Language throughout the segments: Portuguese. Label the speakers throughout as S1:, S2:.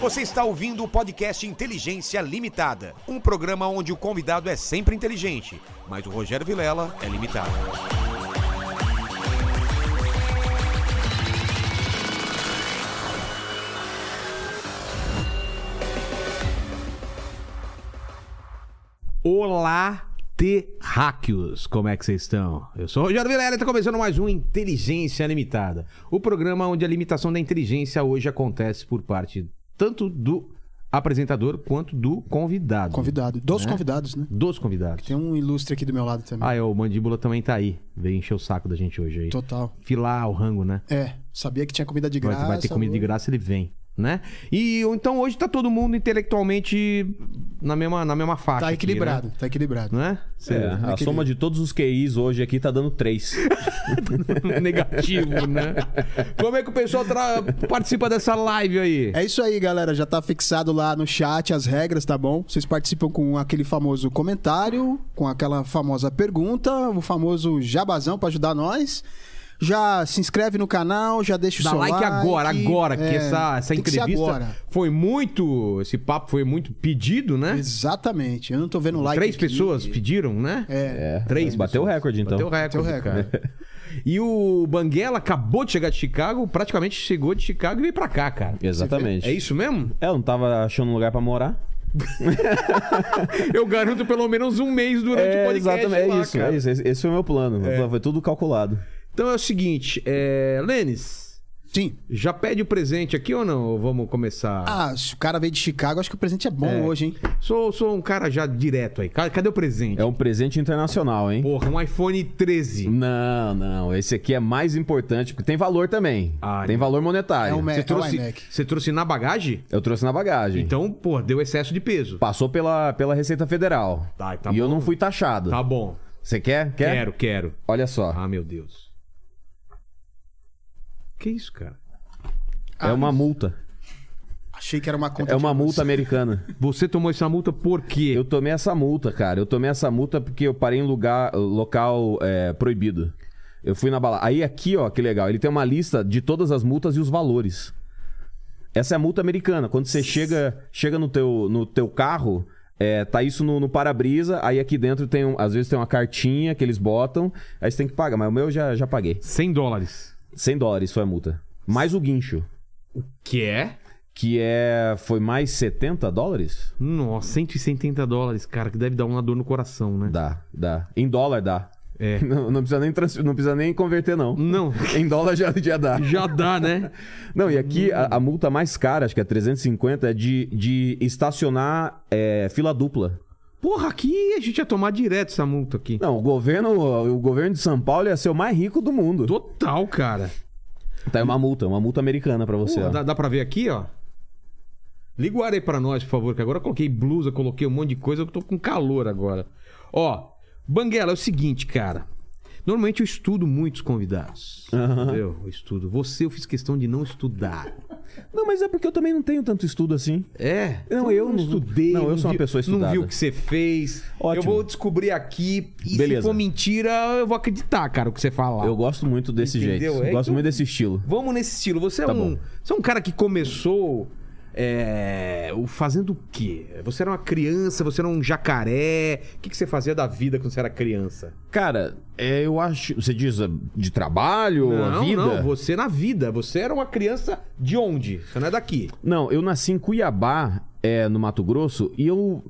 S1: Você está ouvindo o podcast Inteligência Limitada, um programa onde o convidado é sempre inteligente, mas o Rogério Vilela é limitado.
S2: Olá, terráqueos! Como é que vocês estão? Eu sou o Rogério Vilela e está começando mais um Inteligência Limitada. O programa onde a limitação da inteligência hoje acontece por parte tanto do apresentador quanto do convidado.
S3: Convidado. Dos
S2: Né?
S3: convidados, né?
S2: Dos convidados.
S3: Tem um ilustre aqui do meu lado também.
S2: Ah, é, o Mandíbula também tá aí. Veio encher o saco da gente hoje aí.
S3: Total.
S2: Filar o rango, né?
S3: É, sabia que tinha comida de
S2: Vai-
S3: graça.
S2: vai ter comida de
S3: amor.
S2: graça, ele vem, né? E ou então hoje tá todo mundo intelectualmente na mesma, na mesma faixa.
S3: Tá
S2: aqui,
S3: equilibrado, tá equilibrado.
S2: né? Não é? Cê-
S4: É, a
S3: naquele-
S4: soma de todos os QIs hoje aqui tá dando 3.
S2: Negativo, né? Como é que o pessoal tra- participa dessa live aí?
S3: É isso aí, galera. Já tá fixado lá no chat as regras, tá bom? Vocês participam com aquele famoso comentário, com aquela famosa pergunta, o famoso jabazão pra ajudar nós. Já se inscreve no canal, já deixa o
S2: Dá
S3: seu like.
S2: like agora, agora, que
S3: É,
S2: essa, essa
S3: tem que ser
S2: entrevista
S3: agora.
S2: foi muito. Esse papo foi muito pedido, né?
S3: Exatamente. Eu não tô vendo like.
S2: Três
S3: aqui.
S2: pessoas pediram, né?
S3: É.
S2: Três.
S4: Bateu o
S2: pessoas.
S4: recorde, então.
S2: Bateu o recorde,
S3: Bateu o recorde.
S2: cara. E o Banguela acabou de chegar de Chicago, praticamente chegou de Chicago e veio pra cá, cara.
S4: Exatamente.
S2: É isso mesmo?
S4: É, eu não tava achando um lugar pra morar.
S2: Eu garanto pelo menos um mês durante o podcast.
S4: É
S2: lá,
S4: isso,
S2: cara. É.
S4: é isso. Esse esse foi o meu plano. Meu plano Foi tudo calculado.
S2: Então é o seguinte, é... Lênis,
S3: Sim.
S2: já pede o presente aqui ou não? Ou vamos começar?
S3: Ah, se o cara veio de Chicago, acho que o presente é bom hoje, hein?
S2: Sou, sou um cara já direto aí. Ca- Cadê o presente?
S4: É um presente internacional, hein?
S2: Porra, um iPhone 13.
S4: Não, não. Esse aqui é mais importante, porque tem valor também.
S2: Ah,
S4: tem
S2: né?
S4: valor monetário.
S3: É o Mac.
S2: Você trouxe,
S3: iMac.
S2: você trouxe na bagagem?
S4: Eu trouxe na bagagem.
S2: Então, pô, deu excesso de peso.
S4: Passou pela, pela Receita Federal.
S2: Tá, tá
S4: e eu
S2: bom.
S4: não fui taxado.
S2: Tá bom.
S4: Você quer? Quer? Tá.
S2: Quero, quero.
S4: Olha só.
S2: Ah, meu Deus. Que isso, cara? Ah,
S4: é uma multa.
S3: Achei que era uma conta
S4: É
S3: de
S4: uma
S3: luz.
S4: multa americana.
S2: Você tomou essa multa por quê?
S4: Eu tomei essa multa, cara. Eu tomei essa multa porque eu parei em lugar, local é, proibido. Eu fui na balada. Aí aqui, ó, que legal. Ele tem uma lista de todas as multas e os valores. Essa é a multa americana. Quando você chega, chega no teu, no teu carro, é, tá isso no, no para-brisa. Aí aqui dentro tem, um, às vezes tem uma cartinha que eles botam. Aí você tem que pagar. Mas o meu eu já, já paguei.
S2: 100 dólares.
S4: 100 dólares foi a multa. Mais o guincho,
S2: Que é?
S4: que é foi mais 70 dólares?
S2: Nossa, 170 dólares, cara, que deve dar uma dor no coração, né?
S4: Dá, dá. Em dólar dá.
S2: É.
S4: Não, não precisa nem trans- não precisa nem converter, não.
S2: Não,
S4: Em dólar já, já dá.
S2: já dá, né?
S4: Não, e aqui a, a multa mais cara, acho que é 350, é de, de estacionar é, fila dupla.
S2: Porra, aqui a gente ia tomar direto essa multa aqui.
S4: Não, o governo, o governo de São Paulo ia ser o mais rico do mundo.
S2: Total, cara.
S4: Tá, é uma multa, uma multa americana pra você. é.
S2: Porra,
S4: ó.
S2: dá, dá pra ver aqui, ó. Liga o ar aí pra nós, por favor, que agora eu coloquei blusa, coloquei um monte de coisa, eu tô com calor agora. Ó, Banguela, é o seguinte, cara. Normalmente eu estudo muitos convidados. Entendeu? Eu estudo. Você eu fiz questão de não estudar.
S4: Não, mas é porque eu também não tenho tanto estudo assim.
S2: É? Então
S4: Não, eu não-
S2: estudei.
S4: não, eu sou uma
S2: vi-
S4: pessoa
S2: Não vi
S4: estudada.
S2: o que você fez.
S4: Ótimo.
S2: Eu vou descobrir aqui. E se
S4: Beleza.
S2: for mentira, eu vou acreditar, cara, o que você falar.
S4: Eu gosto muito desse
S2: Entendeu?
S4: jeito.
S2: É
S4: gosto
S2: que eu-
S4: muito desse estilo.
S2: Vamos nesse estilo. Você é,
S4: Tá
S2: um,
S4: bom.
S2: você é um cara que começou é, o fazendo o quê? Você era uma criança, você era um jacaré. O que, que você fazia da vida quando você era criança?
S4: Cara, é, eu acho. Você diz ah, de trabalho, a
S2: não,
S4: vida?
S2: não, você na vida. Você era uma criança de onde? Você não é daqui.
S4: Não, eu nasci em Cuiabá, é, no Mato Grosso, e eu,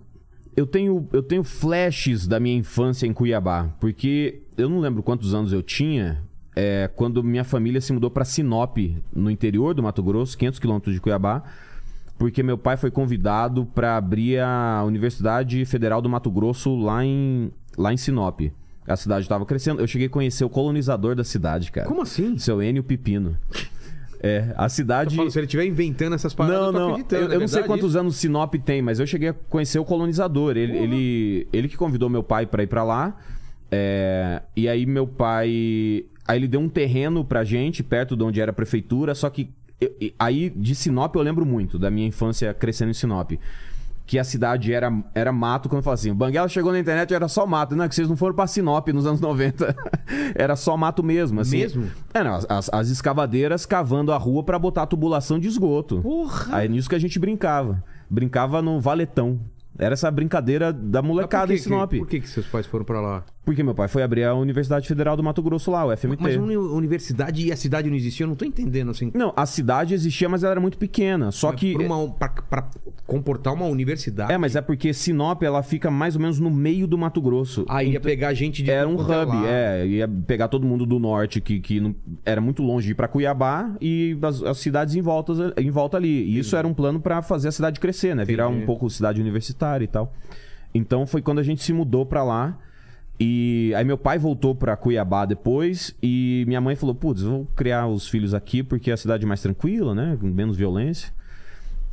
S4: eu, tenho, eu tenho flashes da minha infância em Cuiabá, porque eu não lembro quantos anos eu tinha é, quando minha família se mudou para Sinop, no interior do Mato Grosso, 500 quilômetros de Cuiabá, porque meu pai foi convidado para abrir a Universidade Federal do Mato Grosso lá em, lá em Sinop. A cidade estava crescendo. Eu cheguei a conhecer o colonizador da cidade, cara.
S2: Como assim?
S4: Seu Enio Pepino. É, a
S2: Eu
S4: cidade.
S2: falo, se ele estiver inventando essas paradas,
S4: Não,
S2: eu tô
S4: não.
S2: acreditando.
S4: Eu,
S2: é
S4: eu não sei
S2: verdade
S4: quantos anos Sinop tem, mas eu cheguei a conhecer o colonizador. Ele, ele, ele que convidou meu pai pra ir pra lá. É, e aí meu pai. Aí ele deu um terreno pra gente, perto de onde era a prefeitura, só que. eu- e- aí de Sinop eu lembro muito, da minha infância crescendo em Sinop. que a cidade era, era mato. Quando eu falo assim, Banguela chegou na internet era só mato. Não, é que vocês não foram pra Sinop nos anos 90. era só mato mesmo. Assim.
S2: Mesmo?
S4: É, não, as, as escavadeiras cavando a rua pra botar tubulação de esgoto.
S2: Porra!
S4: Aí nisso que a gente brincava. Brincava no valetão. Era essa brincadeira
S2: Mas
S4: da
S2: por
S4: molecada
S2: que
S4: em
S2: que-
S4: Sinop.
S2: Por que, que seus pais foram pra lá?
S4: Porque meu pai foi abrir a Universidade Federal do Mato Grosso lá, o FMT.
S2: Mas um a uni- universidade e a cidade não existiam? Eu não tô entendendo, assim.
S4: Não, a cidade existia, mas ela era muito pequena. Só que.
S2: Pra, uma- pra- pra comportar uma universidade.
S4: É, mas é porque Sinop, ela fica mais ou menos no meio do Mato Grosso.
S2: Aí ia pegar gente de.
S4: Era um
S2: tudo quanto
S4: hub,
S2: lado.
S4: é. Ia pegar todo mundo do norte, que, que não- era muito longe de ir pra Cuiabá, e as, as cidades em volta, em volta ali. E isso era um plano pra fazer a cidade crescer, né? Virar um pouco cidade universitária e tal. Então foi quando a gente se mudou pra lá. E aí meu pai voltou pra Cuiabá depois e minha mãe falou: "Putz, eu vou criar os filhos aqui porque é a cidade mais tranquila, né, com menos violência".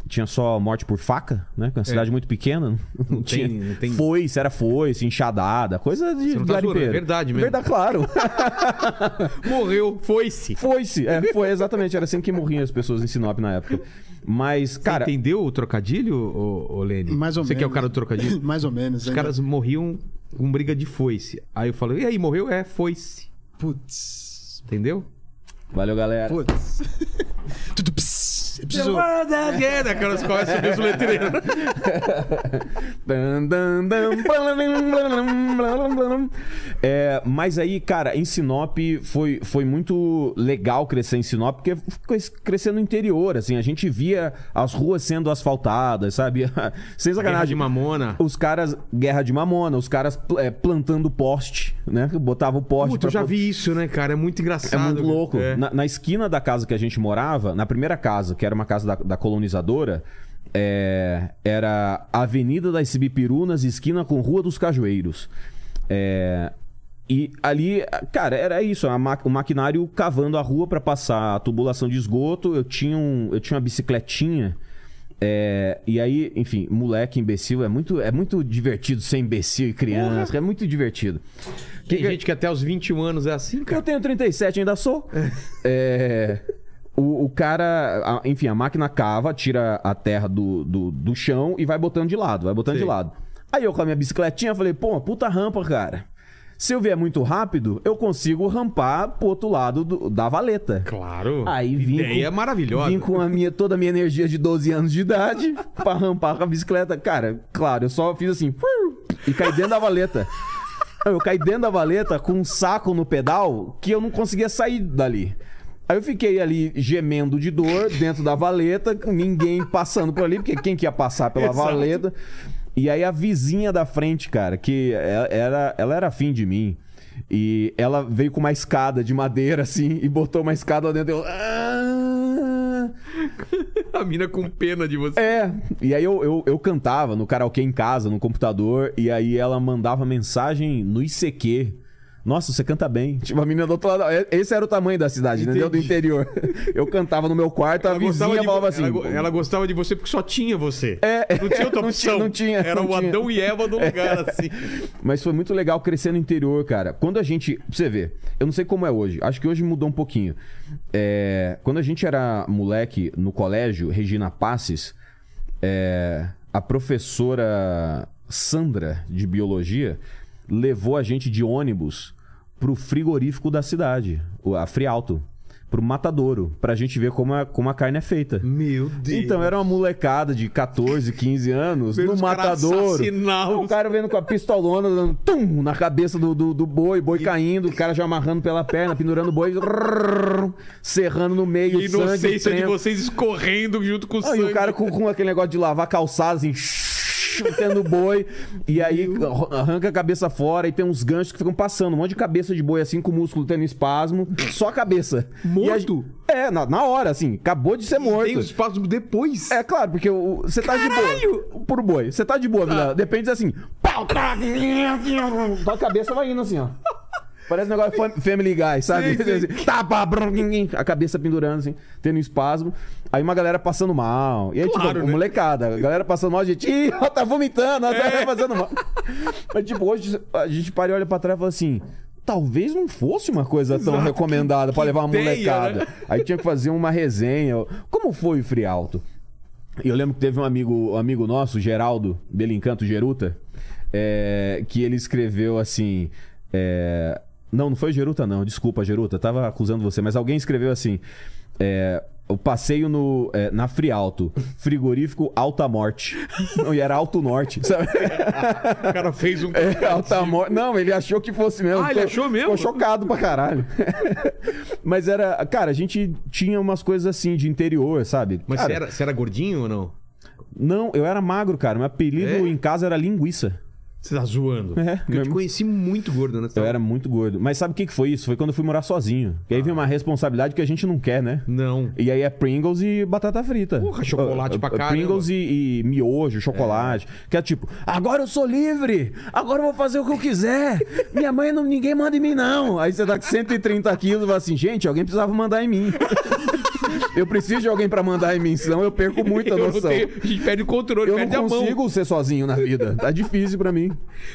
S4: Tinha só morte por faca, né? Que é uma cidade muito pequena. Não,
S2: tem-
S4: tinha.
S2: não tem-
S4: Foice, era foice, enxadada, coisa de
S2: Você não tá
S4: garimpeiro.
S2: zoando, é verdade mesmo.
S4: Verdade, claro.
S2: Morreu, foi-se.
S4: Foice. É, foi exatamente. Era assim que morriam as pessoas em Sinop na época. Mas,
S2: Cara,
S4: cara.
S2: entendeu o trocadilho, ô, ô Lene?
S3: Mais ou
S2: Você
S3: menos.
S2: que é o cara do trocadilho?
S3: Mais ou menos.
S2: Os
S3: ainda.
S2: caras morriam com briga de foice. Aí eu falo, e aí, morreu? É, foice.
S3: Putz.
S2: Entendeu?
S4: Valeu, galera.
S3: Putz. Tudo pss. Eu preciso-
S2: tá Aquelas coisas mesmo letreiro.
S4: Dan, dan, dan, blalam, blalam, blalam, blalam. É, mas aí, cara, em Sinop foi, foi muito legal crescer em Sinop, porque foi crescer no interior, assim, a gente via as ruas sendo asfaltadas, sabe? Sem
S2: Guerra
S4: sacanagem.
S2: de mamona.
S4: Os caras, guerra de mamona, os caras pl- é, plantando poste, né? Botava o poste.
S2: Puta, eu já
S4: pra-
S2: vi isso, né, cara? É muito engraçado.
S4: É muito
S2: cara.
S4: louco.
S2: É.
S4: Na, na esquina da casa que a gente morava, na primeira casa, que era uma casa da, da colonizadora, é, era Avenida das Cibipirunas, esquina com Rua dos Cajueiros. É, e ali, cara, era isso, a ma- o maquinário cavando a rua pra passar a tubulação de esgoto. Eu tinha, um, eu tinha uma bicicletinha. é, e aí, enfim, moleque imbecil é muito, é muito divertido ser imbecil e criança, é muito divertido.
S2: Tem gente que até os 21 anos é assim,
S4: Eu
S2: cara.
S4: tenho 37, ainda sou. É, o, o cara, a- enfim, a máquina cava, tira a terra do, do, do chão e vai botando de lado, vai botando de
S2: Sei.
S4: lado. Aí eu com a minha bicicletinha falei, pô, uma puta rampa, cara. Se eu vier muito rápido, eu consigo rampar pro outro lado do- da valeta.
S2: Claro.
S4: Aí vim
S2: Ideia é
S4: com,
S2: maravilhosa.
S4: Vim com a minha, toda a minha energia de 12 anos de idade pra rampar com a bicicleta. Cara, claro, eu só fiz assim e caí dentro da valeta. Eu caí dentro da valeta com um saco no pedal que eu não conseguia sair dali. Aí eu fiquei ali gemendo de dor dentro da valeta, com ninguém passando por ali, porque quem que ia passar pela
S2: Exato.
S4: valeta? E aí a vizinha da frente, cara, que ela era, ela era afim de mim. E ela veio com uma escada de madeira, assim, e botou uma escada lá dentro. Eu... "Ah!"
S2: A mina com pena de você.
S4: É, e aí eu, eu, eu cantava no karaokê em casa, no computador, e aí ela mandava mensagem no ICQ. Nossa, você canta bem. Tipo, a menina do outro lado. é- Esse era o tamanho da cidade, entendeu? Do interior. Eu cantava no meu quarto, a vizinha
S2: de,
S4: falava assim.
S2: ela, go- ela gostava de você porque só tinha você.
S4: É,
S2: não tinha outra
S4: não tinha-
S2: opção.
S4: não tinha,
S2: Era
S4: não
S2: o
S4: tinha.
S2: Adão e Eva do lugar, assim.
S4: Mas foi muito legal crescer no interior, cara. Quando a gente. Pra você ver, eu não sei como é hoje. Acho que hoje mudou um pouquinho. É, quando a gente era moleque no colégio, Regina Passes, é, a professora Sandra, de biologia, levou a gente de ônibus pro frigorífico da cidade, o- a Frialto, pro Matadouro, pra gente ver como a, como a carne é feita.
S2: Meu Deus.
S4: Então, era uma molecada de 14, 15 anos,
S2: Vendo
S4: no
S2: os caras
S4: matadouro.
S2: assassinar os-
S4: O cara vendo com a pistolona, dando tum na cabeça do, do, do boi, boi caindo, o cara já amarrando pela perna, pendurando o boi, rrrr, serrando no meio,
S2: E
S4: o sangue, o
S2: inocência é de
S4: trem.
S2: vocês escorrendo junto com o
S4: Ah,
S2: sangue.
S4: e o cara com, com aquele negócio de lavar calçado, assim, chutando o boi, e aí arran- arranca a cabeça fora e tem uns ganchos que ficam passando, um monte de cabeça de boi, assim, com o músculo tendo espasmo, só a cabeça. E a
S2: Morto?
S4: gente- é, na, na hora, assim, acabou de ser morto.
S2: Tem os passos depois.
S4: É claro, porque o- você tá de boa. Por boi. Você tá de boa, Vilela. Depende assim. Pau, tá, Tua cabeça vai indo assim, ó. Parece um negócio fam- Family Guy, sabe? Tá, pá, brum, guim, guim. a cabeça pendurando, assim, tendo espasmo. Aí uma galera passando mal. E aí,
S2: Claro,
S4: tipo,
S2: né?
S4: molecada, a galera passando mal, a gente, ih, ela tá vomitando, ela
S2: É.
S4: tá fazendo mal. Mas, tipo, hoje a gente para e olha pra trás e fala assim. Talvez não fosse uma coisa tão recomendada pra levar uma
S2: ideia,
S4: molecada.
S2: né?
S4: Aí tinha que fazer uma resenha. Como foi o Frialto? E eu lembro que teve um amigo, um amigo nosso, Geraldo Belincanto Geruta, é, que ele escreveu assim. é, não, não foi Geruta, não. Desculpa, Geruta, tava acusando você, mas alguém escreveu assim. é, o passeio no, é, na Frialto, frigorífico Alta Morte. Não, e era Alto Norte, sabe?
S2: O cara fez um.
S4: É, Alta Morte. Não, ele achou que fosse mesmo.
S2: Ah, ele
S4: Ficou-
S2: achou mesmo?
S4: Ficou chocado pra caralho. Mas era. Cara, a gente tinha umas coisas assim de interior, sabe?
S2: Mas
S4: Cara,
S2: você era, você era gordinho ou não?
S4: Não, eu era magro, cara. Meu apelido
S2: É?
S4: em casa era linguiça.
S2: Você tá zoando. Porque eu
S4: É, meu
S2: te
S4: irmão.
S2: conheci muito gordo, né? Você
S4: Eu
S2: tava-
S4: era muito gordo. Mas sabe o que que foi isso? Foi quando eu fui morar sozinho. E aí
S2: Ah.
S4: vem uma responsabilidade que a gente não quer, né?
S2: Não.
S4: E aí é Pringles e batata frita.
S2: Porra, chocolate
S4: Ah,
S2: pra
S4: ah,
S2: caramba.
S4: Pringles e, e miojo, chocolate. Que é tipo, agora eu sou livre! Agora eu vou fazer o que eu quiser! Minha mãe, não, ninguém manda em mim, não! Aí você tá com 130 quilos e fala assim, gente, alguém precisava mandar em mim. eu preciso de alguém pra mandar em mim, senão eu perco muita
S2: Eu não
S4: noção.
S2: tenho- a gente perde o controle,
S4: Eu
S2: perde
S4: não
S2: a mão.
S4: consigo ser sozinho na vida. Tá difícil pra mim.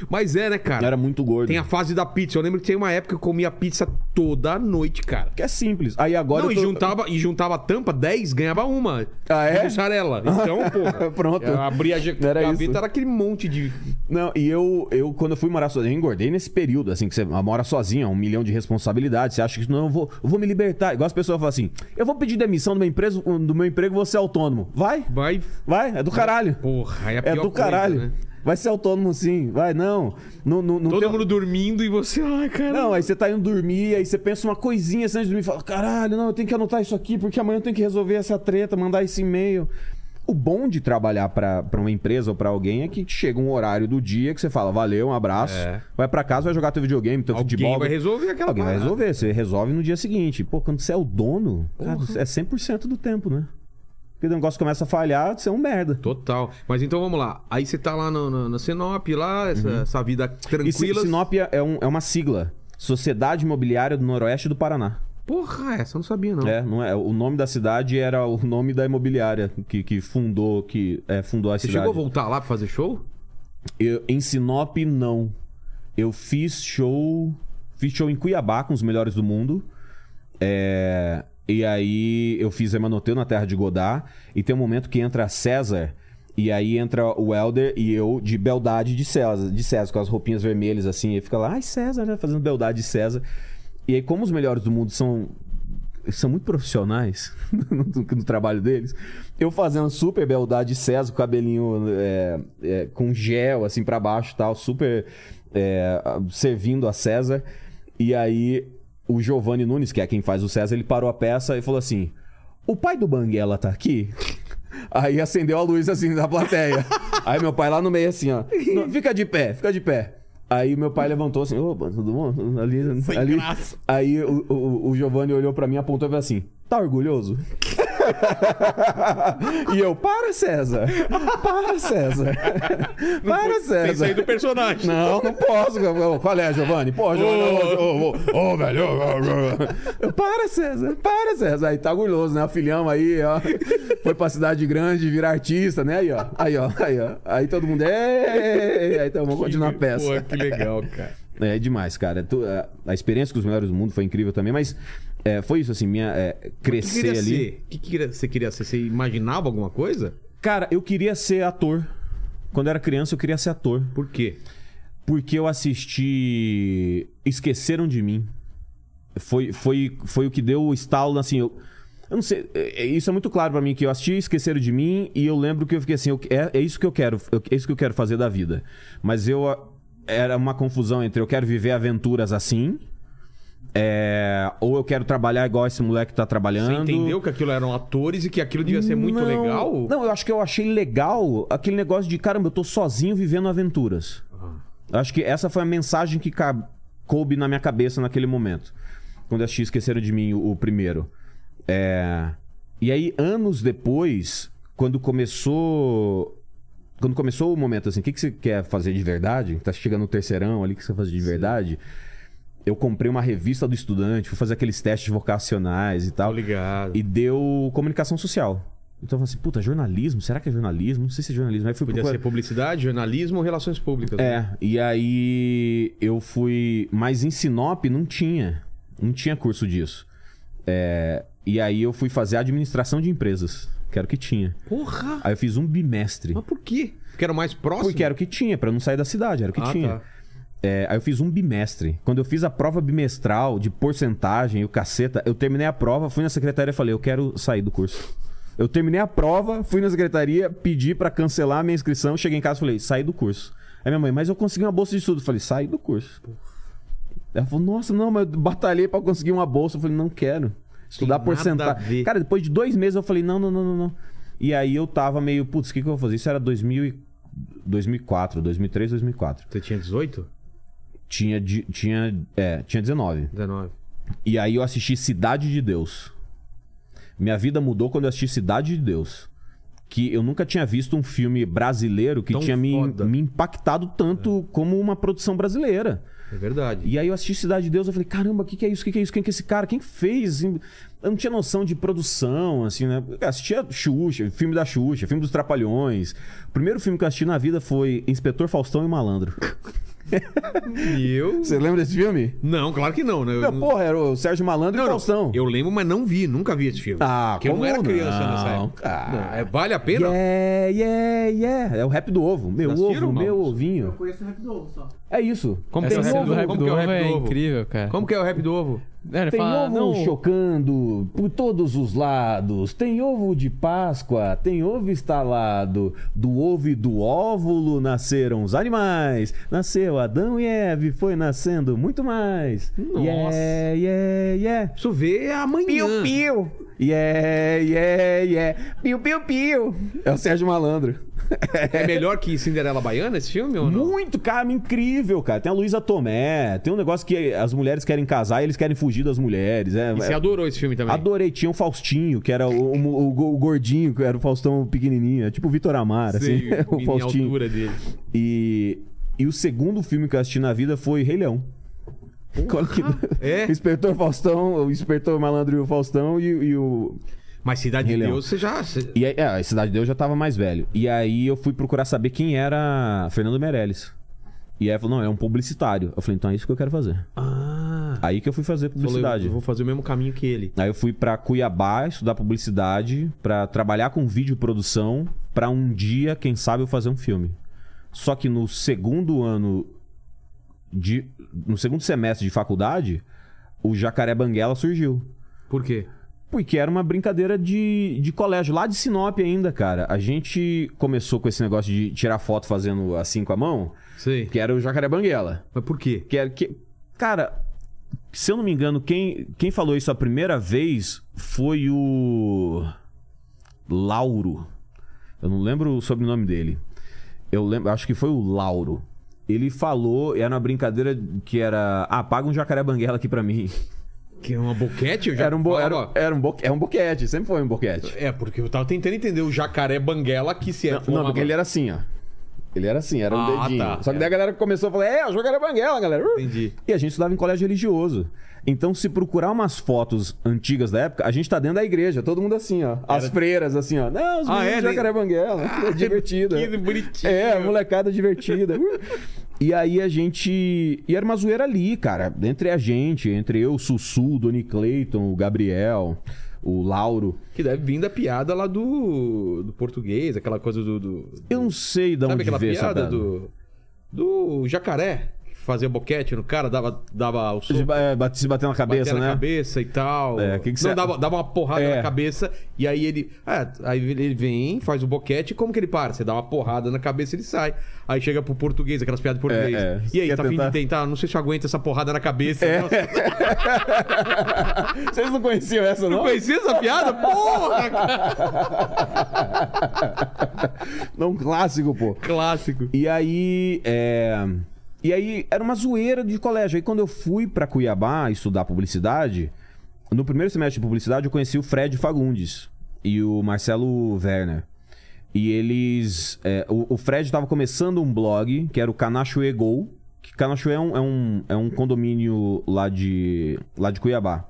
S2: Mas é, né, cara?
S4: Eu era muito gordo.
S2: Tem a fase da pizza. Eu lembro que tem uma época que eu comia pizza toda noite, cara.
S4: Que é simples. Aí agora.
S2: não,
S4: eu
S2: e,
S4: tô-
S2: juntava, e juntava tampa, 10, ganhava uma.
S4: Ah, é?
S2: De mussarela. Então, porra.
S4: Pronto.
S2: Eu abria a ge-
S4: Era
S2: gaveta,
S4: isso.
S2: era aquele monte de.
S4: Não, e eu, eu, quando eu fui morar sozinho, eu engordei nesse período, assim, que você mora sozinho, é um milhão de responsabilidades. Você acha que não, eu vou, eu vou me libertar. Igual as pessoas falam assim: eu vou pedir demissão do meu, empresa, do meu emprego, vou ser autônomo. Vai,
S2: Vai.
S4: vai, é do caralho.
S2: Porra, é a
S4: É
S2: pior
S4: do
S2: coisa,
S4: caralho.
S2: né?
S4: Vai ser autônomo sim, vai, não. não, não, não
S2: Todo
S4: tem- um-
S2: mundo dormindo e você. Ai, cara.
S4: Não, aí você tá indo dormir, aí você pensa uma coisinha antes de dormir e fala: caralho, não, eu tenho que anotar isso aqui, porque amanhã eu tenho que resolver essa treta, mandar esse e-mail. O bom de trabalhar pra pra uma empresa ou pra alguém é que chega um horário do dia que você fala, valeu, um abraço,
S2: É.
S4: vai pra casa, vai jogar teu videogame, teu
S2: Alguém
S4: futebol.
S2: vai resolver aquela
S4: Alguém vai
S2: parada.
S4: resolver, você resolve no dia seguinte. Pô, quando você é o dono, cara, é 100% do tempo, né? Porque o negócio começa a falhar, você é um merda.
S2: Total. Mas então vamos lá. Aí você tá lá no- no- na Sinop, lá, essa, essa vida
S4: Uhum. E Si-
S2: tranquila.
S4: Sinop é, é um- é uma sigla. Sociedade Imobiliária do Noroeste do Paraná.
S2: Porra, essa eu não sabia, não.
S4: É, não é. O nome da cidade era o nome da imobiliária que, que fundou, que é, fundou a
S2: Você
S4: cidade.
S2: chegou a voltar lá pra fazer show?
S4: Eu- em Sinop, não. Eu fiz show. Fiz show em Cuiabá com os melhores do mundo. É, e aí eu fiz Emanoteu na Terra de Godá. E tem um momento que entra César. E aí entra o Helder e eu de beldade de César, de César, com as roupinhas vermelhas assim, e fica lá, ai César, né? Fazendo beldade de César. E aí, como os melhores do mundo são são muito profissionais no, no trabalho deles. Eu fazendo super beldade César, com cabelinho é, é, com gel assim pra baixo e tal, super é, servindo a César. E aí o Giovanni Nunes, que é quem faz o César, ele parou a peça e falou assim: O pai do Banguela tá aqui? Aí acendeu a luz assim da plateia. Aí meu pai lá no meio assim, ó. "Não, Fica de pé, fica de pé. Aí meu pai levantou assim, ô, tudo bom? Ali, ali. Aí o, o, o Giovanni olhou pra mim, apontou e falou assim: tá orgulhoso? e eu, para, César! Para, César! para, César!
S2: personagem.
S4: Não, não posso. Ô, Qual é, Giovanni? Pô, Giovanni. Ô, ô, ô, ô, velho. ô, ô, ô. Para, César. Para, César. Aí tá orgulhoso, né? O filhão aí, ó. Foi pra cidade grande virar artista, né? Aí, ó. Aí, ó. Aí, ó. Aí todo mundo. "Ei!" Aí então, vamos continuar a peça.
S2: Pô, que legal, cara.
S4: É demais, cara. Tu- a- A experiência com os melhores do mundo foi incrível também, mas é, foi isso, assim, minha. é,
S2: O que
S4: crescer
S2: queria
S4: ali.
S2: ser? O que queria- você queria ser? Você imaginava alguma coisa?
S4: Cara, eu queria ser ator. Quando eu era criança, eu queria ser ator.
S2: Por quê?
S4: Porque eu assisti Esqueceram de Mim. Foi, foi, foi o que deu o estalo, assim, eu... Eu não sei, é- é- isso é muito claro pra mim que eu assisti Esqueceram de Mim e eu lembro que eu fiquei assim, eu- é, é isso que eu quero, eu- é isso que eu quero fazer da vida. Mas eu ah, era uma confusão entre eu quero viver aventuras assim, é, ou eu quero trabalhar igual esse moleque tá
S2: Você
S4: trabalhando.
S2: entendeu que aquilo eram atores e que aquilo devia ser muito
S4: Não,
S2: legal?
S4: Não, eu acho que eu achei legal aquele negócio de, caramba, eu tô sozinho vivendo aventuras. Eu Acho que essa foi a mensagem que ca- coube na minha cabeça naquele momento. Quando eu assisti Esqueceram de Mim, o, o primeiro. É... E aí, anos depois, quando começou... Quando começou o momento assim, o que, que você quer fazer de verdade? Tá chegando o terceirão ali, o que você quer fazer de verdade? Eu comprei uma revista do estudante, fui fazer aqueles testes vocacionais e
S2: Tá
S4: tal.
S2: ligado.
S4: E deu comunicação social. Então eu falei assim, puta, jornalismo? Será que é jornalismo? Não sei se é jornalismo. Aí fui
S2: Podia
S4: procurar-
S2: ser publicidade, jornalismo ou relações públicas. né?
S4: É, e aí eu fui. Mas em Sinop não tinha. Não tinha curso disso. É, e aí eu fui fazer administração de empresas. que era o que tinha.
S2: Porra!
S4: Aí eu fiz um bimestre.
S2: Mas por quê? Porque era o mais próximo?
S4: Porque era o que tinha, pra eu não sair da cidade, era o que
S2: Ah,
S4: tinha.
S2: tá.
S4: É, aí eu fiz um bimestre. Quando eu fiz a prova bimestral de porcentagem e o caceta, eu terminei a prova, fui na secretaria e falei, eu quero sair do curso. Eu terminei a prova, fui na secretaria, pedi pra cancelar a minha inscrição, cheguei em casa e falei, saí do curso. Aí minha mãe, mas eu consegui uma bolsa de estudo. Eu falei, sai do curso. Ela falou, nossa, não, mas eu batalhei pra conseguir uma bolsa. Eu falei, não quero.
S2: Tem
S4: Estudar
S2: nada a
S4: porcentagem.
S2: ver.
S4: Cara, depois de dois meses eu falei, não, não, não, não, não. E aí eu tava meio, putz, o que, que eu vou fazer? Isso era 2000 e- 2004, 2003, 2004.
S2: Você tinha 18?
S4: Tinha, de- tinha, é, tinha 19.
S2: 19.
S4: E aí eu assisti Cidade de Deus. Minha vida mudou quando eu assisti Cidade de Deus. Que eu nunca tinha visto um filme brasileiro que
S2: Tão
S4: tinha me,
S2: foda.
S4: me impactado tanto como uma produção brasileira.
S2: É verdade.
S4: E aí eu assisti Cidade de Deus, eu falei, caramba, o que, que é isso? O que, que é isso? Quem que é esse cara? Quem que fez? Eu não tinha noção de produção, assim, né? Eu assistia Xuxa, filme da Xuxa, filme dos Trapalhões. O primeiro filme que eu assisti na vida foi Inspetor Faustão e Malandro.
S2: E eu?
S4: Você lembra desse filme?
S2: Não, claro que não, né? Eu
S4: Não, porra, era o Sérgio Malandro e o Faustão.
S2: Eu lembro, mas não vi, nunca vi esse filme.
S4: Ah,
S2: Porque eu não
S4: como
S2: era criança
S4: não,
S2: nessa época.
S4: cara.
S2: Não, é- vale a pena?
S4: Yeah, yeah, yeah. É o rap do ovo. Meu
S2: Assistiram,
S4: ovo, meu
S2: Maus?
S4: ovinho.
S5: conheço o rap do ovo só.
S4: É isso.
S5: Como
S2: Essa
S5: tem
S2: cena
S5: ovo?
S2: do rap
S5: como
S2: do
S5: que é o
S2: ovo
S5: rap
S2: é
S5: do ovo?
S2: incrível,
S5: incrível, cara.
S2: Como que é o rap do ovo?
S5: Não, ele
S4: Tem
S5: fala,
S2: um
S4: ovo
S5: não,
S4: chocando por todos os lados. Tem ovo de Páscoa, tem ovo estalado. Do ovo e do óvulo nasceram os animais. Nasceu Adão e Eve, foi nascendo muito mais.
S5: Nossa.
S4: Yeah, yeah, yeah.
S2: Isso vê amanhã.
S4: Hum. piu. Yeah, yeah, yeah. Piu, piu, piu. É o Sérgio Malandro.
S2: É melhor que Cinderela Baiana esse filme ou não?
S4: Muito, cara, incrível, cara. Tem a Luísa Tomé, tem um negócio que as mulheres querem casar e eles querem fugir das mulheres. É,
S2: E você
S4: é-
S2: adorou esse filme também?
S4: Adorei, tinha o Faustinho, que era o, o- o- o gordinho, que era o Faustão pequenininho, é tipo o Vitor Amar, assim,
S2: Sei,
S4: o
S2: mini
S4: Faustinho.
S2: altura dele.
S4: E, e o segundo filme que eu assisti na vida foi Rei Leão. Qual que-
S2: É?
S4: O Inspetor Faustão, o Inspetor Malandro e o Faustão e, e o...
S2: Mas Cidade
S4: Rei
S2: de
S4: Leão.
S2: Deus, você já... você-
S4: E aí, é, a Cidade de Deus já tava mais velho. E aí eu fui procurar saber quem era Fernando Meirelles. E aí ela falou, não, é um publicitário. Eu falei, então é isso que eu quero fazer.
S2: Ah...
S4: Aí que eu fui fazer
S2: Falei,
S4: publicidade.
S2: eu vou fazer o mesmo caminho que ele.
S4: Aí eu fui pra Cuiabá estudar publicidade, pra trabalhar com videoprodução, pra um dia, quem sabe, eu fazer um filme. Só que no segundo ano de no segundo semestre de faculdade, o Jacaré Banguela surgiu.
S2: Por quê?
S4: Porque era uma brincadeira de, de colégio, lá de Sinop ainda, cara. A gente começou com esse negócio de tirar foto fazendo assim com a mão,
S2: Sei.
S4: que era o Jacaré Banguela.
S2: Mas por quê?
S4: Que era que. Cara, se eu não me engano, quem, quem falou isso a primeira vez foi o. Lauro. Eu não lembro o sobrenome dele. Eu lembro, acho que foi o Lauro. Ele falou, era uma brincadeira que era. Ah, paga um jacaré banguela aqui pra mim.
S2: Que é uma boquete? Eu já
S4: Era um, bo, era,
S2: falava.
S4: era um, bo, é um boquete, sempre foi um boquete.
S2: É, porque eu tava tentando entender o jacaré banguela que se é
S4: Não,
S2: forma-
S4: não, porque ele era assim, ó. Ele era assim, era um
S2: Ah,
S4: dedinho.
S2: tá.
S4: Só que daí a galera começou a falar, é, o jogo era banguela, galera. Uh!
S2: Entendi.
S4: E a gente estudava em colégio religioso. Então, se procurar umas fotos antigas da época, a gente tá dentro da igreja, todo mundo assim, ó. As freiras, assim, ó. Não, os
S2: Ah,
S4: meninos
S2: é? Ah,
S4: de jacaré banguela. é divertida.
S2: que bonitinho.
S4: É, a molecada divertida. Uh! e aí a gente... E era uma zoeira ali, cara. Entre a gente, entre eu, Sussu, Doni Clayton, o Gabriel, o Lauro.
S2: Que deve vir da piada lá do, do português, aquela coisa do. do-
S4: Eu não sei de
S2: sabe
S4: onde
S2: aquela
S4: veio essa
S2: piada
S4: piada.
S2: do. Do jacaré, que fazia boquete no cara, dava, dava o
S4: De
S2: soco,
S4: ba- é, bate- se bater na
S2: batia
S4: cabeça,
S2: na
S4: né?
S2: cabeça e tal.
S4: É, que que
S2: Não,
S4: cê-
S2: dava, dava uma porrada
S4: É.
S2: na cabeça e aí ele. ah, aí ele vem, faz o boquete, e como que ele para? Você dá uma porrada na cabeça e ele sai. Aí chega pro português, aquelas piadas em português.
S4: é.
S2: E aí,
S4: Quer
S2: tá afim de
S4: tentar? É.
S2: tentar? Não sei se eu aguento essa porrada na cabeça. Nossa,
S4: Vocês não conheciam essa, não?
S2: Não conhecia essa piada? Porra, cara!
S4: Não, um clássico, pô.
S2: Clássico.
S4: E aí. é, E aí era uma zoeira de colégio. Aí quando eu fui pra Cuiabá estudar publicidade, no primeiro semestre de publicidade eu conheci o Fred Fagundes e o Marcelo Werner. E eles. é, o, o Fred tava começando um blog que era o Canachoe Go. Que Canachoe é um, é, um, é um condomínio lá de, lá de Cuiabá.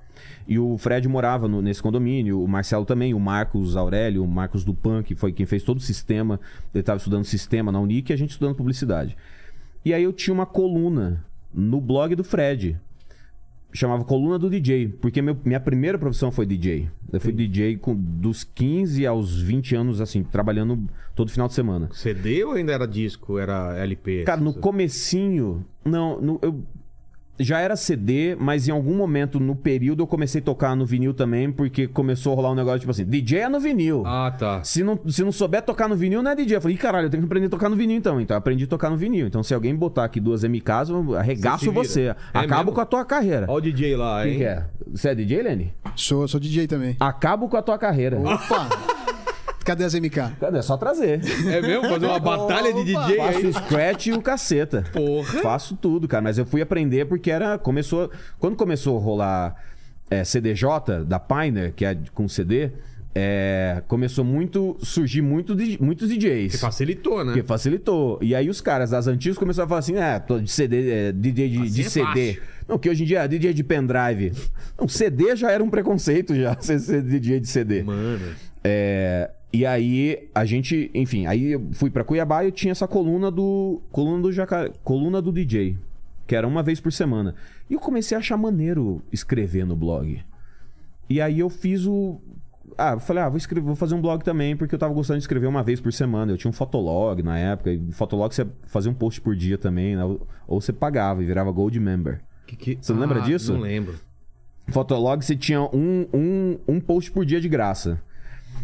S4: E o Fred morava no- nesse condomínio, o Marcelo também, o Marcos Aurélio, o Marcos Dupan, que foi quem fez todo o sistema. Ele estava estudando sistema na Unic e a gente estudando publicidade. E aí eu tinha uma coluna no blog do Fred chamava Coluna do DJ, porque meu- minha primeira profissão foi DJ. Eu fui DJ com, dos 15 aos 20 anos, assim, trabalhando todo final de semana.
S2: CD ou ainda era disco? Era LP?
S4: Cara, no comecinho, não, no- eu já era CD, mas em algum momento no período eu comecei a tocar no vinil também, porque começou a rolar um negócio tipo assim, DJ é no vinil.
S2: Ah, tá.
S4: Se não, se não souber tocar no vinil, não é DJ. Eu falei, "Ih, caralho, eu tenho que aprender a tocar no vinil então. Então eu aprendi a tocar no vinil. Então se alguém botar aqui duas MKs, eu
S2: Você
S4: arregaço
S2: se vira.
S4: você.
S2: É
S4: Acabo
S2: mesmo?
S4: com a tua carreira.
S2: Olha o DJ lá,
S4: Quem
S2: hein?
S4: que é? Você é DJ, Lenny?
S3: Sou, sou DJ também.
S4: Acabo com a tua carreira.
S3: Opa! Cadê as MK?
S4: Cadê? É só trazer.
S2: É mesmo? Fazer uma batalha de
S3: Opa!
S2: DJ aí.
S4: Faço scratch e o caceta.
S2: Porra.
S4: Faço tudo, cara. Mas eu fui aprender porque era. Começou. Quando começou a rolar é, CDJ da Pioneer, que é com CD, é, começou muito. surgir muito, di- muitos DJs.
S2: Que facilitou, né?
S4: Porque facilitou. E aí os caras das antigas começaram a falar assim: é, tô de CD, é, DJ de, de
S2: é
S4: CD.
S2: fácil.
S4: não, que hoje em dia é DJ de pendrive. Não, CD já era um preconceito já, você ser DJ de CD.
S2: Mano.
S4: É, e aí a gente, enfim, aí eu fui pra Cuiabá e eu tinha essa coluna do coluna do jaca, coluna do DJ, que era uma vez por semana. E eu comecei a achar maneiro escrever no blog. E aí eu fiz o ah, eu falei, ah, vou escrever, vou fazer um blog também, porque eu tava gostando de escrever uma vez por semana. Eu tinha um fotolog na época, e fotolog você fazia um post por dia também, né? Ou- ou você pagava e virava gold member.
S2: Que, que... Ah,
S4: Você não lembra disso?
S2: Não lembro.
S4: Fotolog você tinha um, um, um post por dia de graça.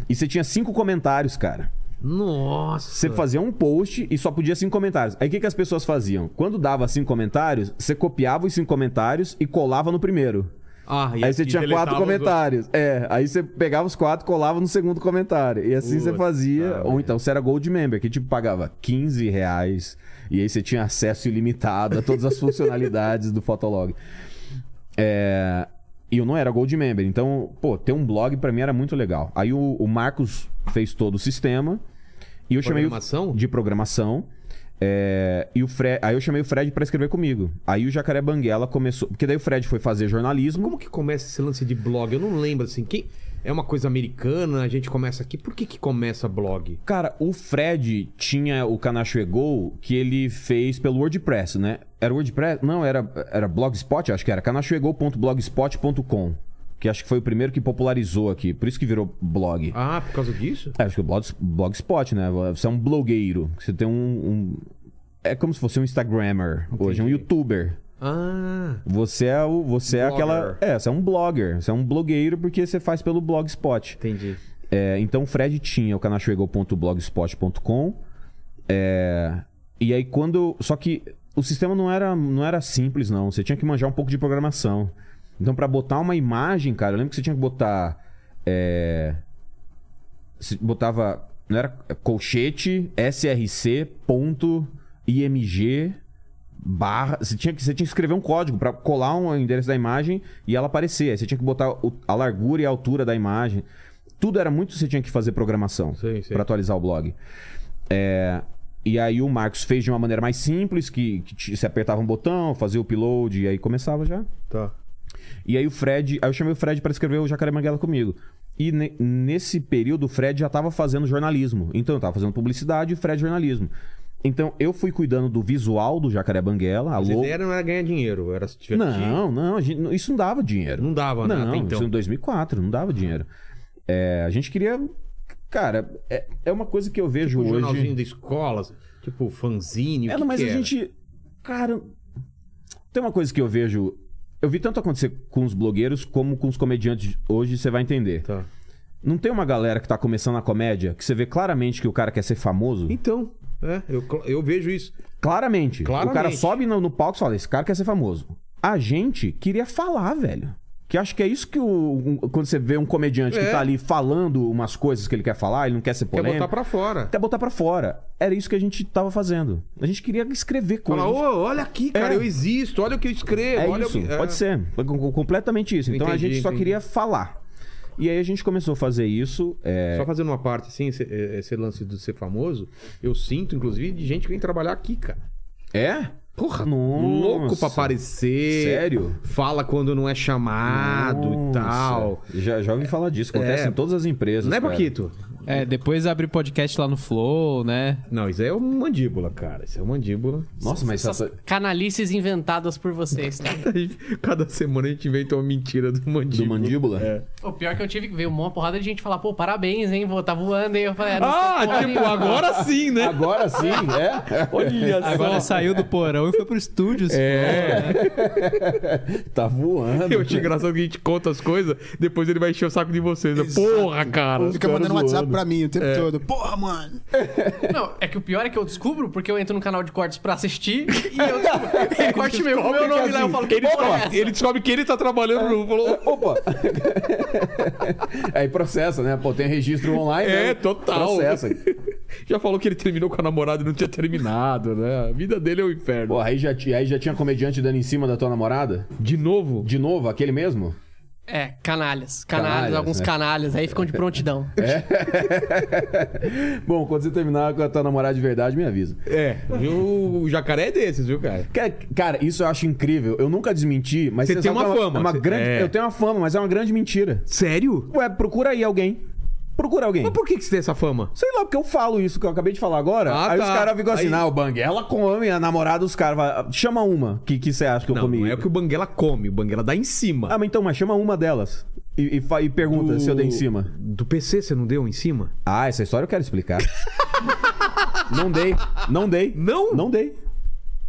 S4: E você tinha cinco comentários, cara.
S2: Nossa.
S4: Você fazia um post e só podia cinco comentários. Aí o que, que as pessoas faziam? Quando dava cinco comentários, você copiava os cinco comentários e colava no primeiro.
S2: Ah, e
S4: aí você
S2: aqui
S4: tinha
S2: deletava
S4: quatro
S2: os outros.
S4: comentários. É, aí você pegava os quatro e colava no segundo comentário. E assim você
S2: Puta
S4: fazia. Ou
S2: merda.
S4: então você era Gold Member, que tipo pagava 15 reais. E aí você tinha acesso ilimitado a todas as funcionalidades do Fotolog. É, E eu não era Gold Member. Então, pô, ter um blog pra mim era muito legal. Aí o, o Marcos fez todo o sistema. E eu chamei. o-
S2: Programação?
S4: de programação. É, e o Fre- aí eu chamei o Fred pra escrever comigo. Aí o Jacaré Banguela começou. Porque daí o Fred foi fazer jornalismo.
S2: Como que começa esse lance de blog? Eu não lembro, assim. Quem... É uma coisa americana, a gente começa aqui. Por que que começa blog?
S4: Cara, o Fred tinha o Canacho Go que ele fez pelo WordPress, né? Era WordPress? Não, era, era Blogspot, acho que era. canachoego.blogspot.com. Que acho que foi o primeiro que popularizou aqui. Por isso que virou blog.
S2: Ah, por causa disso?
S4: É, acho que o blog, Blogspot, né? Você é um blogueiro. Você tem um. um- É como se fosse um Instagrammer hoje, um youtuber.
S2: Ah,
S4: Você é o. Você é
S2: Blogger.
S4: aquela. É, você é um blogger. Você é um blogueiro porque você faz pelo Blogspot.
S2: entendi.
S4: É, então o Fred tinha o canachoego.blogspot.com. É, e aí quando. Só que o sistema não era, não era simples, não. Você tinha que manjar um pouco de programação. Então, pra botar uma imagem, cara, eu lembro que você tinha que botar. É, você botava. Não era colchete src.img barra. Você tinha, que, você tinha que escrever um código pra colar um endereço da imagem e ela aparecer. Aí você tinha que botar o- a largura e a altura da imagem. Tudo era muito. Você tinha que fazer programação
S2: Sei, sei.
S4: pra atualizar o blog. É, e aí o Marcos fez de uma maneira mais simples, que, que te- você apertava um botão, fazia o upload e aí começava já.
S2: Tá.
S4: E aí o Fred, aí eu chamei o Fred pra escrever o Jacaré Banguela comigo. E ne- nesse período o Fred já tava fazendo jornalismo. Então eu tava fazendo publicidade e o Fred jornalismo. Então eu fui cuidando do visual do Jacaré Banguela, a
S2: Mas a
S4: logo.
S2: ideia não era ganhar dinheiro, era se divertir.
S4: Não, não, a gente- isso não dava dinheiro.
S2: Não dava, né?
S4: Não,
S2: até então.
S4: isso é em 2004, não dava dinheiro. É, a gente queria. Cara, é, é uma coisa que eu vejo
S2: Tipo, um
S4: hoje.
S2: jornalzinho da escola, tipo fanzine, o
S4: É,
S2: que
S4: não, mas
S2: que
S4: a
S2: era?
S4: gente. Cara. Tem uma coisa que eu vejo. Eu vi tanto acontecer com os blogueiros como com os comediantes hoje, você vai entender.
S2: Tá.
S4: Não tem uma galera que tá começando a comédia que você vê claramente que o cara quer ser famoso?
S2: Então, é, eu, eu vejo isso.
S4: Claramente.
S2: Claramente.
S4: O cara sobe no, no palco e fala: esse cara quer ser famoso. A gente queria falar, velho. Que acho que é isso que o. um- quando você vê um comediante
S2: É.
S4: que tá ali falando umas coisas que ele quer falar, ele não quer ser
S2: Quer
S4: polêmico.
S2: botar pra fora.
S4: Quer botar pra fora. Era isso que a gente tava fazendo. A gente queria escrever coisas.
S2: Falar, ô, olha aqui, cara,
S4: É.
S2: eu existo, olha o que eu escrevo,
S4: É
S2: olha
S4: isso,
S2: o que... é.
S4: pode ser. Foi com- com- Completamente isso. Então a
S2: Entendi,
S4: gente só
S2: entendi.
S4: queria falar. E aí a gente começou a fazer isso. é,
S2: Só fazendo uma parte, assim, esse, é, esse lance do ser famoso, eu sinto, inclusive, de gente que vem trabalhar aqui, cara.
S4: É? Porra, Nossa.
S2: Louco pra aparecer.
S4: É. Sério?
S2: Fala quando não é chamado e
S4: Nossa.
S2: tal.
S4: Já, já ouvi falar disso. Acontece
S2: É.
S4: em todas as empresas.
S2: Não é,
S4: cara.
S2: Paquito?
S5: É, depois abrir podcast lá no Flow, né?
S2: Não, isso aí é o mandíbula, cara. Isso é o mandíbula.
S4: Nossa, mas
S6: Essas
S4: essa-
S6: canalices inventadas por vocês, tá?
S2: Cada semana a gente inventa uma mentira do
S4: do
S2: mandíbula.
S4: mandíbula?
S2: É.
S6: O pior que eu tive que ver uma porrada de gente falar, pô, parabéns, hein, vô, tá voando, hein? Eu falei, não
S2: Ah,
S6: sei porra
S2: tipo,
S6: nenhuma.
S2: agora sim, né?
S4: Agora sim, é?
S2: Olha só.
S5: Agora saiu do porão e foi pro estúdio. assim.
S2: É.
S4: Tá voando.
S2: Eu achei um engraçado que a gente conta as coisas, depois ele vai encher o saco de vocês. Porra, cara.
S4: Os
S3: Fica
S4: caras
S3: mandando WhatsApp
S4: zoando. É.
S3: pra
S4: Tá
S3: mim o tempo todo. Porra, mano.
S6: Não, é que o pior é que eu descubro porque eu entro no canal de cortes pra assistir e eu descubro, tem corte meu, com meu nome lá, eu falo, que
S2: assim, Ele,
S6: porra é
S2: descobre,
S6: essa?
S2: ele descobre que ele tá trabalhando no. Falou,
S4: Opa! Aí processa, né? Pô, tem registro online.
S2: É,
S4: né?
S2: total.
S4: Processa.
S2: Já falou que ele terminou com a namorada e não tinha terminado, né? A vida dele é um inferno.
S4: Pô, aí já, ti- aí já tinha comediante dando em cima da tua namorada?
S2: De novo?
S4: De novo, aquele mesmo?
S6: É, canalhas, canalhas,
S4: Canalhas,
S6: alguns
S4: né?
S6: canalhas, aí ficam de prontidão.
S2: É.
S4: Bom, quando você terminar com a tua namorada de verdade, me avisa.
S2: É, viu? O jacaré é desses, viu, cara?
S4: Ca- Cara, isso eu acho incrível. Eu nunca desmenti, mas
S2: Você tem
S4: sabe
S2: uma
S4: que é
S2: fama,
S4: é uma
S2: você-
S4: grande,
S2: é.
S4: Eu tenho uma fama, mas é uma grande mentira.
S2: Sério?
S4: Ué, procura aí alguém. Procura alguém.
S2: Mas por que, que você tem essa fama?
S4: Sei lá, porque eu falo isso que eu acabei de falar agora.
S2: Ah,
S4: aí
S2: tá.
S4: os caras ficam assim,
S2: Aí-
S4: não, Bang, ela come a namorada, os caras vai- Chama uma que que você acha que eu
S2: Não,
S4: comi.
S2: não é o que o Banguela come, o Banguela dá em cima.
S4: Ah, mas então, mas chama uma delas. E, e fa- e pergunta se eu dei em cima.
S2: Do PC você não deu em cima?
S4: Ah, essa história eu quero explicar. não dei. Não dei.
S2: Não?
S4: Não dei.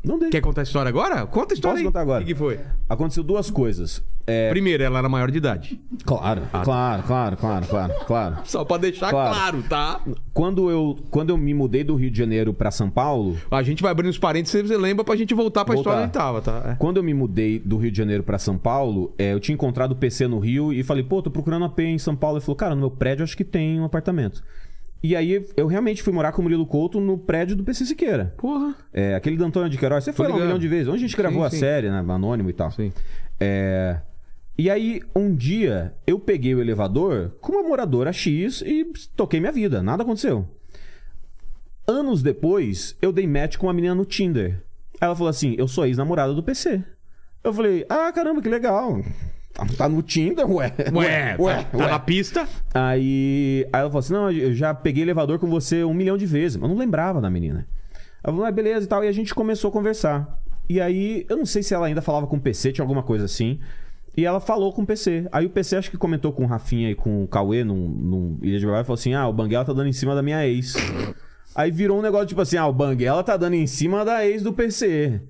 S4: Não dei.
S2: Quer contar a história agora? Conta a história
S4: Posso
S2: aí.
S4: contar agora?
S2: O que, que foi?
S4: Aconteceu duas coisas. É,
S2: Primeiro, ela era maior de idade.
S4: claro, claro, claro, claro, claro, claro.
S2: Só pra deixar
S4: Claro.
S2: claro tá?
S4: Quando eu, quando eu me mudei do Rio de Janeiro pra São Paulo,
S2: A gente vai abrindo os parênteses, você lembra pra gente voltar pra
S4: Voltar.
S2: história onde tava, tá?
S4: quando eu me mudei do Rio de Janeiro pra São Paulo, é, eu tinha encontrado o PC no Rio e falei, pô, tô procurando AP em São Paulo. Ele falou, cara, no meu prédio acho que tem um apartamento. E aí eu realmente fui morar com o Murilo Couto no prédio do PC Siqueira.
S2: Porra.
S4: É, aquele do Antônio de Queiroz, você foi lá um
S2: ligado.
S4: milhão de vezes. Onde a gente gravou a
S2: sim.
S4: série, né? Anônimo e tal.
S2: Sim.
S4: É, E aí, um dia, eu peguei o elevador com uma moradora X e toquei minha vida. Nada aconteceu. Anos depois, eu dei match com uma menina no Tinder. Ela falou assim: Eu sou ex-namorada do PC. Eu falei: Ah, caramba, que legal. Tá- Tá no Tinder, ué.
S2: Ué, ué, tá, na pista.
S4: Aí, aí ela falou assim: Não, eu já peguei elevador com você um milhão de vezes. Mas eu não lembrava da menina. Ela falou: ah, beleza e tal. E a gente começou a conversar. E aí, eu não sei se ela ainda falava com o PC, tinha alguma coisa assim. E ela falou com o PC. Aí o PC acho que comentou com o Rafinha e com o Cauê num, num Ilha de Babá e falou assim: Ah, o Banguela tá dando em cima da minha ex. aí virou um negócio tipo assim: Ah, o Banguela tá dando em cima da ex do PC.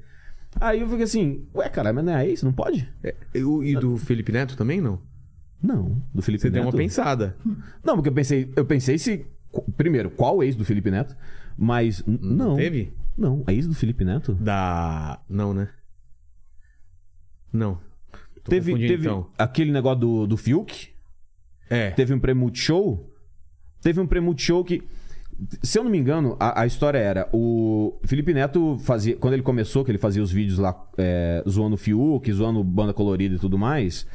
S4: Aí eu fiquei assim: Ué, cara, mas não é a ex? Não pode?
S2: e do Felipe Neto também não?
S4: Não, do Felipe
S2: Você deu uma
S4: Neto.
S2: pensada.
S4: Não, porque eu pensei, eu pensei se. qu- Primeiro, qual ex do Felipe Neto? Mas. n- Não.
S2: Teve?
S4: Não, a ex do Felipe Neto?
S2: Da. Não, né? Não. Tô
S4: teve
S2: confundindo,
S4: teve
S2: então.
S4: aquele negócio do, do Fiuk?
S2: É.
S4: Teve um prêmio show? Teve um prêmio show que. Se eu não me engano, a, a história era: o Felipe Neto fazia. Quando ele começou, que ele fazia os vídeos lá é, zoando o Fiuk, zoando banda colorida e tudo mais.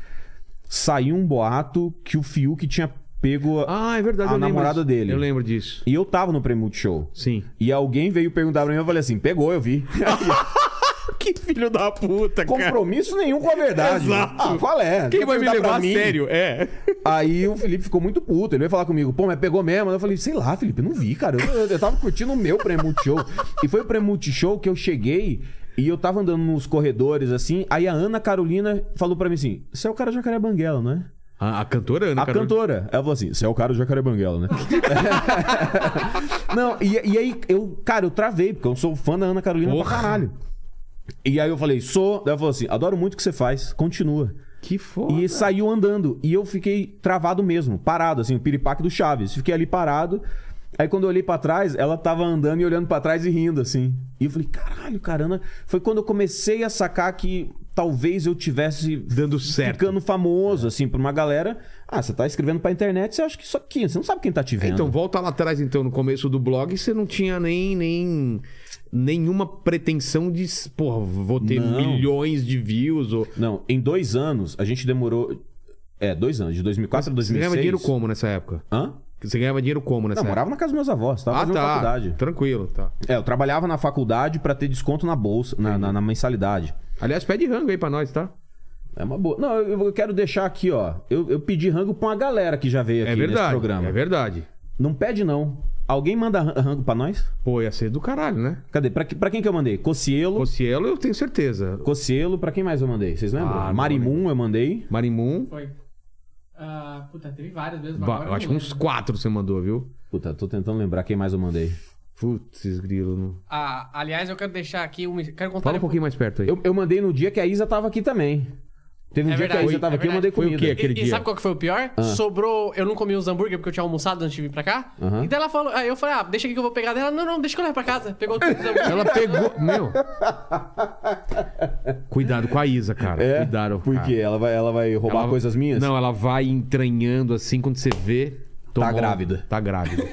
S4: Saiu um boato que o Fiuk tinha pego. a-
S2: Ah, é verdade,
S4: A
S2: eu lembro
S4: namorada
S2: disso.
S4: dele.
S2: Eu lembro disso.
S4: E eu tava no prêmio show.
S2: Sim.
S4: E alguém veio perguntar pra mim, eu falei assim, pegou, eu vi.
S2: Que filho da puta,
S4: Compromisso nenhum com a verdade.
S2: Exato.
S4: Ah, qual é?
S2: Quem
S4: Não
S2: vai me
S4: perguntar
S2: levar
S4: pra
S2: a
S4: mim?
S2: sério? É.
S4: Aí o Felipe ficou muito puto. Ele veio falar comigo, pô, mas pegou mesmo? Eu falei, sei lá, Felipe, não vi, cara. Eu, eu- eu tava curtindo o meu pré-multishow. e foi o pré-multishow que eu cheguei e eu tava andando nos corredores, assim. Aí a Ana Carolina falou pra mim assim, você é o cara Jacaré Banguela, não é?
S2: A, a cantora Ana
S4: A
S2: Carolina.
S4: cantora. Ela falou assim: você é o cara do Jacaré Banguela, né? não, e, e aí, eu, cara, eu travei, porque eu sou fã da Ana Carolina pra
S2: Porra.
S4: caralho. E aí eu falei, sou. Daí Ela falou assim: adoro muito o que você faz, continua.
S2: Que foda.
S4: E saiu andando. E eu fiquei travado mesmo, parado, assim, o piripaque do Chaves. Fiquei ali parado. Aí quando eu olhei pra trás, ela tava andando e olhando pra trás e rindo, assim. E eu falei, caralho, caramba. Foi quando eu comecei a sacar que talvez eu tivesse
S2: Dando certo.
S4: ficando famoso, assim, pra uma galera. Ah, você tá escrevendo pra internet, você acha que isso aqui, você não sabe quem tá te vendo.
S2: Então, volta lá atrás, então, no começo do blog, você não tinha nem, nem nenhuma pretensão de, porra, vou ter
S4: Não.
S2: milhões de views. Ou...
S4: Não, em dois anos, a gente demorou. É, dois anos, de 2004 a
S2: Você
S4: 2006.
S2: ganhava dinheiro como nessa época?
S4: Hã?
S2: Você ganhava dinheiro como nessa
S4: Não, eu
S2: época?
S4: morava na casa dos meus avós, tava
S2: Ah,
S4: fazendo
S2: tá.
S4: faculdade.
S2: Tranquilo, tá.
S4: É, eu trabalhava na faculdade pra ter desconto na bolsa, na, na- na mensalidade.
S2: Aliás, pede rango aí pra nós, tá?
S4: É uma boa. Não, eu, eu quero deixar aqui, ó. Eu, eu pedi rango pra uma galera que já veio aqui
S2: é verdade.
S4: nesse programa.
S2: É verdade.
S4: Não pede, não. Alguém manda ran- rango pra nós?
S2: Pô, ia ser do caralho, né?
S4: Cadê? Pra, que- pra quem que eu mandei? Cocielo.
S2: Cocielo, eu tenho certeza.
S4: Cocielo, pra quem mais eu mandei? Vocês lembram?
S2: Ah, não
S4: Marimun eu mandei.
S2: Marimum,
S6: Foi. Ah, puta, teve várias mesmo.
S2: va-
S6: agora
S2: eu
S6: eu
S2: acho que
S6: não
S2: uns
S6: lembro.
S2: quatro você mandou, viu?
S4: Puta, tô tentando lembrar quem mais eu mandei.
S2: Putz, grilo. não-
S6: Ah, aliás, eu quero deixar aqui um. Quero contar
S2: Fala um pouquinho mais perto aí.
S4: Eu, eu mandei no dia que a Isa tava aqui também. Teve um
S6: É
S4: dia
S6: verdade,
S4: que a Isa tava
S6: é
S4: aqui, eu
S6: verdade.
S4: mandei
S2: Foi o
S4: comida. Ah.
S2: quê? aquele
S6: e,
S2: dia.
S6: E sabe qual que foi o pior? Sobrou. Eu não comi os hambúrguer porque eu tinha almoçado antes de vir pra cá.
S4: Aham.
S6: E daí ela falou. Aí eu falei, ah, deixa aqui que eu vou pegar dela. Não, não, deixa que eu levo pra casa. Pegou todos os hambúrguer.
S2: Ela pegou. Meu. Cuidado com a Isa, cara.
S4: É,
S2: Cuidado.
S4: por
S2: cara.
S4: quê? Ela vai, ela vai roubar
S2: Ela-
S4: coisas minhas?
S2: Não, ela vai entranhando assim quando você vê. tomou-
S4: grávida.
S2: Tá grávida.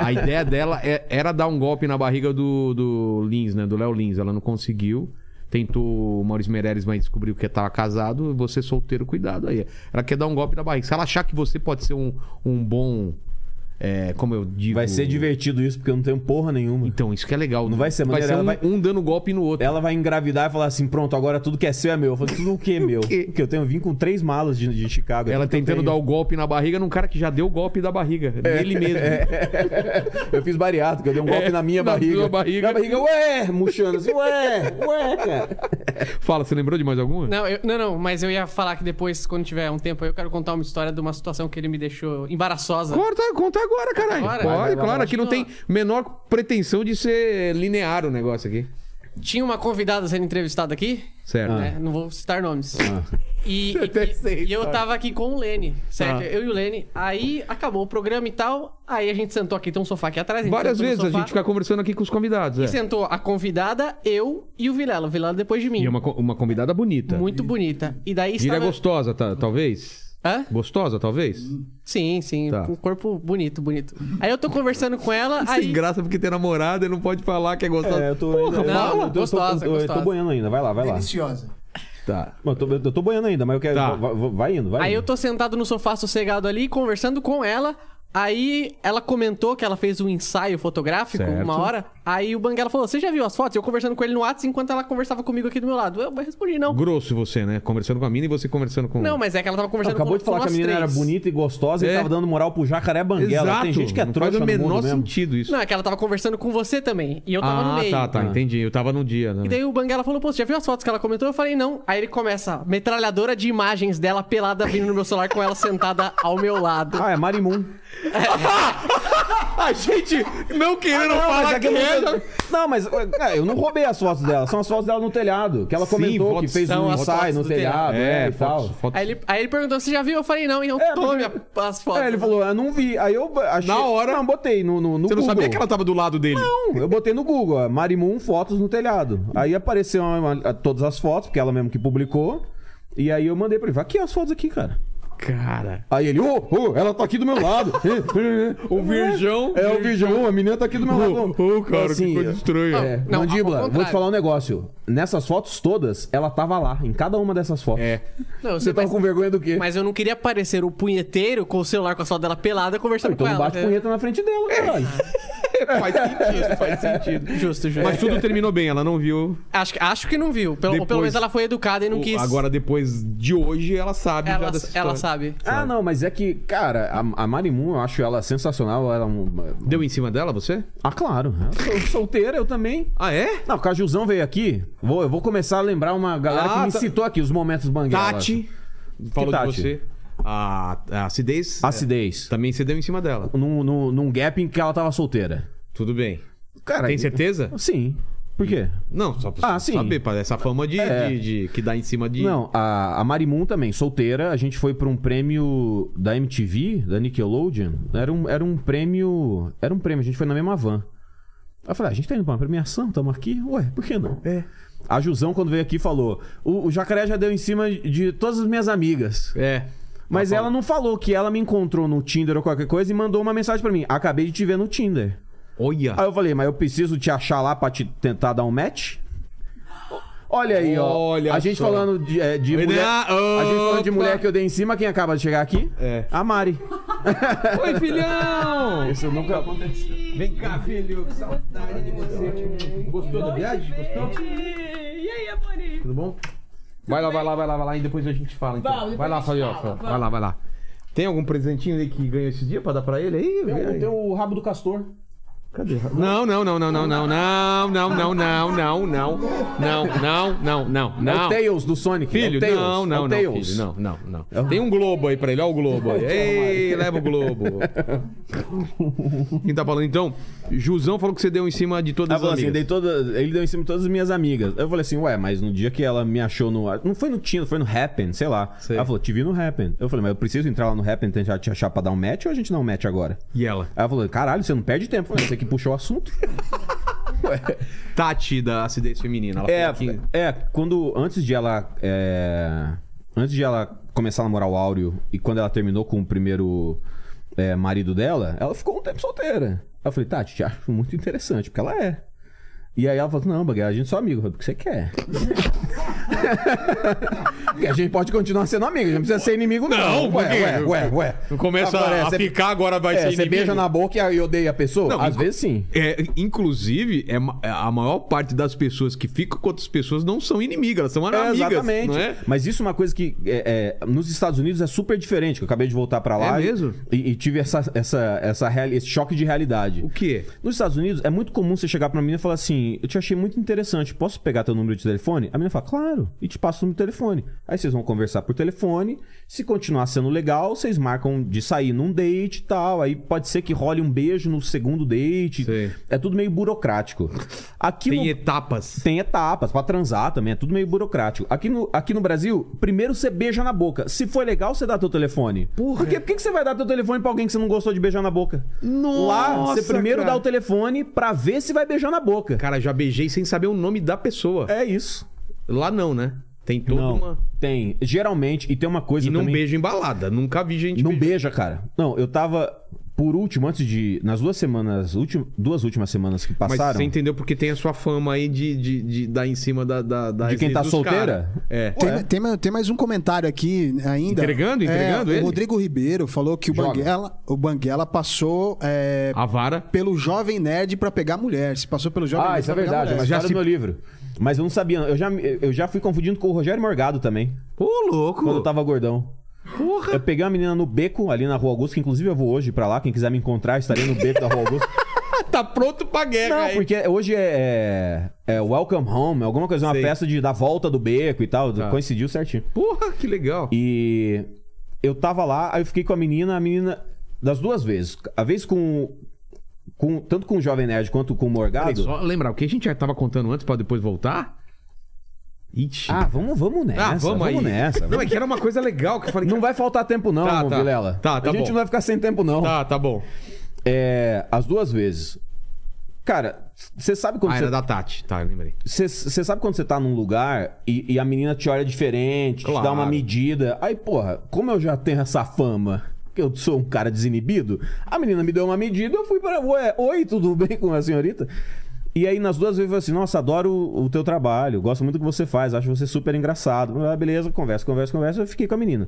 S2: a ideia dela é- era dar um golpe na barriga do, do Lins, né? Do Léo Lins. Ela não conseguiu. Tentou o Maurício Meirelles, mas descobriu que tava casado. Você solteiro, cuidado aí. Ela quer dar um golpe na barriga. Se ela achar que você pode ser um, um bom. é, como eu digo.
S4: Vai ser divertido isso, porque eu não tenho porra nenhuma.
S2: Então, isso que é legal.
S4: Não vai ser
S2: vai
S4: maneiro,
S2: ser um,
S4: ela vai-
S2: um dando golpe no outro.
S4: Ela vai engravidar e falar assim: pronto, agora tudo que é seu é meu. Eu falei, tudo o que é meu?
S2: quê?
S4: Porque eu tenho vim com três malas de, de Chicago.
S2: Ela É.
S4: Tudo que eu
S2: tentando dar
S4: tenho.
S2: o golpe na barriga num cara que já deu o golpe da barriga. Nele mesmo.
S4: Eu fiz bariátrica, eu dei um golpe
S2: É,
S4: na minha
S2: na
S4: barriga.
S2: sua barriga.
S4: Minha barriga, ué, murchando assim, ué, ué, cara.
S2: Fala, você lembrou de mais alguma?
S6: Não, eu- não, não, mas eu ia falar que depois, quando tiver um tempo, eu quero contar uma história de uma situação que ele me deixou embaraçosa.
S2: Corta, conta agora, caralho.
S6: Agora?
S2: Pode,
S6: Vai, vai,
S2: claro,
S6: vai.
S2: aqui não tem menor pretensão de ser linear o negócio aqui.
S6: Tinha uma convidada sendo entrevistada aqui,
S2: Certo.
S4: Ah.
S6: né? Não vou citar nomes. E,
S2: Eu até
S6: e-
S2: sei,
S6: e eu
S2: cara.
S6: tava aqui com o Lene, certo?
S2: Ah.
S6: Eu e o Lene. Aí acabou o programa e tal. Aí a gente sentou aqui, tem um sofá aqui atrás. a gente
S2: Várias
S6: sentou no
S2: vezes a
S6: sofá.
S2: gente fica conversando aqui com os convidados.
S6: E
S2: é.
S6: sentou a convidada, eu e o Vilela. O Vilela depois de mim.
S2: E é uma, co- uma convidada bonita.
S6: assim. Muito bonita. E daí
S2: Vira
S6: estava...
S2: gostosa, tá- talvez?
S6: Hã?
S2: Gostosa, talvez?
S6: Sim, sim.
S2: Tá. é
S6: Com um corpo bonito, bonito. Aí eu tô conversando com ela, aí...
S2: graça porque tem namorada e não pode falar que é gostosa.
S4: eu tô.
S2: Porra,
S4: ainda-
S6: fala.
S4: eu tô- eu tô-
S6: Gostosa,
S4: eu tô- Eu tô
S6: gostosa.
S4: boiando ainda, vai lá, vai lá.
S7: Deliciosa.
S2: tá.
S4: Mano, Eu tô, eu tô boiando ainda, mas eu quero.
S2: Tá.
S4: Vai, vai- vai indo, vai.
S6: Aí eu
S4: indo.
S6: tô sentado no sofá sossegado ali, conversando com ela. Aí ela comentou que ela fez um ensaio fotográfico
S2: Certo.
S6: uma hora. Aí o Banguela falou: Você já viu as fotos? Eu conversando com ele no WhatsApp enquanto ela conversava comigo aqui do meu lado. Eu respondi: Não.
S2: Grosso você, né? Conversando com a mina e você conversando com...
S6: Não, mas é que ela tava
S4: Não,
S6: conversando
S4: acabou
S6: com
S4: de falar
S6: com
S4: que a
S6: nós
S4: menina era
S6: três.
S4: bonita e gostosa
S2: É.
S4: e tava dando moral pro jacaré banguela.
S2: Exato.
S4: Tem gente que é
S2: não
S4: trouxa
S2: faz o
S4: no mundo
S2: menor
S4: mesmo.
S2: sentido isso.
S6: Não, é que ela tava conversando com você também. E eu tava no
S2: ah,
S6: meio.
S2: tá, tá. Entendi. Eu tava no dia, né?
S6: E daí o Banguela falou, pô, você já viu as fotos que ela comentou? Eu falei, não. Aí ele começa, metralhadora de imagens dela pelada vindo no meu celular com ela sentada ao meu lado.
S4: Ah, é Marimun.
S2: A gente não querendo
S4: mas
S2: falar
S4: é que eu não, não, mas ué, cara, eu não roubei as fotos dela. São as fotos dela no telhado. Que ela
S2: Sim,
S4: comentou que
S2: fotos-
S4: fez
S6: são
S4: um
S6: as
S4: ensaio
S6: fotos
S4: no
S6: do
S4: telhado né,
S2: É,
S4: e tal.
S2: fotos, fotos.
S6: Aí ele, aí ele perguntou, você já viu? Eu falei, não. Então
S4: É,
S6: tome
S4: porque-
S6: a- as fotos.
S4: É, ele falou, eu não vi. Aí eu achei.
S2: Na hora-
S4: Não, botei no, no, no
S2: Você não
S4: Google.
S2: sabia que ela tava do lado dele?
S4: Não, eu botei no Google, ó, Marimun fotos no telhado. Aí apareceu uma- uma- todas as fotos, porque ela mesmo que publicou. E aí eu mandei pra ele, aqui as fotos aqui, cara.
S2: Cara.
S4: Aí ele, ô, ô, ela tá aqui do meu lado.
S2: O virgão-
S4: É, o virgão, a menina tá aqui do meu lado.
S2: Ô, ô, cara, que coisa estranha.
S4: É,
S6: Não, ao
S4: mandíbula, vou te
S6: contrário.
S4: falar um negócio. Nessas fotos todas, ela tava lá, em cada uma dessas fotos.
S2: É.
S6: Não, eu
S4: Você
S6: sei,
S4: tava
S6: mas-
S4: com vergonha do quê?
S6: Mas eu não queria parecer o punheteiro com o celular com a foto dela pelada conversando
S4: Então
S6: com
S4: não
S6: ela.
S4: bate
S6: né?
S4: punheta na frente dela, caralho.
S2: faz sentido, faz sentido.
S6: Justo, justo.
S2: Mas tudo terminou bem, ela não viu.
S6: Acho, que- acho que não viu. Pelo,
S2: Depois-
S6: pelo menos ela foi educada e não
S2: O-
S6: quis.
S2: Agora, depois de hoje, ela
S4: tá
S2: sabe já
S6: ela,
S2: dessa história.
S6: ela sabe.
S4: Ah, não, mas é que, cara, a, a Marimun, eu acho ela sensacional. Ela é uma-
S2: Deu em cima dela, você?
S4: Ah, claro. Eu sou solteira, eu também.
S2: Ah, é?
S4: Não, o Cajuzão veio aqui. Vou, eu vou começar a lembrar uma galera
S2: Ah,
S4: que me
S2: tá.
S4: citou aqui, os momentos banguela.
S2: Tati falou
S4: Tati?
S2: de você. A, a acidez é,
S4: Acidez.
S2: também se deu em cima dela.
S4: Num, num, num gap em que ela tava solteira.
S2: Tudo bem.
S4: Cara,
S2: Tem certeza?
S4: Sim. Por quê?
S2: Não, só pra
S4: Ah, sim.
S2: saber, pra essa fama de, de- de- que dá em cima de.
S4: Não, a, a Marimun também, solteira. A gente foi pra um prêmio da MTV, da Nickelodeon. Era um, era um prêmio. Era um prêmio, a gente foi na mesma van. Aí eu falei, ah, a gente tá indo pra uma premiação, tamo aqui? Ué, por que não? É. A Jusão, quando veio aqui, falou: o, o jacaré já deu em cima de todas as minhas amigas.
S2: É.
S4: Mas ela não falou que ela me encontrou no Tinder ou qualquer coisa e mandou uma mensagem pra mim. Acabei de te ver no Tinder.
S2: Olha.
S4: Aí eu falei, mas eu preciso te achar lá pra te tentar dar um match? Olha aí, ó.
S2: Olha
S4: a gente
S2: só.
S4: falando de, é, de
S2: Olha,
S4: mulher. A gente falando de
S2: opa.
S4: mulher que eu dei em cima, quem acaba de chegar aqui?
S2: É.
S4: A Mari.
S2: Oi, filhão!
S4: Isso nunca aconteceu.
S2: Vem cá, filho, que saudade de você. Gostou da viagem? Gostou?
S8: E aí, amorinho?
S2: Tudo bom? Vai lá, vai lá, vai lá, vai lá, e depois a gente fala então.
S8: Vamos,
S2: vai lá,
S8: depois a gente
S2: Fabioca.
S8: fala,
S2: Vai lá, vai lá. Tem algum presentinho aí que ganhou esse dia pra dar pra ele
S8: um,
S2: aí? Vê aí.
S7: o rabo do
S4: É
S7: castor.
S2: Cadê? Não, não, não, não, não, não, não, não, não, não, não, não, não, não, não, não,
S4: É o
S2: não.
S4: Tails do Sonic. é
S2: Filho,
S4: o Tails.
S2: não, não,
S4: é o
S2: não,
S4: Tails.
S2: filho, não, não, não. Tem um globo aí pra ele, ó o globo aí. Ei, leva o globo. Quem tá falando então? Jusão falou que você deu em cima de todas
S4: Ela
S2: as
S4: falou assim,
S2: amigas.
S4: dei toda, ele deu em cima de todas as minhas amigas. Eu falei assim, ué, mas no dia que ela me achou no. Não foi no Tinder, foi no Happen, sei lá.
S2: Sei.
S4: Ela falou, te vi no Happen. Eu falei, mas eu preciso entrar lá no Happen e tentar te achar pra dar um match ou a gente dá um match agora?
S2: E ela?
S4: Ela falou, caralho, você não perde tempo. Eu falei, você que puxou o assunto.
S2: Tati da acidez feminina. Ela
S4: É,
S2: falou que-
S4: é, quando. Antes de ela. é, antes de ela começar a namorar o Áureo e quando ela terminou com o primeiro é, marido dela, ela ficou um tempo solteira. Eu falei, Tati, te acho muito interessante, porque ela é. E aí ela falou, não, Baguera, a gente é só amigo. Eu falei, porque você quer. porque a gente pode continuar sendo amigo, a gente não precisa ser inimigo, não.
S2: Não,
S4: ué,
S2: porque-
S4: ué, ué, ué.
S2: Não começa
S4: Agora, é,
S2: a
S4: você-
S2: ficar, agora vai
S4: é,
S2: ser
S4: Você
S2: inimigo.
S4: beija na boca e aí odeia a pessoa?
S2: Não,
S4: Às
S2: inclu-
S4: vezes sim.
S2: É, inclusive, é, ma- é, a maior parte das pessoas que ficam com outras pessoas não são inimigas, elas são
S4: É,
S2: amigas.
S4: exatamente.
S2: Não é?
S4: Mas isso é uma coisa que é, é, nos Estados Unidos é super diferente. que Eu acabei de voltar pra lá.
S2: É
S4: e-
S2: mesmo?
S4: E, e tive essa, essa, essa reali- esse choque de realidade.
S2: O quê?
S4: Nos Estados Unidos é muito comum você chegar pra uma menina e falar assim: Eu te achei muito interessante, posso pegar teu número de telefone? A menina fala, claro, e te passa o número de telefone. Aí vocês vão conversar por telefone. Se continuar sendo legal, vocês marcam de sair num date e tal. Aí pode ser que role um beijo no segundo date.
S2: Sei.
S4: É tudo meio burocrático. Aqui
S2: Tem
S4: no-
S2: etapas.
S4: tem etapas pra transar também, é tudo meio burocrático. Aqui no, aqui no Brasil, primeiro você beija na boca. Se for legal, você dá teu telefone. Porra. Por quê? Por que que você vai dar teu telefone pra alguém que você não gostou de beijar na boca? Lá, você primeiro
S2: cara.
S4: dá o telefone pra ver se vai beijar na boca.
S2: Cara, já beijei sem saber o nome da pessoa.
S4: É isso.
S2: Lá não, né? Tem toda uma.
S4: Tem. Geralmente, e tem uma coisa
S2: E não
S4: também...
S2: beijo em balada. Nunca vi gente.
S4: Não
S2: beijar.
S4: beija, cara. Não, eu tava... Por último, antes de... Nas duas semanas... Ultim, duas últimas semanas que
S2: Mas
S4: passaram...
S2: você entendeu porque tem a sua fama aí de, de, de dar em cima da. da, da
S4: De quem tá
S2: dos
S4: solteira?
S2: cara. É.
S3: Tem, tem mais- tem mais um comentário aqui ainda.
S2: Entregando, entregando
S3: é,
S2: ele?
S3: O Rodrigo Ribeiro falou que o
S4: Joga.
S3: Banguela, o Banguela passou é,
S2: A vara.
S3: pelo jovem nerd pra pegar mulher. Se passou pelo jovem
S4: Ah,
S3: nerd
S4: isso é
S3: pra pegar
S4: verdade.
S3: mulher.
S4: Mas já se... meu livro. Mas eu não sabia. Eu já, eu já fui confundindo com o Rogério Morgado também.
S2: Ô, louco.
S4: Quando eu tava gordão. Porra. Eu peguei uma menina no beco, ali na Rua Augusta, que inclusive eu vou hoje pra lá. Quem quiser me encontrar, estarei no beco da Rua Augusta.
S2: Tá pronto pra guerra.
S4: Não,
S2: aí.
S4: porque hoje é, é, é Welcome Home, alguma coisa, uma
S2: Sei.
S4: festa de, da volta do beco e tal.
S2: Tá.
S4: Coincidiu certinho.
S2: Porra, que legal.
S4: E eu tava lá, aí eu fiquei com a menina, a menina. Das duas vezes. A vez com. com tanto com o Jovem Nerd quanto com o
S2: Peraí,
S4: Morgado.
S2: só lembrar, o que a gente já tava contando antes pra depois voltar? Ixi.
S4: Ah, vamos, vamos nessa.
S2: Ah, vamos, aí.
S4: nessa.
S2: Não, é que era uma coisa legal que eu falei.
S4: Não vai faltar tempo, não,
S2: Tá, tá.
S4: Vilela.
S2: Tá, tá
S4: a gente
S2: bom.
S4: não vai ficar sem tempo, não.
S2: Tá, tá bom.
S4: É, as duas vezes. Cara, você sabe quando
S2: Ah, era
S4: você.
S2: da Tati. Tá, eu lembrei.
S4: Você sabe quando você tá num lugar e, e a menina te olha diferente, te dá
S2: Claro.
S4: uma medida. Aí, porra, como eu já tenho essa fama que eu sou um cara desinibido, a menina me deu uma medida, eu fui pra. Ué, oi, tudo bem com a senhorita? E aí, nas duas vezes, eu falei assim: nossa, adoro o, o teu trabalho, gosto muito do que você faz, acho você super engraçado. Ah, beleza, conversa, conversa, conversa. Eu fiquei com a menina.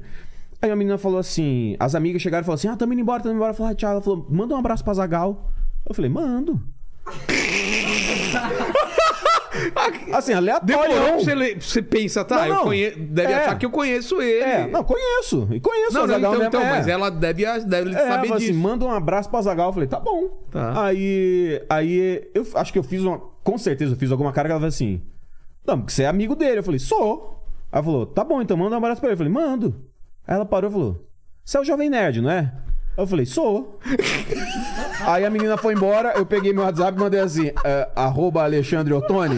S4: Aí a menina falou assim: as amigas chegaram e falaram assim: ah, tamo indo embora, tamo indo embora. Eu falei, ah, tchau. Ela falou: manda um abraço pra Zagal. Eu falei: mando. Assim, aleatório.
S2: Ah, Demorou pra você, le- pra você pensa, tá?
S4: Não,
S2: eu
S4: não.
S2: conhe- Deve
S4: É.
S2: achar que eu conheço ele.
S4: É, não, conheço. E conheço
S2: não,
S4: o
S2: não, então,
S4: Azaghal mesmo.
S2: então
S4: é.
S2: mas ela deve, deve saber
S4: É, ela
S2: disso.
S4: assim, manda um abraço pra Zagal. Eu falei, tá bom.
S2: Tá.
S4: Aí, aí eu f- acho que eu fiz uma. Com certeza eu fiz alguma cara que ela falou assim: Não, porque você é amigo dele. Eu falei, sou. Ela falou, tá bom, então manda um abraço pra ele. Eu falei, mando. Aí ela parou e falou: Você é o Jovem Nerd, não é? Eu falei, sou. Aí a menina foi embora, eu peguei meu WhatsApp e mandei assim, é, arroba Alexandre Ottoni.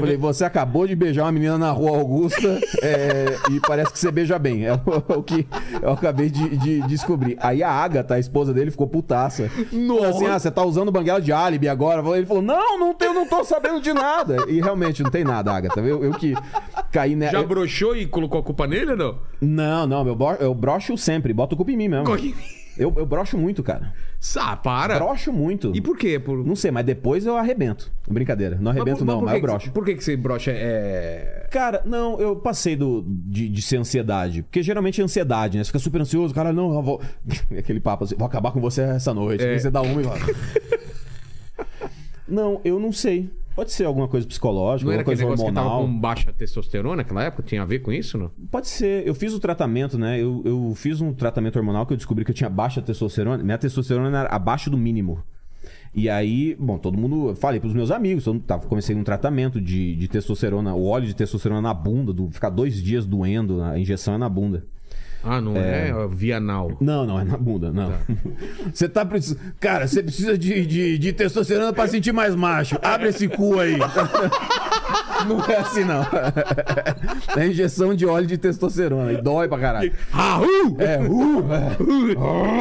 S4: Falei, você acabou de beijar uma menina na rua Augusta é, e parece que você beija bem. É o, o que eu acabei de, de descobrir. Aí a Agatha, a esposa dele, ficou putaça. Falou assim, ah, você tá usando o banguela de álibi agora. Ele falou, não, não, tenho, não tô sabendo de nada. E realmente, não tem nada, Agatha. Eu, eu que caí nessa...
S2: Já broxou e colocou a culpa nele ou não?
S4: Não, não, eu, bro... eu brocho sempre, boto culpa em mim mesmo. Eu, eu brocho muito, cara.
S2: Ah, é para.
S4: Brocho muito.
S2: E por quê? Por...
S4: Não sei, mas depois eu arrebento. Brincadeira, não
S2: Mas por-
S4: arrebento
S2: mas
S4: não,
S2: por
S4: mas
S2: que
S4: eu
S2: que-
S4: brocho.
S2: Por que, que você brocha é.
S4: Cara, não, eu passei do, de, de ser ansiedade. Porque geralmente é ansiedade, né? Você fica super ansioso, cara, não, eu vou... Aquele papo assim, vou
S2: É.
S4: acabar com você essa noite. Aí Você dá uma e vai... não, eu não sei. Pode ser alguma coisa psicológica,
S2: Não era
S4: alguma
S2: aquele
S4: coisa
S2: negócio que tava
S4: hormonal.
S2: com baixa testosterona naquela época? Tinha a ver com isso, não?
S4: Pode ser. Eu fiz o tratamento, né? Eu, eu fiz um tratamento hormonal que eu descobri que eu tinha baixa testosterona. Minha testosterona era abaixo do mínimo. E aí, bom, todo mundo. Eu falei pros meus amigos, eu tava, comecei um tratamento de, de testosterona, o óleo de testosterona na bunda, do, ficar dois dias doendo, a injeção é na bunda.
S2: Ah, não é, via anal.
S4: Não, não, é na bunda, não. Você tá precisando. Cara, você precisa de, de, de testosterona pra sentir mais macho. Abre esse cu aí. Não é assim, não. É injeção de óleo de testosterona. E dói pra caralho.
S2: Raul!
S4: É, uh,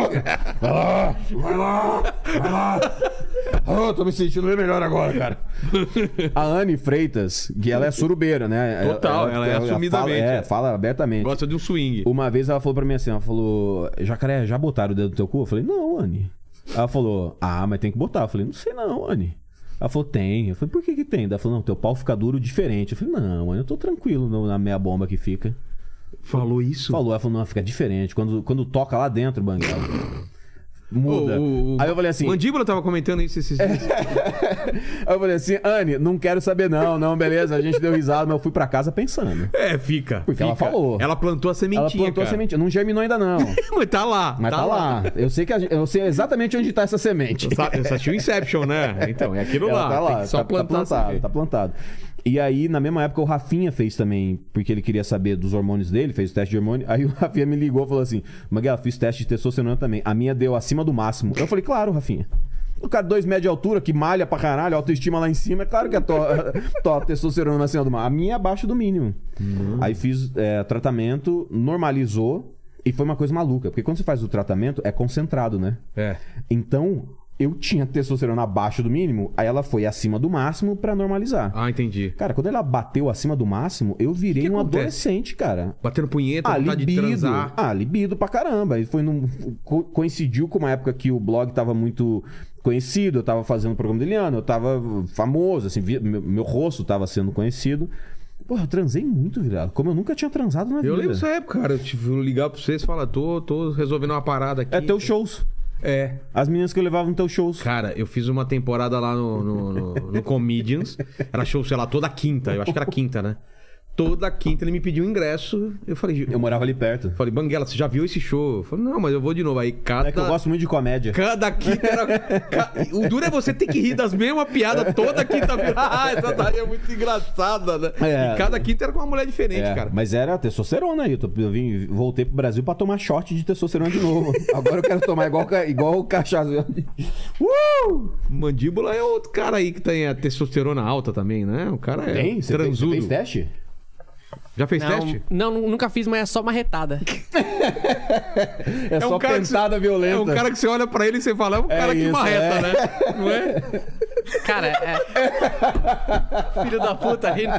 S4: Ah,
S2: eu tô me sentindo bem melhor agora, cara.
S4: A Anne Freitas, que ela é surubeira, né?
S2: Total, ela é assumidamente,
S4: Fala,
S2: é.
S4: é, fala abertamente.
S2: Gosta de um swing.
S4: Uma vez ela falou pra mim assim, ela falou, Jacaré, já botaram o dedo no teu cu? Eu falei, não, Anne. Ela falou, ah, mas tem que botar. Eu falei, não sei não, Anne. Ela falou, tem. Eu falei, por que que tem? Ela falou, não, teu pau fica duro diferente. Eu falei, não, Anne, eu tô tranquilo no- na meia bomba que fica.
S2: Falou isso?
S4: Falou, ela falou, não, fica diferente. Quando, quando toca lá dentro, Banguela, muda.
S2: O- o- o-
S4: Aí eu falei assim...
S2: Mandíbula tava comentando isso esses
S4: É.
S2: dias.
S4: Aí eu falei assim, Anne, não quero saber não, não, beleza. A gente deu risada, mas eu fui pra casa pensando.
S2: É, fica.
S4: Porque ela
S2: fica.
S4: falou.
S2: Ela plantou a sementinha,
S4: Ela plantou
S2: cara.
S4: a semente, não germinou ainda não.
S2: Mas tá lá.
S4: Mas tá, lá. Eu sei que a gente- eu sei exatamente onde tá essa semente.
S2: Sabe, Você assistiu Inception, né? Então, é aquilo
S4: Ela
S2: lá.
S4: Tá lá,
S2: Tem que só
S4: tá, tá
S2: plantar.
S4: plantado,
S2: assim.
S4: tá plantado. E aí, na mesma época, o Rafinha fez também, porque ele queria saber dos hormônios dele, fez o teste de hormônio. Aí o Rafinha me ligou e falou assim: Maguela, fiz teste de testosterona também. A minha deu acima do máximo. Eu falei, claro, Rafinha. O cara dois metros de altura, que malha pra caralho, autoestima lá em cima, é claro que a tua, tua testosterona acima do máximo. A minha é abaixo do mínimo.
S2: Uhum.
S4: Aí fiz é, tratamento, normalizou, e foi uma coisa maluca. Porque quando você faz o tratamento, é concentrado, né?
S2: É.
S4: Então, eu tinha testosterona abaixo do mínimo, aí ela foi acima do máximo pra normalizar.
S2: Ah, entendi.
S4: Cara, quando ela bateu acima do máximo, eu virei
S2: Que que
S4: um
S2: acontece?
S4: adolescente, cara.
S2: Batendo punheta,
S4: Ah,
S2: vontade de
S4: libido.
S2: transar.
S4: Ah, libido pra caramba. E foi num... co- coincidiu com uma época que o blog tava muito conhecido, eu tava fazendo o programa do Eliano, eu tava famoso, assim, vi- meu, meu rosto tava sendo conhecido. Pô, eu transei muito, virado. Como eu nunca tinha transado na vida.
S2: Eu lembro dessa época, cara. Eu tive que ligar pra vocês e falar, tô, tô resolvendo uma parada aqui.
S4: É teus shows.
S2: É.
S4: As meninas que eu levava no teus shows.
S2: Cara, eu fiz uma temporada lá no, no, no- no Comedians. Era show, sei lá, toda quinta. Eu acho que era quinta, né? Toda quinta ele me pediu um ingresso. Eu falei,
S4: Eu morava ali perto.
S2: eu falei Banguela, você já viu esse show? Eu falei, não, mas eu vou de novo. Aí cada.
S4: É que eu gosto muito de comédia.
S2: Cada quinta era. Ca- O duro é você ter que rir das mesmas piadas toda quinta-feira. Ah, essa daí é muito engraçada, né?
S4: É.
S2: E cada quinta era com uma mulher diferente,
S4: É,
S2: cara.
S4: Mas era testosterona aí. Eu, tô- eu vim, voltei pro Brasil pra tomar shot de testosterona de novo. Agora eu quero tomar igual, ca- igual o cachaça. Uh!
S2: Mandíbula é outro cara aí que tem a testosterona alta também, né? O cara é
S4: Tem? Você fez,
S2: transudo.
S4: fez teste?
S2: Já fez
S6: Não,
S2: teste?
S6: não, nu- nunca fiz, mas é só marretada.
S4: É, só pentada
S2: um que você,
S4: violenta.
S2: É um cara que você olha pra ele e você fala, é um cara que
S4: isso,
S2: marreta,
S4: é.
S2: né? Não é?
S6: Cara, é. Filho da puta rindo.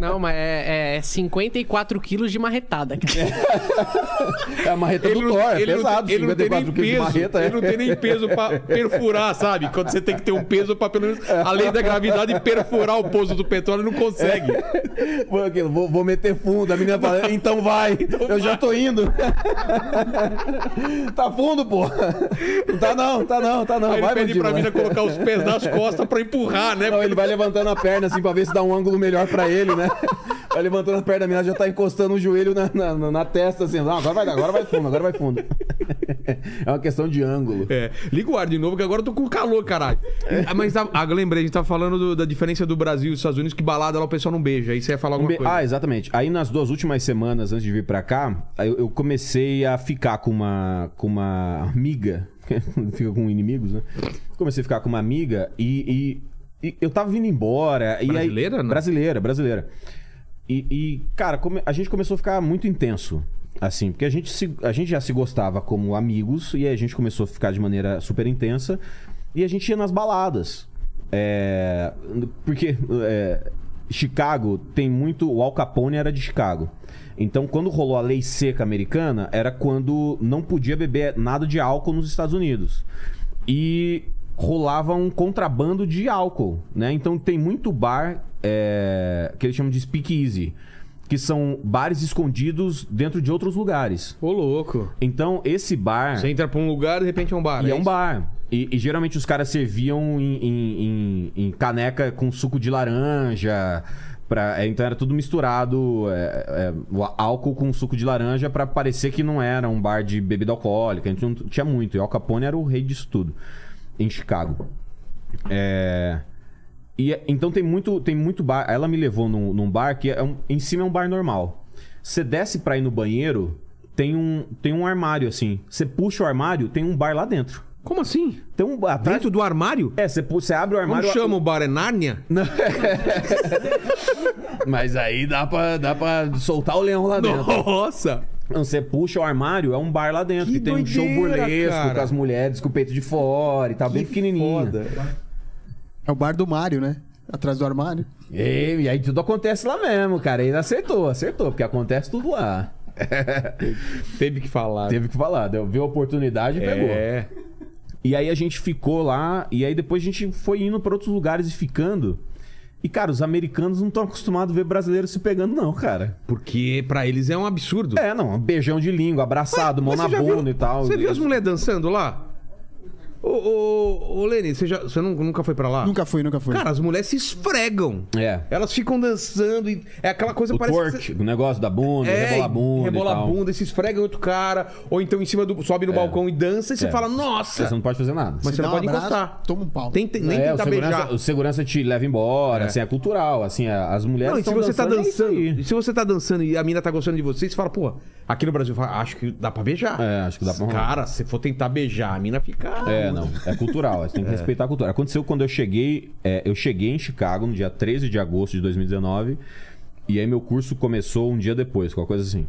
S6: Não, mas é, é 54 quilos de marretada, cara.
S4: É a marreta do Thor, é pesado.
S2: ele não tem nem
S4: 54 quilos de
S2: peso.
S4: marreta.
S2: Ele não tem
S4: é.
S2: nem peso pra perfurar, sabe? Quando você tem que ter um peso pra pelo menos, além da gravidade, perfurar o pouso do petróleo, não consegue.
S4: Foi aquilo, vou, vou meter fundo. A menina fala, então vai. eu já tô indo. tá fundo, pô. Não tá não, tá não, tá não.
S2: Aí ele
S4: vai,
S2: pede pra mina
S4: mandíbula.
S2: colocar os pés nas costas pra empurrar, né?
S4: Não,
S2: Porque
S4: ele vai levantando a perna assim pra ver se dá um ângulo melhor pra ele, né? Vai levantando a perna, a mina já tá encostando o joelho na, na, na- na testa assim. Não, agora vai, agora vai fundo, agora vai fundo. É uma questão de ângulo.
S2: É, liga o ar de novo que agora eu tô com calor, caralho. Ah, Mas a, a, lembrei, a gente tava falando do- da diferença do Brasil e dos Estados Unidos, que balada lá o pessoal não beija. Aí você ia falar alguma coisa.
S4: Ah, exatamente. Aí nas duas últimas semanas antes de vir pra cá, aí eu, eu comecei a ficar com uma com uma amiga, fica com inimigos, né? Comecei a ficar com uma amiga e, e- e eu tava vindo embora. e aí-
S2: Brasileira, né?
S4: Brasileira, brasileira. E, e, cara, come- a gente começou a ficar muito intenso. Assim, porque a gente, se- a gente já se gostava como amigos e aí a gente começou a ficar de maneira super intensa e a gente ia nas baladas. É, porque é, Chicago tem muito. O Al Capone era de Chicago. Então, quando rolou a lei seca americana, era quando não podia beber nada de álcool nos Estados Unidos. E rolava um contrabando de álcool, né? Então tem muito bar é, que eles chamam de speakeasy, que são bares escondidos dentro de outros lugares.
S2: Ô, louco.
S4: Então esse bar
S2: Você entra pra um lugar, de repente é um bar.
S4: e é
S2: isso?
S4: um bar. E, e geralmente os caras serviam em, em- em- em caneca com suco de laranja. pra- é, então era tudo misturado, é, é, o álcool com suco de laranja pra parecer que não era um bar de bebida alcoólica. A gente não tinha muito. E Al Capone era o rei disso tudo em Chicago. É. E, é- então tem muito, tem muito bar. Ela me levou num, num bar que é um- em cima é um bar normal. Você desce pra ir no banheiro, tem um, tem um armário assim. Você puxa o armário, tem um bar lá dentro.
S2: Como assim?
S4: Tem um bar atrás.
S2: Dentro do armário?
S4: É, você, pu- você abre o
S2: Como
S4: armário.
S2: chama o bar? É Nárnia?
S4: Mas aí dá pra, dá pra soltar o leão lá dentro.
S2: Nossa!
S4: Não, Você puxa o armário, é um bar lá dentro.
S2: Que
S4: e tem um show
S2: doideira,
S4: burlesco
S2: cara.
S4: com as mulheres com o peito de fora e tal, bem pequenininho.
S3: É o bar do Mário, né? Atrás do armário.
S4: E, e aí tudo acontece lá mesmo, cara. Ele acertou, acertou, porque acontece tudo lá.
S2: É. Teve que falar.
S4: Teve que falar, deu, viu a oportunidade e pegou.
S2: É.
S4: E aí a gente ficou lá, e aí depois a gente foi indo pra outros lugares e ficando. E, cara, os americanos não estão acostumados a ver brasileiro se pegando, não, cara.
S2: Porque pra eles é um absurdo.
S4: É, não, um beijão de língua, abraçado, mão
S2: Mas
S4: na
S2: você já viu-
S4: bunda e tal.
S2: Você viu as mulheres dançando lá? Ô, ô, ô Lene, você, já, você nun- nunca foi pra lá?
S3: Nunca fui, nunca fui.
S2: Cara, as mulheres se esfregam.
S4: É.
S2: Elas ficam dançando e é aquela coisa
S4: O
S2: parece que
S4: twerk,
S2: você-
S4: o negócio da bunda,
S2: É,
S4: rebola a bunda.
S2: rebola
S4: e
S2: a
S4: tal.
S2: bunda, e se esfrega em outro cara, ou então em cima do sobe no balcão e dança e você
S4: É.
S2: fala: "Nossa".
S4: Você não pode fazer nada.
S2: Mas
S3: Se
S2: você
S3: dá
S2: não
S3: um
S2: pode
S3: abraço,
S2: encostar.
S3: Toma um pau.
S2: Tem, tem- nem
S4: é, o
S2: tentar
S4: segurança,
S2: beijar.
S4: o segurança te leva embora, assim, é cultural, assim, é- as mulheres
S2: Não, e se
S4: estão
S2: você tá
S4: dançando, é isso
S2: dançando,
S4: aí.
S2: e se você tá dançando e a mina tá gostando de você, você fala, pô, aqui no Brasil fala, acho que dá pra beijar.
S4: É, acho que dá pra rolar.
S2: Cara, se for tentar beijar, a mina fica.
S4: É, não. É cultural. Você tem que respeitar a cultura. Aconteceu quando eu cheguei. é, eu cheguei em Chicago no dia 13 de agosto de 2019. E aí meu curso começou um dia depois, qualquer coisa assim.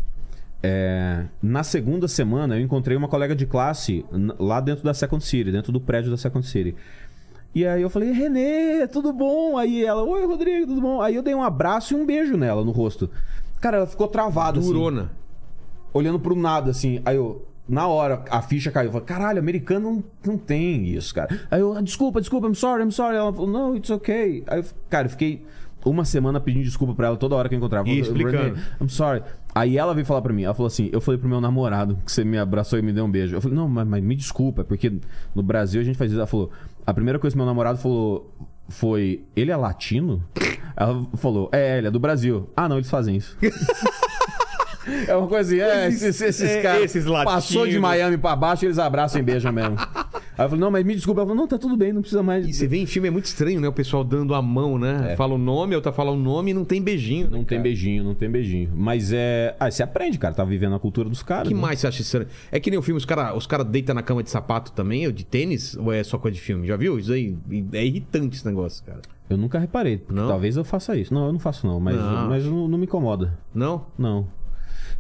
S4: É, na segunda semana eu encontrei uma colega de classe n- lá dentro da Second City, dentro do prédio da Second City. E aí eu falei, Renê, tudo bom? Aí ela, oi Rodrigo, tudo bom? Aí eu dei um abraço e um beijo nela no rosto. Cara, ela ficou travada. assim
S2: Durona.
S4: olhando pro nada, assim. Aí eu, na hora, a ficha caiu. Eu falei, caralho, americano não, não tem isso, cara. Aí eu, "Ah, desculpa, desculpa, I'm sorry, I'm sorry. Ela falou, não, it's okay. Aí, eu, cara, eu fiquei uma semana pedindo desculpa pra ela toda hora que eu encontrava.
S2: E
S4: Eu,
S2: explicando.
S4: "Renee, I'm sorry. Aí ela veio falar pra mim, ela falou assim, eu falei pro meu namorado que você me abraçou e me deu um beijo. Eu falei, não, mas, mas me desculpa, é porque no Brasil a gente faz isso. Ela falou, a primeira coisa que meu namorado falou foi, ele é latino? Ela falou, é, ele é do Brasil. Ah, não, eles fazem isso. É uma coisa assim, é, esses, esses
S2: é,
S4: caras.
S2: esses latinos.
S4: passou de Miami pra baixo, eles abraçam e beijam mesmo. Aí eu falei, não, mas me desculpa. Ela falou, não, tá tudo bem, não precisa mais.
S2: E você vê em filme, é muito estranho, né? O pessoal dando a mão, né? Fala o nome, a outra fala o nome e não tem beijinho. né,
S4: É. Não tem
S2: cara?
S4: beijinho, não tem beijinho. Mas é. Ah, você aprende, cara. Tá vivendo a cultura dos
S2: O
S4: caras.
S2: que
S4: né?
S2: mais você acha estranho? É que nem o filme, os caras os cara deitam na cama de sapato também, ou de tênis, ou é só coisa de filme? Já viu? Isso aí é irritante esse negócio, cara.
S4: Eu nunca reparei. porque
S2: Não?
S4: Talvez eu faça isso. Não, eu não faço, não. Mas,
S2: Não.
S4: mas não, não me incomoda.
S2: Não?
S4: Não.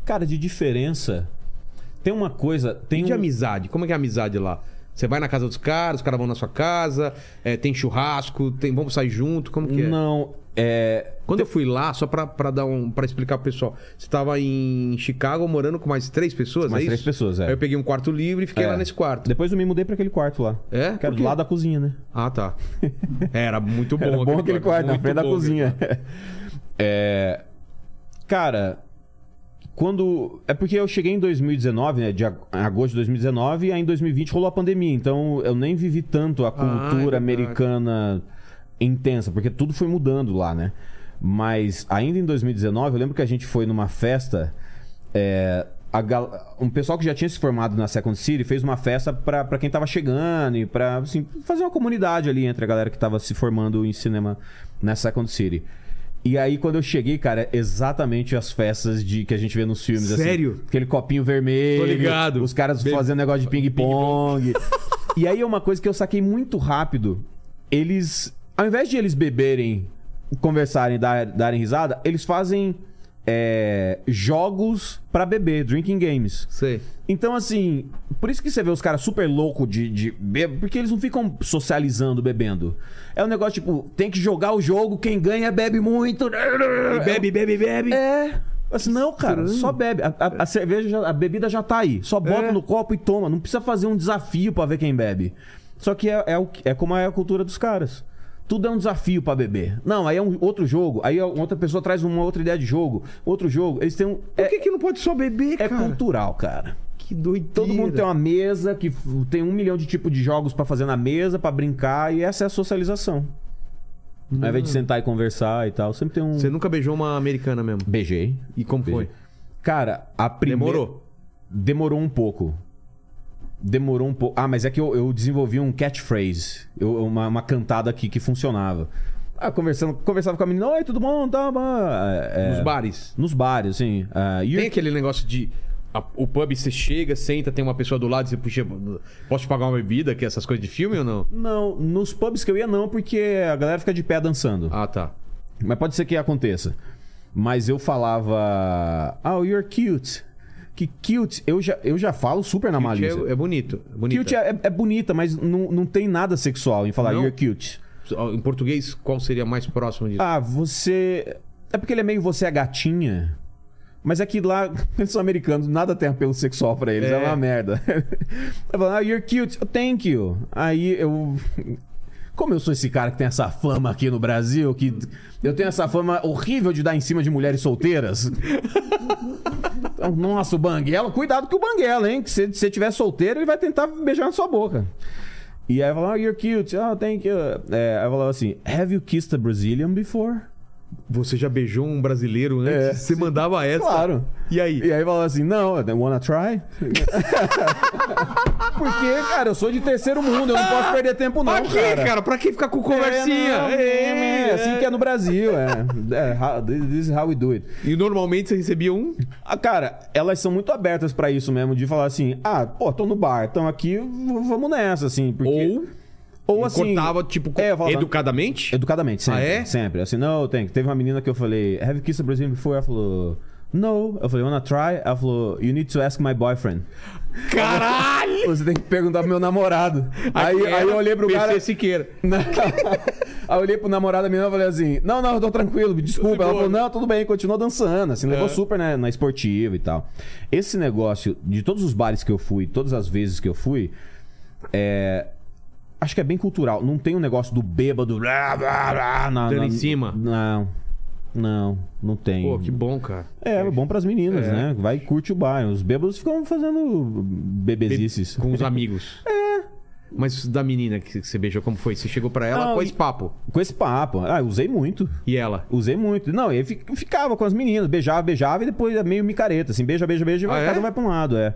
S4: Cara, de diferença. Tem uma coisa. Tem
S2: E de
S4: um...
S2: amizade? Como é que é a amizade lá? Você vai na casa dos caras, os caras vão na sua casa, é, tem churrasco, tem, vamos sair junto, como que é?
S4: Não. É.
S2: Quando eu fui lá, só pra, pra dar um para explicar pro pessoal, você tava em Chicago morando com mais três pessoas,
S4: Mais
S2: é
S4: três
S2: isso?
S4: pessoas, é.
S2: Aí eu peguei um quarto livre e fiquei
S4: É.
S2: lá nesse quarto.
S4: Depois eu me mudei pra aquele quarto lá.
S2: É?
S4: Que
S2: Por
S4: era do
S2: quê?
S4: lado da cozinha, né?
S2: Ah, tá. É, Era muito bom
S4: Era bom aquele quarto, na
S2: muito
S4: frente da
S2: bom,
S4: cozinha. É, Cara, quando. É porque eu cheguei em 2019, né? De ag- agosto de 2019, e aí em 2020 rolou a pandemia. Então eu nem vivi tanto a
S2: é
S4: cultura americana intensa, porque tudo foi mudando lá, né? Mas ainda em 2019, eu lembro que a gente foi numa festa. é, a gal- Um pessoal que já tinha se formado na Second City fez uma festa pra pra quem tava chegando e pra assim, fazer uma comunidade ali entre a galera que tava se formando em cinema na Second City. E aí, quando eu cheguei, cara, exatamente as festas de que a gente vê nos filmes. assim.
S2: Sério?
S4: aquele copinho vermelho.
S2: Tô ligado.
S4: Os caras
S2: Be-
S4: fazendo negócio de ping-pong. e aí, é uma coisa que eu saquei muito rápido. Eles, ao invés de eles beberem, conversarem, dar, darem risada, eles fazem é, jogos pra beber, drinking games.
S2: Sei.
S4: Então, assim, por isso que você vê os caras super loucos de, de bebo, porque eles não ficam socializando bebendo. É um negócio tipo, tem que jogar o jogo, quem ganha bebe muito.
S2: Bebe, bebe, bebe.
S4: É. Assim, não, cara, só bebe. A, a- a cerveja, já- a bebida já tá aí. Só bota
S2: É.
S4: no copo e toma. Não precisa fazer um desafio pra ver quem bebe. Só que é, é, o que- é como é a cultura dos caras. Tudo é um desafio pra beber. Não, aí é um outro jogo. Aí a outra pessoa traz uma outra ideia de jogo. Outro jogo. Eles têm um.
S2: Por
S4: É,
S2: que, que não pode só beber,
S4: é
S2: cara?
S4: cultural, cara.
S2: Que Que doideira.
S4: Todo mundo tem uma mesa, que f- tem um milhão de tipos de jogos pra fazer na mesa, pra brincar, e essa é a socialização. Ao invés de sentar e conversar e tal, sempre tem um.
S2: Você nunca beijou uma americana mesmo?
S4: Beijei.
S2: E como foi?
S4: Beijei. Cara, a primeira.
S2: Demorou?
S4: Demorou um pouco. Demorou um pouco. Ah, mas é que eu, eu desenvolvi um catchphrase. Eu- uma, uma cantada aqui que funcionava. Ah, conversando, conversava com a menina, oi, tudo bom? Tá, bah." É,
S2: Nos
S4: é,
S2: bares?
S4: Nos bares, assim. ah, "You're
S2: Tem aquele negócio de. a- o pub, você chega, senta, tem uma pessoa do lado e você puxa. Posso te pagar uma bebida? Que é essas coisas de filme ou não?
S4: Não, nos pubs que eu ia não, porque a galera fica de pé dançando.
S2: Ah, tá.
S4: Mas pode ser que aconteça. Mas eu falava. Oh, you're cute. Que cute, eu já, eu já falo super na
S2: Cute
S4: malícia.
S2: é, é bonito. bonita.
S4: Cute é, é- é bonita, mas não, não tem nada sexual em falar
S2: Não?
S4: you're cute.
S2: Em português, qual seria mais próximo disso?
S4: Ah, você. É porque ele é meio você é gatinha. Mas é que lá, eles são americanos, nada tem apelo sexual pra eles, é,
S2: É.
S4: uma merda. Eu falo, ah, you're cute, Oh, thank you. Aí eu. Como eu sou esse cara que tem essa fama aqui no Brasil, que eu tenho essa fama horrível de dar em cima de mulheres solteiras. Então, Nossa, o Banguela, cuidado com o Banguela, hein? Que se você tiver solteiro, ele vai tentar beijar na sua boca. E aí eu falava, oh, you're cute, oh, thank you. É, aí eu falava assim, have you kissed a Brazilian before?
S2: Você já beijou um brasileiro antes?
S4: É.
S2: Você mandava essa?
S4: Claro.
S2: E aí?
S4: E aí eu falava assim, não, I wanna try? Porque, cara, eu sou de terceiro mundo, eu não posso perder tempo não,
S2: Pra quê, cara? Pra que ficar com conversinha?
S4: É, não, é, é, assim que é no Brasil, é. É, how- this is how we do it.
S2: E normalmente você recebia um.
S4: Ah, cara, elas são muito abertas pra isso mesmo, de falar assim, ah, pô, tô no bar, tão aqui, v- vamos nessa, assim, porque...
S2: Ou.
S4: Ou,
S2: e cortava, tipo,
S4: é, eu falava-
S2: educadamente?
S4: Educadamente, sempre.
S2: Ah, é?
S4: Sempre. Assim, não, tem. Teve uma menina que eu falei, have you kissed a Brazilian before? Ela falou, no. Eu falei, wanna try? Ela falou, you need to ask my boyfriend.
S2: Caralho!
S4: Você tem que perguntar pro meu namorado. aí, aí eu olhei pro
S2: PC
S4: cara.
S2: Siqueira.
S4: Não. aí eu olhei pro namorado da menina e falei assim: Não, não, eu tô tranquilo, me desculpa. Ela falou: Não, tudo bem, continuou dançando. Assim,
S2: É.
S4: levou super né, na esportiva e tal. Esse negócio, de todos os bares que eu fui, todas as vezes que eu fui, é. Acho que é bem cultural. Não tem um negócio do bêbado. Blá, blá, blá, na,
S2: Dando
S4: na-
S2: em cima?
S4: Não. Não, não tem.
S2: Pô, que bom, cara.
S4: É, é bom pras meninas,
S2: É.
S4: né? Vai e curte o bar. Os bêbados ficam fazendo bebezices.
S2: Com os amigos. é. Mas da menina que você beijou, como foi? Você chegou pra ela
S4: Não,
S2: com
S4: e-
S2: esse papo.
S4: Com esse papo. Ah, eu usei muito.
S2: E ela?
S4: Usei muito. Não, eu fi- ficava com as meninas, beijava, beijava e depois é meio micareta, assim, beija, beija, beija, e vai,
S2: Ah, é?
S4: cada um vai pra um lado, é.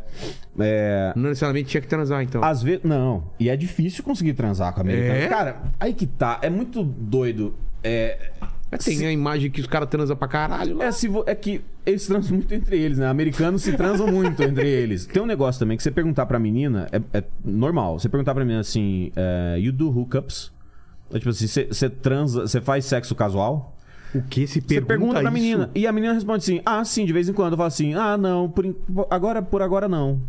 S4: É,
S2: Não necessariamente tinha que transar, então.
S4: Às vezes. Não. E é difícil conseguir transar com a americana.
S2: É?
S4: Cara, aí que tá. É muito doido. É.
S2: É, Tem a imagem que os caras transam pra caralho. lá.
S4: É, se vo- é que eles transam muito entre eles, né? Americanos se transam muito entre eles. Tem um negócio também que você perguntar pra menina, é, é normal. Você perguntar pra menina assim, é, you do hookups? É tipo assim, você você transa, você faz sexo casual?
S2: O que se
S4: Você
S2: pergunta
S4: pergunta pra
S2: isso?
S4: menina. E a menina responde assim: Ah, sim, de vez em quando. Eu falo assim: Ah, não, por, en- agora, por agora não.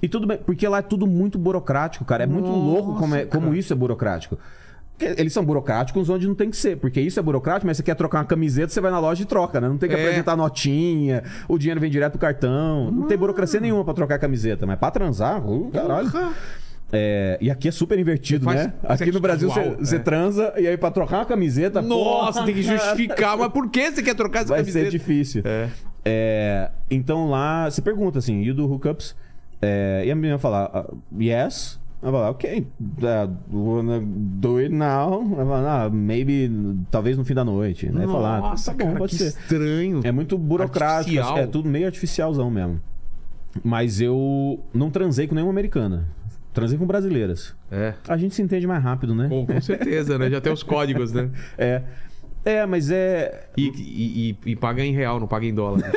S4: E tudo bem, porque lá é tudo muito burocrático, cara. É muito louco como, é- como isso é burocrático. Porque Eles são burocráticos onde não tem que ser, porque isso é burocrático, mas você quer trocar uma camiseta, você vai na loja e troca, né? Não tem que
S2: É.
S4: apresentar notinha, o dinheiro vem direto do cartão. Não tem burocracia nenhuma pra trocar camiseta, mas pra transar, uh, caralho. É, e aqui é super invertido,
S2: Você faz
S4: né? Aqui
S2: sexo
S4: no Brasil você,
S2: casual,
S4: você
S2: é.
S4: transa e aí pra trocar uma camiseta.
S2: Nossa,
S4: porra,
S2: tem que
S4: cara.
S2: justificar. Mas por que você quer trocar essa
S4: Vai
S2: camiseta?
S4: ser difícil.
S2: É.
S4: É, então lá, você pergunta assim, e o do hookups? É, e a menina fala, ah, yes. Ela fala, ok, uh, wanna do it now. Ela fala, ah, maybe, talvez no fim da noite. Né? Falar,
S2: Nossa,
S4: bom,
S2: cara,
S4: pode
S2: que
S4: ser.
S2: estranho.
S4: É muito burocrático,
S2: Artificial.
S4: é tudo meio artificialzão mesmo. Mas eu não transei com nenhuma americana. Transei com brasileiras.
S2: É.
S4: A gente se entende mais rápido, né?
S2: Com, com certeza, né? Já tem os códigos, né?
S4: É. É, mas é.
S2: E, e, e- e paga em real, não paga em dólar. né?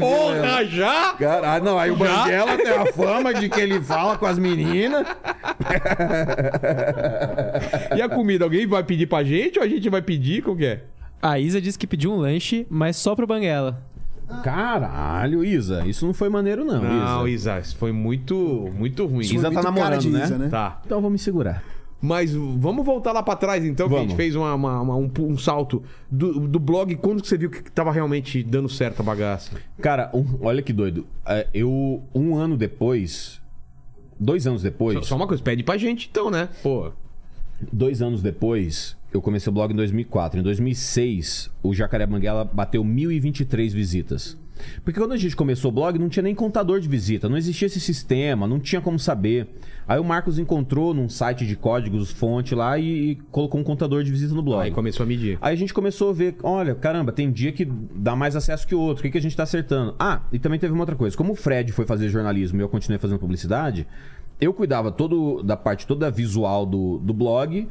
S2: Porra, já?
S4: Caralho, ah, não, aí o Banguela tem a fama de que ele fala com as meninas.
S2: E a comida? Alguém vai pedir pra gente ou a gente vai pedir? Como que é?
S5: A Isa disse que pediu um lanche, mas só pro Banguela.
S4: Caralho, Isa, isso não foi maneiro, não.
S2: Não,
S4: Isa.
S2: Isa, isso foi muito, muito ruim.
S4: Isa tá
S3: Muito cara
S4: namorando,
S3: de
S4: né?
S3: Isa, né?
S2: Tá.
S4: Então vou me segurar.
S2: Mas vamos voltar lá pra trás, então, que a
S4: Vamos.
S2: gente fez uma- uma- uma- um, um salto do, do blog. Quando que você viu que tava realmente dando certo a bagaça?
S4: Cara, um- olha que doido. É, Eu, um ano depois. Dois anos depois.
S2: Só, só uma coisa, pede pra gente então, né? Pô,
S4: Dois anos depois, eu comecei o blog em 2004. Em 2006, o Jacaré Banguela bateu 1.023 visitas. Porque quando a gente começou o blog, não tinha nem contador de visita, não existia esse sistema, não tinha como saber. Aí o Marcos encontrou num site de códigos fonte lá e, e colocou um contador de visita no blog.
S2: Aí começou a medir.
S4: Aí a gente começou a ver, olha, caramba, tem dia que dá mais acesso que outro, o que, que a gente tá acertando? Ah, e também teve uma outra coisa. Como o Fred foi fazer jornalismo e eu continuei fazendo publicidade, eu cuidava todo da parte toda visual do, do blog.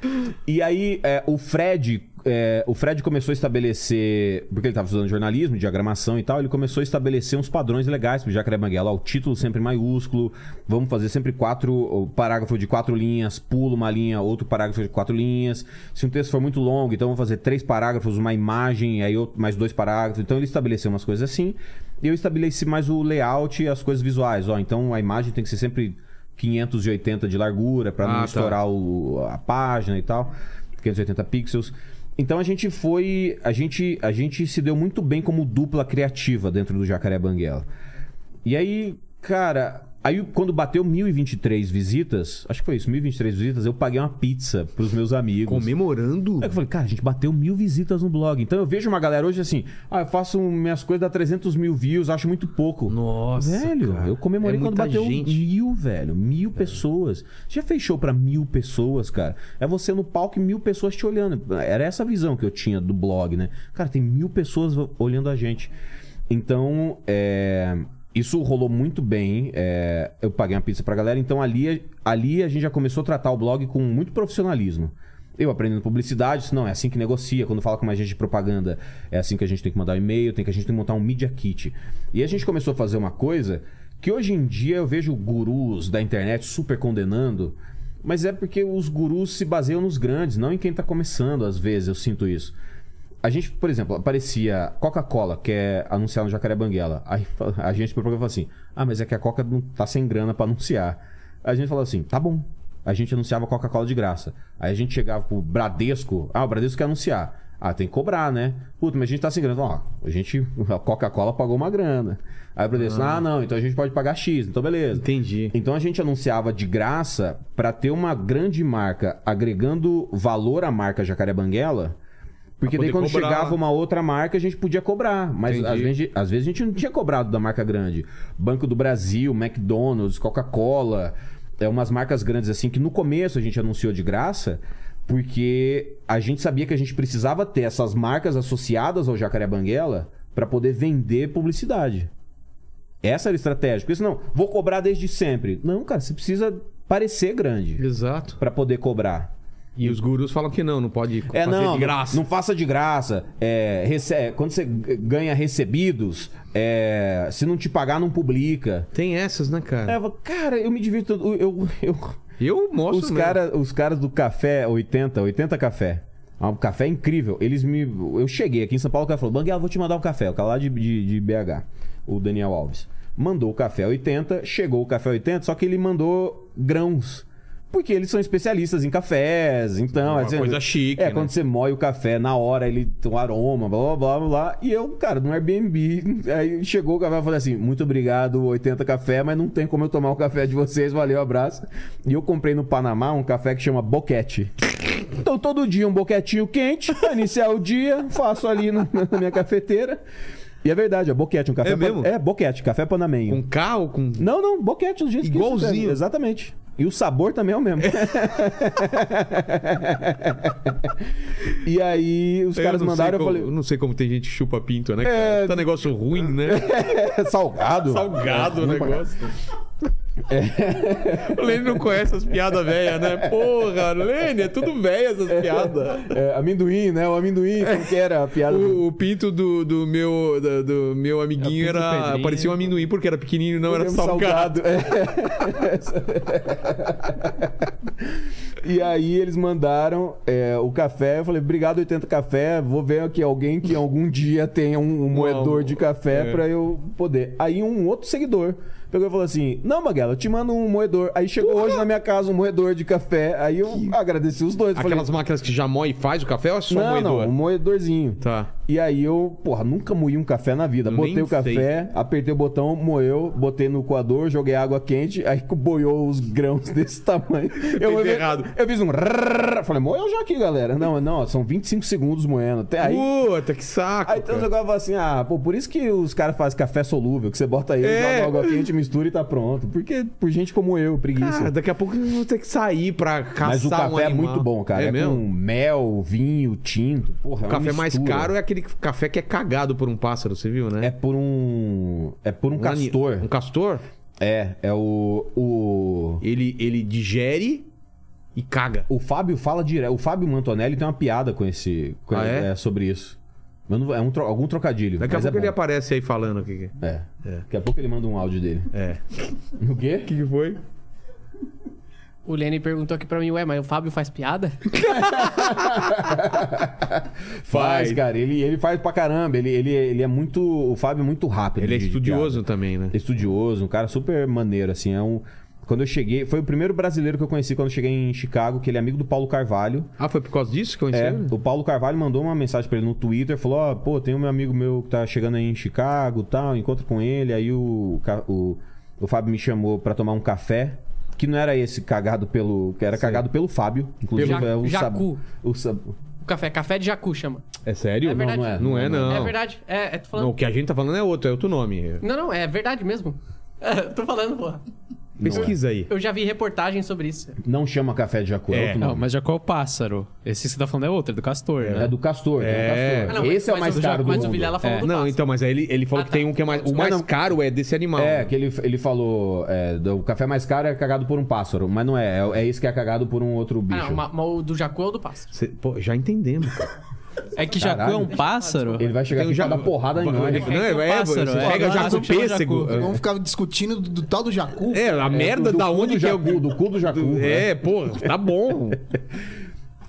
S4: E aí é, o Fred. é, o Fred começou a estabelecer, porque ele estava estudando jornalismo, diagramação e tal, ele começou a estabelecer uns padrões legais pro Jacaré Banguela. Ó, o título sempre maiúsculo, vamos fazer sempre quatro, o parágrafo de quatro linhas, pulo uma linha, outro parágrafo de quatro linhas. Se um texto for muito longo, então vamos fazer três parágrafos, uma imagem, aí outro- mais dois parágrafos. Então ele estabeleceu umas coisas assim. E eu estabeleci mais o layout e as coisas visuais. Ó, então a imagem tem que ser sempre 580 de largura para
S2: Ah,
S4: não
S2: tá.
S4: estourar o- a página e tal, 580 pixels. Então a gente foi, a gente, a gente se deu muito bem como dupla criativa dentro do Jacaré Banguela. E aí, cara, aí quando bateu 1023 visitas, acho que foi isso, 1023 visitas, eu paguei uma pizza pros meus amigos.
S2: Comemorando.
S4: Aí eu falei, cara, a gente bateu mil visitas no blog. Então eu vejo uma galera hoje assim, ah, eu faço minhas coisas, dá 300 mil views, acho muito pouco.
S2: Nossa,
S4: Velho,
S2: cara.
S4: eu comemorei
S2: É
S4: quando
S2: muita
S4: bateu
S2: gente.
S4: mil, velho. Mil pessoas. Você já fechou pra mil pessoas, cara? É você no palco e mil pessoas te olhando. Era essa a visão que eu tinha do blog, né? Cara, tem mil pessoas olhando a gente. Então, é, Isso rolou muito bem. é, Eu paguei uma pizza pra galera. Então, ali, ali a gente já começou a tratar o blog com muito profissionalismo. Eu aprendendo publicidade, disse, não, é assim que negocia. Quando fala com mais gente de propaganda, é assim que a gente tem que mandar um e-mail, tem que a gente tem que montar um media kit. E a gente começou a fazer uma coisa que hoje em dia eu vejo gurus da internet super condenando, mas é porque os gurus se baseiam nos grandes, não em quem tá começando, às vezes, eu sinto isso. A gente, por exemplo, aparecia Coca-Cola, que é anunciar no Jacaré Banguela. Aí fa- a gente por programa fala assim: ah, mas é que a Coca não tá sem grana pra anunciar. A gente falou assim: tá bom. A gente anunciava Coca-Cola de graça. Aí a gente chegava pro Bradesco: ah, o Bradesco quer anunciar. Ah, tem que cobrar, né? Puta, mas a gente tá sem grana. Ó, a gente. A Coca-Cola pagou uma grana. Aí o Bradesco: ah, não, então a gente pode pagar X, então beleza.
S2: Entendi.
S4: Então a gente anunciava de graça pra ter uma grande marca agregando valor à marca Jacaré Banguela. Porque
S2: Pra
S4: daí
S2: poder
S4: quando
S2: cobrar.
S4: chegava uma outra marca, a gente podia cobrar. Mas
S2: Entendi.
S4: às vezes, às vezes a gente não tinha cobrado da marca grande. Banco do Brasil, McDonald's, Coca-Cola. É umas marcas grandes assim que no começo a gente anunciou de graça. Porque a gente sabia que a gente precisava ter essas marcas associadas ao Jacaré Banguela pra poder vender publicidade. Essa era a estratégia. Porque senão, vou cobrar desde sempre. Não, cara, você precisa parecer grande
S2: Exato.
S4: pra poder cobrar.
S2: E os gurus falam que não, não pode
S4: É,
S2: fazer
S4: não,
S2: de graça.
S4: Não faça de graça. É, rece- Quando você g- ganha recebidos, é, se não te pagar, não publica.
S2: Tem essas, né,
S4: É,
S2: cara?
S4: eu falo, cara, eu me divirto. Eu, eu- eu-
S2: Eu mostro,
S4: os,
S2: né?
S4: cara, os caras do café 80, 80 café. Ah, Um café incrível. Eles me. Eu cheguei aqui em São Paulo, o cara falou: Banguela, vou te mandar um café. O cara lá de, de, de BH, o Daniel Alves. Mandou o café 80, chegou o café 80, só que ele mandou grãos. Porque eles são especialistas em cafés, então.
S2: Uma
S4: aí você-
S2: coisa chique,
S4: É,
S2: né?
S4: quando você moe o café na hora, ele tem um aroma, blá blá blá blá. blá. E eu, cara, no Airbnb, aí chegou o café e falei assim: muito obrigado, 80 café, mas não tem como eu tomar o café de vocês, valeu, abraço. E eu comprei no Panamá um café que chama Boquete. Então, todo dia um boquetinho quente, pra iniciar o dia, faço ali na, na minha cafeteira. E é verdade, é boquete, um café.
S2: É
S4: pan-
S2: mesmo?
S4: É, boquete, café panameño.
S2: Com K ou com.
S4: Não, não, boquete do jeito que
S2: Igualzinho.
S4: isso, Exatamente. E o sabor também é o mesmo. e aí os caras
S2: não sei
S4: mandaram, eu
S2: como-
S4: falei,
S2: não sei como tem gente que chupa pinto, né, cara? Tá negócio ruim, né?
S4: é salgado?
S2: Salgado o negócio.
S4: é,
S2: É. O Lene não conhece as piadas velhas, né? Porra, Lene, é tudo velha essas piadas.
S4: É, amendoim, né? O amendoim, como que era a piada? do-
S2: O, o pinto do, do meu, do, do meu amiguinho
S5: É, o pinto do
S2: era.
S5: Pedrinho.
S2: Parecia um amendoim porque era pequenininho, não era um
S4: Mesmo
S2: salgado.
S4: É. e aí eles mandaram é, o café. Eu falei, obrigado, 80 café. Vou ver aqui alguém que algum dia tenha um, um moedor de café
S2: Um é.
S4: pra eu poder. Aí um outro seguidor Pegou e falou assim: Não, Maguela, eu te mando um moedor. Aí chegou hoje na minha casa um moedor de café. Aí eu agradeci os dois. falei,
S2: Aquelas máquinas que já moe e faz o café ou é só
S4: não,
S2: moedor?
S4: não, um moedorzinho.
S2: Tá.
S4: E aí eu, porra, nunca moí um café na vida.
S2: Nem
S4: Botei o
S2: sei.
S4: café, apertei o botão, moeu, botei no coador, joguei água quente, aí boiou os grãos desse tamanho. Eu, eu,
S2: errado.
S4: eu fiz um rrrr, falei, moeu já aqui, galera. Não, não, são 25 segundos moendo. Até é aí.
S2: Puta, que saco.
S4: Aí tem uns
S2: Uh, cara.
S4: negócios que falam assim, ah, pô, por isso que os caras fazem café solúvel, que você bota ele,
S2: É.
S4: joga água quente, mistura e tá pronto. Porque por gente como eu, preguiça.
S2: Cara, Ah, daqui a pouco eu vou ter que sair pra caçar
S4: Mas o
S2: um
S4: café é
S2: animal.
S4: muito bom, cara.
S2: É,
S4: É,
S2: mesmo?
S4: com mel, vinho, tinto. Porra,
S2: O café mais caro é aquele café que é cagado por um pássaro, você viu, né?
S4: É por um. É por um,
S2: ani-
S4: castor.
S2: Um castor,
S4: É, é o. O.
S2: ele, ele digere e caga.
S4: O Fábio fala direto. O Fábio Mantonelli tem uma piada com esse. com-
S2: Ah, é?
S4: sobre isso. Mas não- é um tro- algum trocadilho.
S2: Daqui a
S4: mas
S2: pouco ele
S4: é bom.
S2: aparece aí falando o que que
S4: É. Daqui a pouco ele manda um áudio dele.
S2: é.
S4: O quê?
S2: que foi?
S6: O Lenny perguntou aqui pra mim, ué, mas o Fábio faz piada?
S4: Faz, cara. Ele, ele faz pra caramba. Ele, ele, ele é muito. O Fábio é muito rápido.
S2: Ele é
S4: de- de
S2: estudioso também, né?
S4: piada. Estudioso, um cara super maneiro, assim. É um. Quando eu cheguei. Foi o primeiro brasileiro que eu conheci quando eu cheguei em Chicago, que ele é amigo do Paulo Carvalho.
S2: Ah, foi por causa disso que eu
S4: É,
S2: ensinei?
S4: o Paulo Carvalho mandou uma mensagem pra ele no Twitter, falou, ó, pô, tem um meu amigo meu que tá chegando aí em Chicago e tal, encontro com ele, aí o, ca- o, o Fábio me chamou pra tomar um café, que não era esse cagado pelo... que era cagado pelo Fábio, inclusive.
S6: Pelo-
S4: é o
S6: Jacu.
S4: sab- o sab-
S6: O café, café de jacu chama.
S2: É sério?
S6: É verdade.
S2: Não, não é. Não é,
S6: É
S2: não.
S6: verdade. É, é tô
S2: Não,
S6: falando.
S2: o que a gente tá falando é outro, é outro nome.
S6: Não, não, é verdade mesmo. É, tô falando, porra.
S4: é.
S2: Pesquisa aí.
S6: Eu já vi reportagem sobre isso.
S4: Não chama café de Jacu, é,
S2: É,
S4: outro
S5: Não,
S4: nome.
S5: mas já qual é o pássaro? Esse que você tá falando é outro, é do castor, né?
S4: É do Castor,
S2: É.
S4: é. do
S6: Ah,
S4: Castor.
S6: não, mas-
S4: Esse é o
S6: mas
S4: mais
S6: o
S4: caro
S6: Jacu-
S4: do
S6: Mas o
S4: mundo.
S6: Vilela falou
S5: É.
S6: do
S2: Não,
S6: pássaro.
S2: então, mas aí ele, ele falou
S6: Ah,
S2: que
S6: tá.
S2: tem um que é mais. O
S6: Não,
S2: mais
S4: não.
S2: caro é desse animal.
S4: É, que ele, ele falou, é, do- o café mais caro é cagado por um pássaro, mas não é, é, é esse que é cagado por um outro bicho.
S6: Ah, não, ma- ma- o do jacu é o do pássaro.
S2: Cê- pô, já entendemos.
S5: É que jacu é um pássaro?
S4: Ele um vai chegar
S2: Tem um
S4: aqui pra
S2: jacu-
S4: dar porrada em nós.
S2: Não, é,
S5: um
S2: é,
S5: pássaro,
S2: você
S5: é.
S2: pega
S5: Um
S2: já com
S5: pássaro que chama
S2: pêssego.
S4: É.
S5: jacu.
S3: Vamos ficar discutindo do, do tal do Jacu?
S2: É, a merda
S4: do
S2: da
S4: cu
S2: onde
S4: do
S2: que é
S4: jacu,
S2: o...
S4: do cu do jacu. né?
S2: É, pô, tá bom.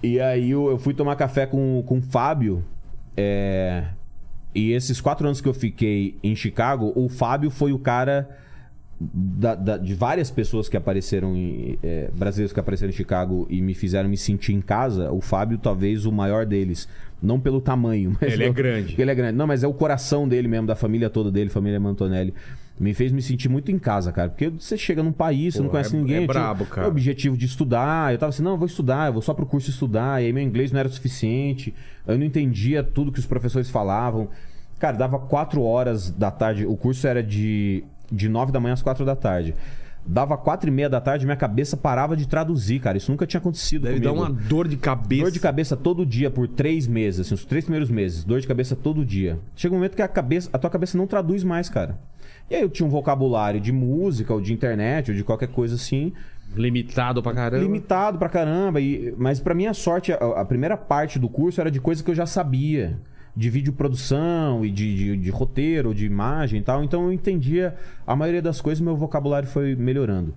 S4: E aí eu, eu fui tomar café com, com o Fábio. é, E esses quatro anos que eu fiquei em Chicago, o Fábio foi o cara da- da- de várias pessoas que apareceram em, é, brasileiros que apareceram em Chicago e me fizeram me sentir em casa. O Fábio, talvez o maior deles. Não pelo tamanho, mas.
S2: Ele é
S4: eu-
S2: grande.
S4: porque Ele é grande. Não, mas é o coração dele mesmo, da família toda dele, família Mantonelli. Me fez me sentir muito em casa, cara. Porque você chega num país, você
S2: Pô,
S4: não conhece
S2: é-
S4: ninguém.
S2: é
S4: eu tinha
S2: brabo, cara.
S4: o objetivo de estudar. Eu tava assim, não, eu vou estudar, eu vou só pro curso estudar. E aí meu inglês não era suficiente. Eu não entendia tudo que os professores falavam. Cara, dava quatro horas da tarde. O curso era de, de 9 da manhã às quatro da tarde. Dava quatro e meia da tarde, minha cabeça parava de traduzir, cara. Isso nunca tinha acontecido
S2: Deve dar
S4: comigo.
S2: uma dor de cabeça.
S4: Dor de cabeça todo dia por três meses, assim, os três primeiros meses, dor de cabeça todo dia. Chega um momento que a cabeça, a tua cabeça não traduz mais, cara. E aí eu tinha um vocabulário de música, ou de internet, ou de qualquer coisa assim,
S2: Limitado pra caramba.
S4: limitado pra caramba. E, mas pra minha sorte, a, a primeira parte do curso era de coisa que eu já sabia. De videoprodução e de, de, de roteiro, de imagem e tal. Então eu entendia a maioria das coisas meu vocabulário foi melhorando.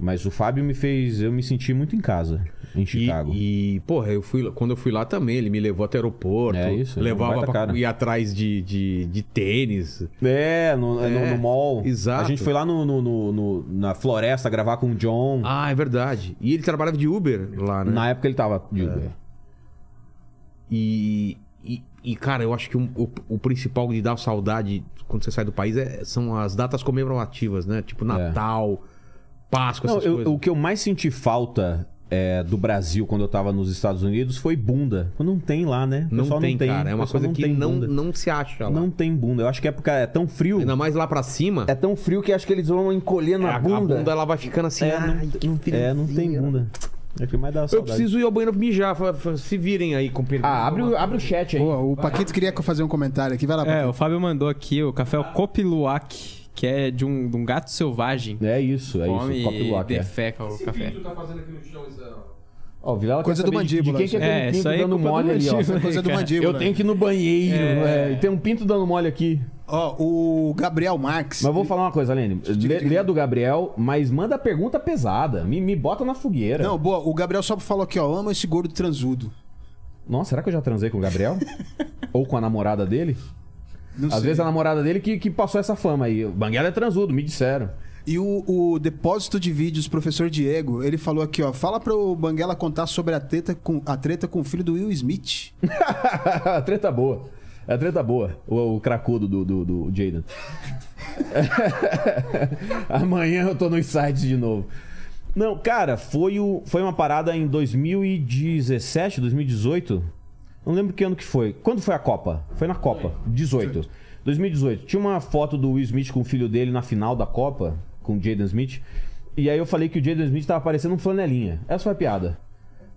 S4: Mas o Fábio me fez. Eu me senti muito em casa, em
S2: E,
S4: Chicago.
S2: e, porra, eu fui, quando eu fui lá também, ele me levou até o aeroporto.
S4: É isso, é um
S2: Levava
S4: baita
S2: pra
S4: cara.
S2: ir atrás de, de, de tênis.
S4: É, no,
S2: É,
S4: no, no mall.
S2: exato.
S4: A gente foi lá no, no- no- no- na floresta gravar com o John.
S2: Ah, é verdade. E ele trabalhava de Uber lá, né?
S4: Na época ele tava de Uber.
S2: E, e, e, cara, eu acho que um- o, o principal que dá saudade quando você sai do país é- são as datas comemorativas, né? Tipo Natal, Páscoa,
S4: É. Não,
S2: essas
S4: eu-
S2: coisas.
S4: o que eu mais senti falta é, do Brasil quando eu tava nos Estados Unidos foi bunda. Não tem lá, né? O
S2: Não
S4: pessoal
S2: tem, cara. É
S4: O
S2: uma
S4: pessoal
S2: coisa que não,
S4: bunda.
S2: não se acha lá.
S4: Não tem bunda. Eu acho que é porque é tão frio.
S2: Ainda mais lá pra cima,
S4: É tão frio que acho que eles vão encolher
S2: a, É,
S4: na
S2: a
S4: bunda.
S2: bunda ela vai ficando assim.
S4: É,
S2: "Ai, que
S4: não, não, é, não tem
S2: friozinho".
S4: bunda. É o que mais dá saudade.
S2: Eu preciso ir ao banheiro mijar. fa- fa- Se virem aí com pergunta.
S4: Ah, abre, o- abre o chat aí.
S3: Boa, o Paquito queria fazer um comentário aqui. Vai lá,
S5: É,
S3: Paquito.
S5: o Fábio mandou aqui o café é o Copiluac, que é de um, de um gato selvagem.
S4: É isso, é
S5: Come
S4: isso. Copy
S5: e
S4: lock, é.
S5: defeca o café.
S4: Ó, o Vilela
S3: Coisa
S4: quer
S3: do
S4: saber de-
S3: mandíbula, né?
S4: De quem que é,
S5: gente.
S4: aquele
S5: É,
S4: pinto
S5: isso aí é
S4: dando
S5: culpa do
S4: mole ali, ó.
S5: mandíbula.
S3: Coisa do
S5: cara,
S3: mandíbula. né?
S4: né, Eu tenho que ir no banheiro,
S5: É.
S4: é, e tem um pinto dando mole aqui.
S3: Ó, o Gabriel Marx.
S4: Mas eu vou falar uma coisa, Lene. Lê, lê a do Gabriel, mas manda pergunta pesada. Me, me bota na fogueira.
S3: Não, boa, o Gabriel só falou aqui, ó, amo esse gordo transudo.
S4: Nossa, será que eu já transei com o Gabriel? Ou com a namorada dele?
S3: Não
S4: Às
S3: sei.
S4: vezes a namorada dele que, que passou essa fama aí. Banguela é transudo, me disseram.
S3: E o, o depósito de vídeos, professor Diego, ele falou aqui, ó. Fala pro Banguela contar sobre a treta com, a treta com o filho do Will Smith.
S4: a treta boa. A treta boa. O, o cracudo do, do, do Jaden. Amanhã eu tô nos sites de novo. Não, cara, foi, o, foi uma parada em 2017, 2018. Não lembro que ano que foi. Quando foi a Copa? Foi na Copa, 18. 2018. Tinha uma foto do Will Smith com o filho dele na final da Copa, com o Jaden Smith. E aí eu falei que o Jaden Smith tava parecendo um flanelinha. Essa foi a piada.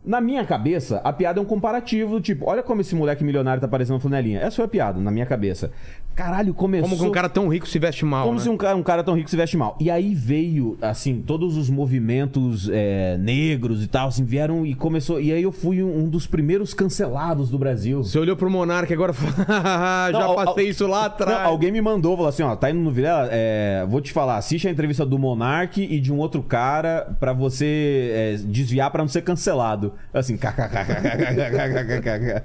S4: Na minha cabeça, a piada é um comparativo, tipo, olha como esse moleque milionário tá parecendo uma flanelinha. Essa foi a piada, na minha cabeça. Caralho, começou.
S2: Como que um cara tão rico se veste mal,
S4: Como
S2: né?
S4: se um cara, um cara tão rico se veste mal. E aí veio, assim, todos os movimentos é, negros e tal, assim, vieram e começou. E aí eu fui um, um dos primeiros cancelados do Brasil.
S2: Você olhou pro Monark agora e falou: "Ah, já
S4: Não, al-
S2: passei
S4: al-
S2: isso lá atrás.
S4: Não, alguém me mandou, falou assim, ó, tá indo no Vilela, é, vou te falar, assiste a entrevista do Monark e de um outro cara pra você é, desviar pra não ser cancelado. Assim, kkkkkkkkkkkk.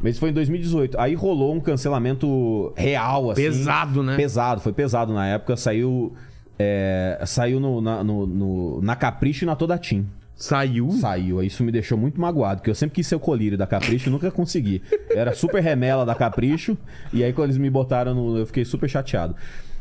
S4: Mas isso foi em 2018. Aí rolou um cancelamento real, assim.
S2: Pesado, né?
S4: Pesado, foi pesado na época, saiu... é, saiu no, na, no- no- na Capricho e na Toda Team.
S2: Saiu?
S4: Saiu. Isso me deixou muito magoado, porque eu sempre quis ser o colírio da Capricho e nunca consegui. Eu era super remela da Capricho, e aí quando eles me botaram no. Eu fiquei super chateado.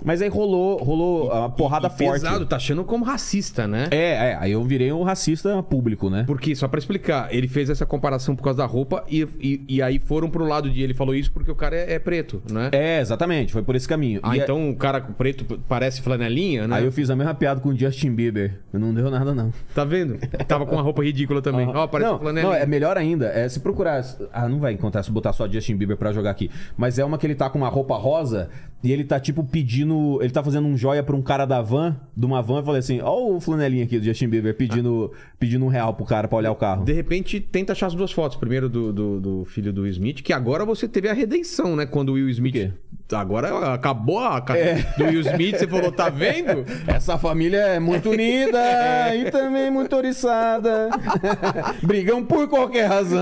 S4: Mas aí rolou, rolou uma porrada forte.
S2: Pesado, tá achando como racista, né?
S4: É, é, aí eu virei um racista público, né?
S2: Porque, só pra explicar, ele fez essa comparação por causa da roupa e, e, e aí foram pro lado de ele falou isso porque o cara é, é preto, né?
S4: É, exatamente, foi por esse caminho.
S2: Ah,
S4: E
S2: então o cara com preto parece flanelinha, né?
S4: Aí eu fiz a mesma piada com o Justin Bieber. Não deu nada, não.
S2: Tá vendo? Tava com uma roupa ridícula também. Ó, parece
S4: não,
S2: flanelinha.
S4: não, é melhor ainda. É, se procurar. Ah, não vai encontrar se botar só Justin Bieber pra jogar aqui. Mas é uma que ele tá com uma roupa rosa e ele tá tipo pedindo. Ele tá fazendo um joia pra um cara da van, de uma van, e falei assim: Ó, o flanelinho aqui do Justin Bieber pedindo, pedindo um real pro cara pra olhar o carro.
S2: De repente, tenta achar as duas fotos. Primeiro do, do, do filho do Will Smith, que agora você teve a redenção, né? Quando o É. Will Smith. Agora acabou a carreira do Will Smith, você falou, tá vendo?
S4: Essa família é muito unida e também muito oriçada. Brigam por qualquer razão.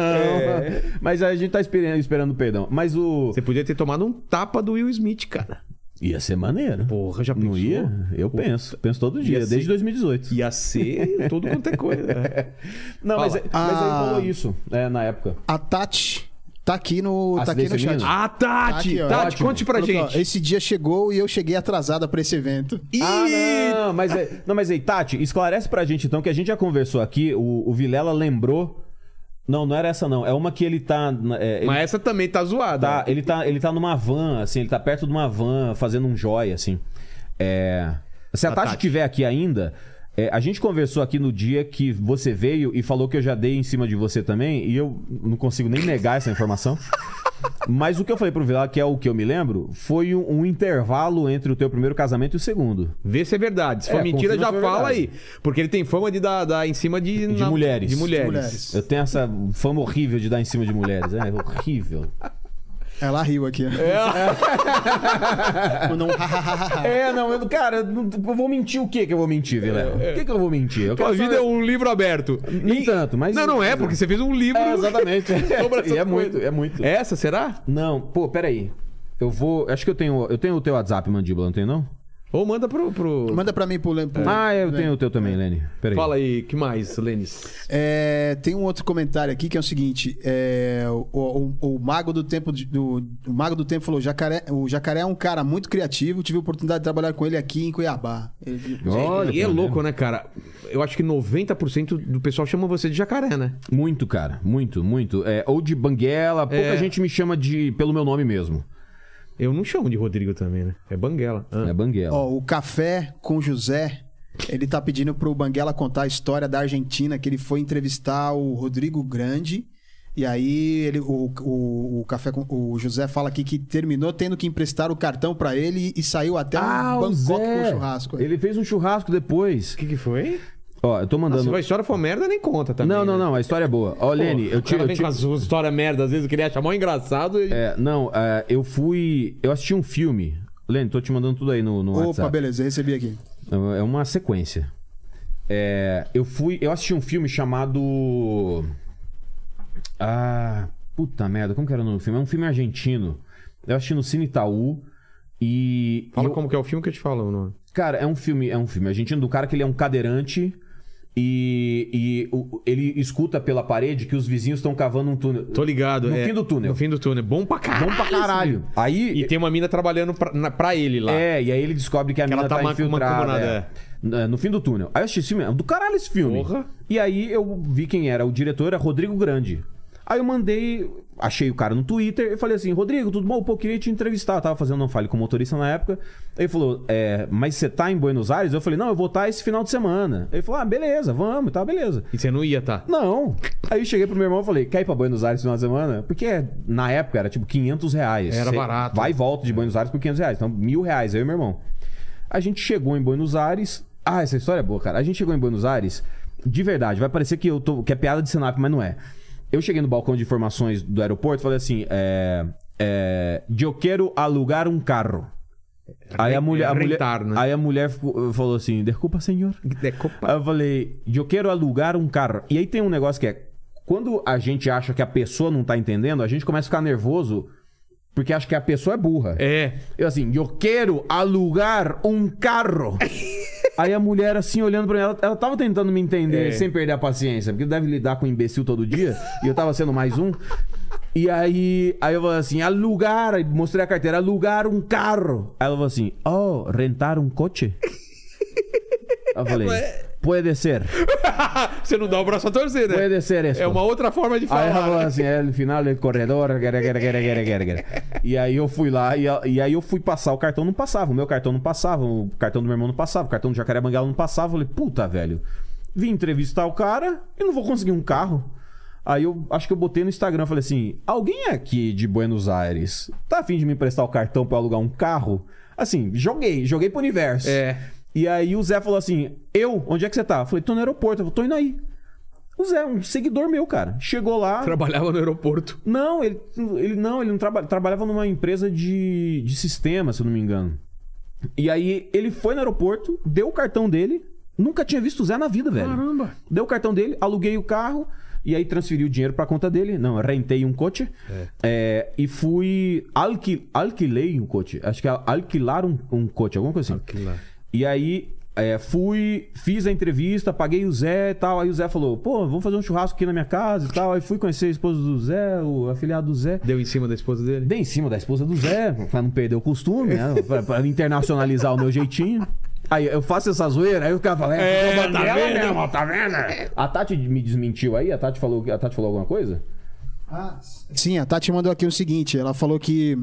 S4: Mas a gente tá esperando, esperando perdão. Mas o.
S2: Você podia ter tomado um tapa do Will Smith, cara.
S4: Ia ser maneiro.
S2: Porra, já pensou?
S4: Não ia? Eu penso. Penso todo dia,
S2: ser-
S4: desde 2018.
S2: Ia ser tudo quanto é coisa. né?
S4: Não, mas, é, mas
S3: Ah.
S4: aí rolou isso, é, na época.
S3: A Tati tá aqui no, tá aqui
S4: Acidente
S3: no chat.
S4: feminino?
S2: Ah, Tati!
S3: Aqui, ó.
S2: Tati,
S3: Ótimo.
S2: conte pra
S3: Falou que, ó,
S2: gente.
S3: Esse dia chegou e eu cheguei atrasada pra esse evento.
S4: Ah, não, mas, é- não, mas aí, Tati, esclarece pra gente então que a gente já conversou aqui, o, o Vilela lembrou. Não, não era essa não. É uma que ele tá. na- é, ele,
S2: Mas essa também tá zoada.
S4: tá ele tá ele tá numa van, assim, ele tá perto de uma van fazendo um joia, assim. É, Se a Tati estiver aqui ainda. é, a gente conversou aqui no dia que você veio e falou que eu já dei em cima de você também, e eu não consigo nem negar essa informação. Mas o que eu falei pro Vilar, que é o que eu me lembro, foi um, um intervalo entre o teu primeiro casamento e o segundo.
S2: Vê se é verdade. Se for
S4: É,
S2: mentira,
S4: confirma
S2: já
S4: se é
S2: fala aí.
S4: verdade.
S2: Porque ele tem fama de dar, dar em cima de...
S4: De mulheres.
S2: De mulheres.
S3: mulheres.
S4: Eu tenho essa fama horrível de dar em cima de mulheres. É horrível.
S3: Ela riu aqui. ó. Mandou um hahaha.
S4: É, não, eu- cara, eu vou mentir o que que eu vou mentir, Vilela? O que que eu vou mentir? Eu
S2: Tua
S4: quero
S2: vida
S4: saber-
S2: é um livro aberto.
S4: Nem tanto, mas-
S2: Não, não é, porque você fez um livro.
S4: É, exatamente.
S2: Sobre essas
S4: e
S2: coisas.
S4: é muito, é muito.
S2: Essa, será?
S4: Não, pô, peraí. Eu vou. Acho que eu tenho. Eu tenho o teu WhatsApp, mandíbula, não tenho, não?
S2: Ou manda pro. pro...
S3: Manda pra mim pro. pro
S4: Ah, eu tenho o teu também, Lene. Peraí.
S2: É. Né? Fala aí, que mais, Lênis?
S3: É, tem um outro comentário aqui que é o seguinte: é, o, o- o mago do tempo de- do, o mago do tempo falou jacaré, o jacaré é um cara muito criativo. Tive a oportunidade de trabalhar com ele aqui em Cuiabá. Ele-
S4: Olha,
S2: e é
S4: pelo
S2: louco, né, cara? Eu acho que 90% do pessoal chama você de jacaré, né?
S4: Muito, cara. Muito, muito. É, ou de banguela, pouca
S2: É.
S4: gente me chama de pelo meu nome mesmo.
S2: Eu não chamo de Rodrigo também, né? É Banguela. Ah.
S4: É banguela.
S3: Ó, o café com José. Ele tá pedindo pro Banguela contar a história da Argentina que ele foi entrevistar o Rodrigo Grande. E aí ele, o, o, o café com o José fala aqui que terminou tendo que emprestar o cartão pra ele e saiu até um
S4: Ah, o
S3: Bangkok
S4: Zé.
S3: com churrasco. é.
S4: Ele fez um churrasco depois.
S2: O que, que foi?
S4: Ó, eu tô
S2: Ah,
S4: mandando.
S2: Se a história for merda, nem conta também.
S4: Não,
S2: né?
S4: não, não. A história é boa. Ó, Lene, eu
S2: O
S4: te.
S2: cara
S4: Eu
S2: vem
S4: te...
S2: com as histórias merda, às vezes, que ele acha mó engraçado. E...
S4: É, não, é, eu fui. Eu assisti um filme. Lene, tô te mandando tudo aí no, no
S3: Opa,
S4: WhatsApp.
S3: beleza, eu recebi aqui.
S4: É uma sequência. É, eu fui. Eu assisti um filme chamado. Ah. Puta merda, como que era o nome do filme? É um filme argentino. Eu assisti no Cine Itaú. E.
S2: Fala
S4: e eu-
S2: como que é o filme que eu te falo o nome.
S4: Cara, é um filme, é um filme argentino do cara que ele é um cadeirante e, e o- ele escuta pela parede que os vizinhos estão cavando um túnel.
S2: Tô ligado.
S4: No
S2: é.
S4: fim do túnel.
S2: No fim do túnel. Bom pra caralho. assim.
S4: Bom pra caralho. Aí
S2: E tem uma mina trabalhando pra, na- pra ele lá.
S4: É, e aí ele descobre que a
S2: Que ela
S4: mina
S2: tá
S4: tá,
S2: man-
S4: infiltrada.
S2: mancomunada,
S4: é. N- No fim do túnel. Aí eu assisti esse filme, é do caralho esse filme.
S2: Porra.
S4: E aí eu vi quem era, o diretor era Rodrigo Grande. Aí eu mandei, achei o cara no Twitter e falei assim: Rodrigo, tudo bom? Pô, queria te entrevistar. Eu tava fazendo um fale com motorista na época. Ele falou: É, mas você tá em Buenos Aires? Eu falei: Não, eu vou estar esse final de semana. Ele falou: Ah, beleza, vamos, tá, beleza.
S2: E você não ia, tá?
S4: Não. Aí eu cheguei pro meu irmão e falei, quer ir pra Buenos Aires no final de semana? Porque na época era tipo 500 reais.
S2: Era barato.
S4: Vai e volta de Buenos Aires por 500 reais. Então, mil reais, eu e meu irmão. A gente chegou em Buenos Aires... Ah, essa história é boa, cara. A gente chegou em Buenos Aires, de verdade, vai parecer que, eu tô... que é piada de Senap, mas não é. Eu cheguei no balcão de informações do aeroporto e falei assim, é... é... Eu quero alugar um carro. Aí a mulher, a mulher,
S2: rentar, né?
S4: aí a mulher ficou- falou assim, desculpa, senhor.
S2: É copa.
S4: Aí eu falei, eu quero alugar um carro. E aí tem um negócio que é, quando a gente acha que a pessoa não tá entendendo, a gente começa a ficar nervoso porque acha que a pessoa é burra.
S2: É.
S4: Eu assim, eu quero alugar um carro. aí a mulher assim olhando pra mim, ela, ela tava tentando me entender
S2: É.
S4: sem perder a paciência, porque deve lidar com imbecil todo dia, e eu tava sendo mais um. E aí, aí eu falei assim, alugar, aí mostrei a carteira, alugar um carro. Aí ela falou assim, oh, rentar um coche? Eu falei, pode ser,
S2: você não dá o braço a torcer, né?
S4: pode ser isso.
S2: É uma outra forma de
S4: Aí
S2: falar.
S4: ela falou assim, é no final do corredor, quer, quer, quer, quer, quer, quer. E aí eu fui lá, e, a- e aí eu fui passar, o cartão não passava, o meu cartão não passava, o cartão do meu irmão não passava, o cartão do Jacaré Banguela não passava. Eu falei, puta, velho, vim entrevistar o cara e não vou conseguir um carro. Aí eu acho que eu botei no Instagram, falei assim, alguém aqui de Buenos Aires tá afim de me emprestar o cartão pra eu alugar um carro? Assim, joguei, joguei pro universo.
S2: É.
S4: E aí o Zé falou assim, eu, onde é que você tá? Eu falei, tô no aeroporto, eu falei, tô indo aí. O Zé, um seguidor meu, cara. Chegou lá.
S2: Trabalhava no aeroporto.
S4: Não, ele, ele não, ele não traba- trabalhava numa empresa de, de sistema, se eu não me engano. E aí ele foi no aeroporto, deu o cartão dele. Nunca tinha visto o Zé na vida, velho. Caramba. Deu o cartão dele, aluguei o carro e aí transferi o dinheiro pra conta dele. Não, rentei um coche. É, e fui alqui, alquilei um coche. Acho que é alquilar um, um coche, alguma coisa assim.
S2: Alquilar.
S4: E aí é, fui, fiz a entrevista, paguei o Zé e tal. Aí o Zé falou, pô, vamos fazer um churrasco aqui na minha casa e tal. Aí fui conhecer a esposa do Zé, o afiliado do Zé.
S2: Deu em cima da esposa dele?
S4: Dei em cima da esposa do Zé, pra não perder o costume, né? Pra, pra internacionalizar o meu jeitinho. Aí eu faço essa zoeira, aí o cara fala, é, é tá vendo? irmão, tá vendo? A Tati me desmentiu aí? A Tati falou, a Tati falou alguma coisa?
S3: Sim, a Tati mandou aqui o seguinte: ela falou que.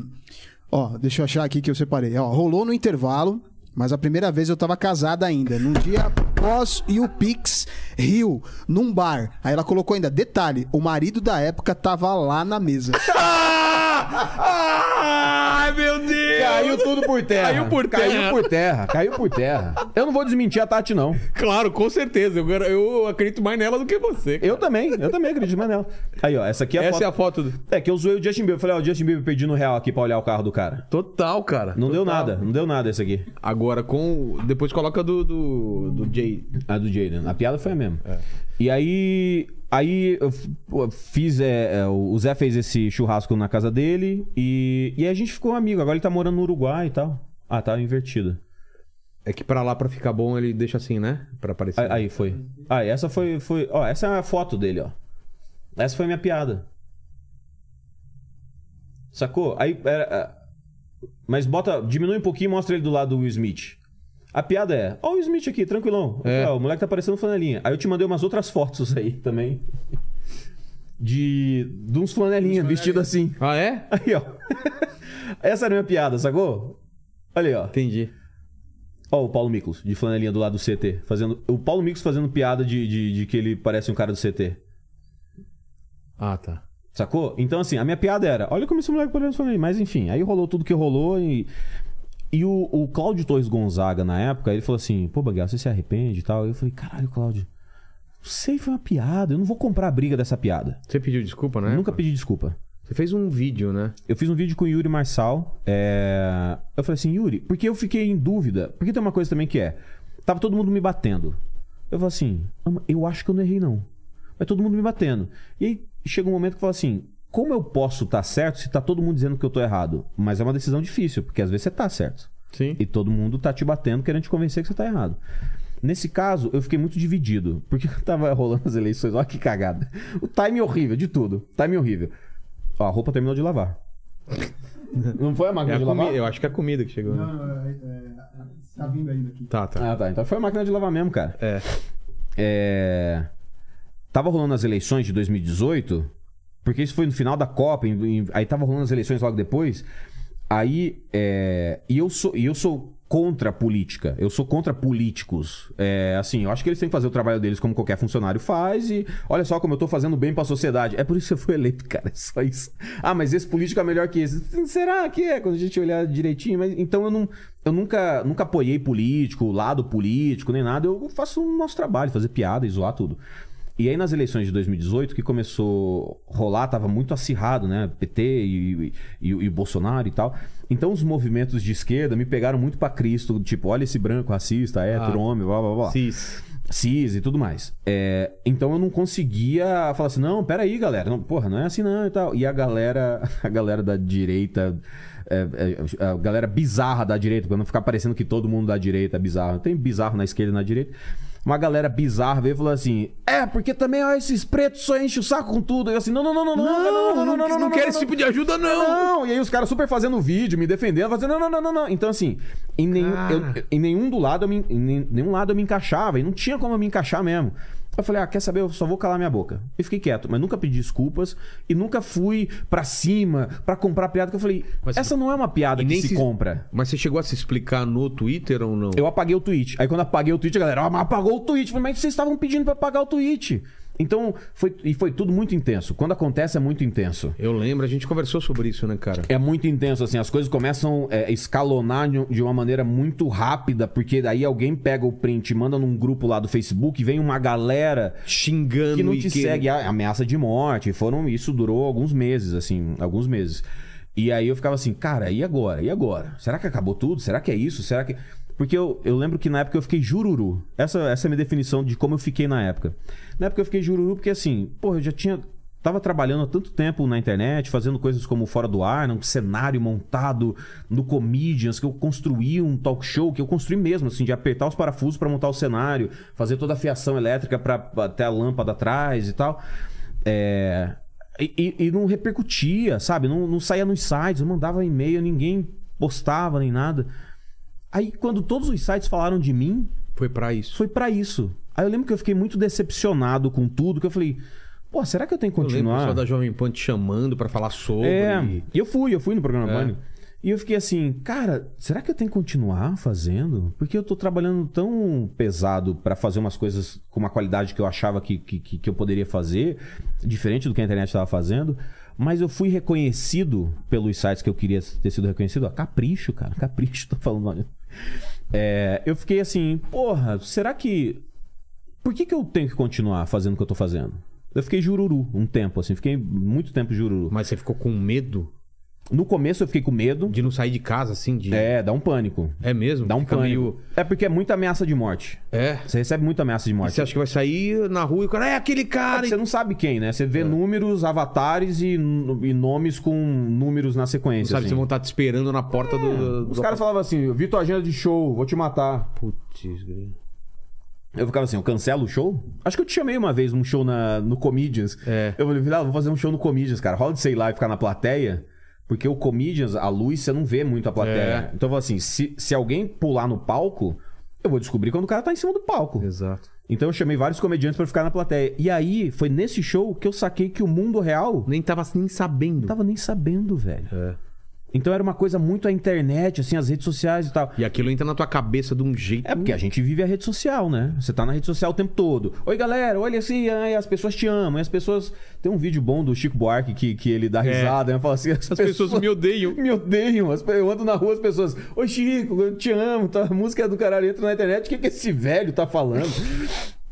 S3: Ó, deixa eu achar aqui que eu separei. Ó, rolou no intervalo, mas a primeira vez eu tava casada ainda. Num dia após e o Pix riu num bar. Aí ela colocou ainda: detalhe, o marido da época tava lá na mesa.
S2: Ai, meu Deus!
S4: Caiu tudo por terra.
S2: Caiu por terra.
S4: Caiu por terra. Caiu por terra. Eu não vou desmentir a Tati, não.
S2: Claro, com certeza. Eu, eu acredito mais nela do que você.
S4: Eu também, eu também acredito mais nela. Aí, ó, essa aqui é a
S2: Essa
S4: foto.
S2: é a foto. do-
S4: É que eu zoei o Justin Bieber. Falei, ó, o Justin Bieber pedindo real aqui pra olhar o carro do cara.
S2: Total, cara.
S4: Não deu nada, não deu nada esse aqui.
S2: Agora com. o- Depois coloca do. Do, do Jay.
S4: A do Jaden. A piada foi a mesma. E aí. Aí eu f- eu fiz. é, é, o Zé fez esse churrasco na casa dele e, e aí a gente ficou amigo. Agora ele tá morando no Uruguai e tal. Ah, tá invertido.
S2: É que pra lá, pra ficar bom, ele deixa assim, né? Pra aparecer.
S4: Aí, aí foi. Ah, e essa foi, foi. Ó, essa é a foto dele, ó. Essa foi a minha piada. Sacou? Aí. Era, é, mas bota. Diminui um pouquinho e mostra ele do lado do Will Smith. A piada é, ó o Will Smith aqui, tranquilão. Eu
S2: É.
S4: falei, ó, o moleque tá parecendo flanelinha. Aí eu te mandei umas outras fotos aí também. De. De uns flanelinha, vestido assim.
S2: Ah, é?
S4: Aí, ó. Essa era a minha piada, sacou? Olha aí, ó.
S2: Entendi.
S4: Ó, o Paulo Miklos, de flanelinha do lado do CT. Fazendo, o Paulo Miklos fazendo piada de, de, de que ele parece um cara do CT.
S2: Ah, tá.
S4: Sacou? Então, assim, a minha piada era: olha como esse moleque parece um flanelinha. Mas, enfim, aí rolou tudo que rolou e. E o, o Cláudio Torres Gonzaga, na época, ele falou assim: pô, Baguel, você se arrepende e tal? Eu falei: caralho, Cláudio, não sei, foi uma piada. Eu não vou comprar a briga dessa piada.
S2: Você pediu desculpa, né?
S4: Nunca pedi desculpa.
S2: Você fez um vídeo, né?
S4: Eu fiz um vídeo com o Yuri Marçal. é, Eu falei assim, Yuri, porque eu fiquei em dúvida. Porque tem uma coisa também que é. Tava todo mundo me batendo. Eu falei assim, "Ah, mas eu acho que eu não errei, não. Mas todo mundo me batendo. E aí chega um momento que eu falo assim, como eu posso estar certo se tá todo mundo dizendo que eu tô errado? Mas é uma decisão difícil, porque às vezes você tá certo.
S2: Sim.
S4: E todo mundo tá te batendo, querendo te convencer que você tá errado. Nesse caso, eu fiquei muito dividido, porque tava rolando as eleições, olha que cagada. O time horrível de tudo. Time horrível. Ó, a roupa terminou de lavar. Não foi a
S2: É
S4: máquina
S2: a
S4: de lavar?
S2: comi- eu acho que é a comida que chegou. né?
S3: é, tá vindo ainda aqui.
S2: Tá, tá.
S4: Ah, tá. Então foi a máquina de lavar mesmo, cara.
S2: É.
S4: É, Tava rolando as eleições de 2018, porque isso foi no final da Copa, em- em- aí tava rolando as eleições logo depois. Aí. é, E eu sou, e eu sou contra a política. Eu sou contra políticos. É, assim, eu acho que eles têm que fazer o trabalho deles como qualquer funcionário faz. E olha só como eu tô fazendo bem pra sociedade. É por isso que você foi eleito, cara. É só isso. Ah, mas esse político é melhor que esse. Será que é? Quando a gente olhar direitinho. Mas, então eu não. Eu nunca, nunca apoiei político, lado político, nem nada. Eu faço o nosso trabalho, fazer piada e zoar tudo. E aí nas eleições de 2018, que começou a rolar, tava muito acirrado, né? PT e, e, e o Bolsonaro e tal. Então os movimentos de esquerda me pegaram muito pra Cristo, tipo, olha esse branco racista, hétero, homem, blá blá blá.
S2: Cis.
S4: CIS e tudo mais. É, então eu não conseguia falar assim, não, peraí, galera. Não, porra, não é assim não e tal. E a galera, a galera da direita, é, é, a galera bizarra da direita, pra não ficar parecendo que todo mundo da direita é bizarro. Tem bizarro na esquerda e na direita. Uma galera bizarra veio e falou assim: É, porque também ó, esses pretos só enchem o saco com tudo. Eu assim, não, não, não, não, não, cara, não, não, não, não, não, não
S2: quero
S4: não,
S2: esse
S4: não."
S2: tipo de ajuda, não.
S4: Não, e aí os caras super fazendo vídeo, me defendendo, fazendo, não, não, não, não, não. Então, assim, em nenhum, eu- eu- em nenhum do lado eu me, em nen- nenhum lado eu me encaixava, e não tinha como eu me encaixar mesmo. Eu falei, ah, quer saber? Eu só vou calar minha boca. E fiquei quieto, mas nunca pedi desculpas e nunca fui pra cima pra comprar piada. Que eu falei,
S2: Mas-
S4: essa não é uma piada
S2: E
S4: que
S2: nem
S4: se,
S2: se-
S4: compra.
S2: Mas você chegou a se explicar no Twitter ou não?
S4: Eu apaguei o tweet. Aí quando apaguei o tweet, a galera, ah, mas apagou o tweet. Eu falei, mas vocês estavam pedindo pra apagar o tweet. Então, foi, e foi tudo muito intenso. Quando acontece, é muito intenso.
S2: Eu lembro, a gente conversou sobre isso, né, cara?
S4: É muito intenso, assim, as coisas começam é, a escalonar de de uma maneira muito rápida, porque daí alguém pega o print, manda num grupo lá do Facebook, vem uma galera
S2: Xingando
S4: que não
S2: e
S4: te segue, a- ameaça de morte, foram, isso durou alguns meses, assim, alguns meses. E aí eu ficava assim, cara, e agora? E agora? Será que acabou tudo? Será que é isso? Será que... Porque eu, eu lembro que na época eu fiquei jururu. Essa, essa é a minha definição de como eu fiquei na época. Na época eu fiquei jururu porque, assim, porra, eu já tinha... Tava trabalhando há tanto tempo na internet, fazendo coisas como Fora do Ar, né, um cenário montado no Comedians, que eu construí um talk show, que eu construí mesmo, assim, de apertar os parafusos pra montar o cenário, fazer toda a fiação elétrica para até a lâmpada atrás e tal. É, E, e- e não repercutia, sabe? Não, não saía nos sites, não mandava e-mail, ninguém postava nem nada. Aí, quando todos os sites falaram de mim,
S2: Foi pra isso.
S4: foi pra isso. Aí eu lembro que eu fiquei muito decepcionado com tudo, que eu falei, pô, será que eu tenho que
S2: Eu lembro o
S4: continuar?
S2: pessoal da Jovem Pan te chamando pra falar sobre.
S4: É, e eu fui, eu fui no programa
S2: É.
S4: Pânico. E eu fiquei assim, cara, será que eu tenho que continuar fazendo? Porque eu tô trabalhando tão pesado pra fazer umas coisas com uma qualidade que eu achava que, que, que- que eu poderia fazer, diferente do que a internet tava fazendo. Mas eu fui reconhecido pelos sites que eu queria ter sido reconhecido. Ó, capricho, cara, capricho, tô falando. olha. É, eu fiquei assim, porra, será que por que, que eu tenho que continuar fazendo o que eu tô fazendo? Eu fiquei jururu um tempo, assim, fiquei muito tempo jururu.
S2: Mas você ficou com medo
S4: No começo eu fiquei com medo.
S2: de não sair de casa, assim? De...
S4: É, dá um pânico.
S2: É mesmo?
S4: Dá um
S2: Fica
S4: pânico.
S2: meio-
S4: É porque é muita ameaça de morte.
S2: É.
S4: Você recebe muita ameaça de
S2: E
S4: morte.
S2: você acha que vai sair na rua e o cara é aquele cara.
S4: Você não sabe quem, né? Você
S2: É.
S4: vê números, avatares e, n- e nomes com números na
S2: Não
S4: sequência.
S2: sabe se
S4: assim.
S2: vão estar te esperando na porta do. do-
S4: Os
S2: do-
S4: caras falavam assim: eu vi tua agenda de show, vou te matar.
S2: Putz, grilo.
S4: Eu ficava assim, eu cancelo o show? Acho que eu te chamei uma vez num show na, no Comedians.
S2: É.
S4: Eu falei, Vidal, vou fazer um show no Comedians, cara. Rola de sei lá e ficar na plateia. Porque o Comedians, a luz, você não vê muito a plateia.
S2: É.
S4: Então eu falo assim, se, se alguém pular no palco, eu vou descobrir quando o cara tá em cima do palco.
S2: Exato.
S4: Então eu chamei vários comediantes pra ficar na plateia. E aí, foi nesse show que eu saquei que o mundo real
S2: Nem tava nem sabendo.
S4: não tava nem sabendo, velho.
S2: É.
S4: Então era uma coisa muito a internet, assim, as redes sociais e tal.
S2: E aquilo entra na tua cabeça de um jeito.
S4: É porque a gente vive a rede social, né? Você tá na rede social o tempo todo. Oi, galera, olha assim, ai, as pessoas te amam, e as pessoas. Tem um vídeo bom do Chico Buarque que, que ele dá risada, né? Fala assim, as,
S2: As pessoas me odeiam.
S4: me odeiam. as pe- Eu ando na rua, as pessoas. Oi, Chico, eu te amo. Tá, a música é do caralho entra na internet. O que, que esse velho tá falando?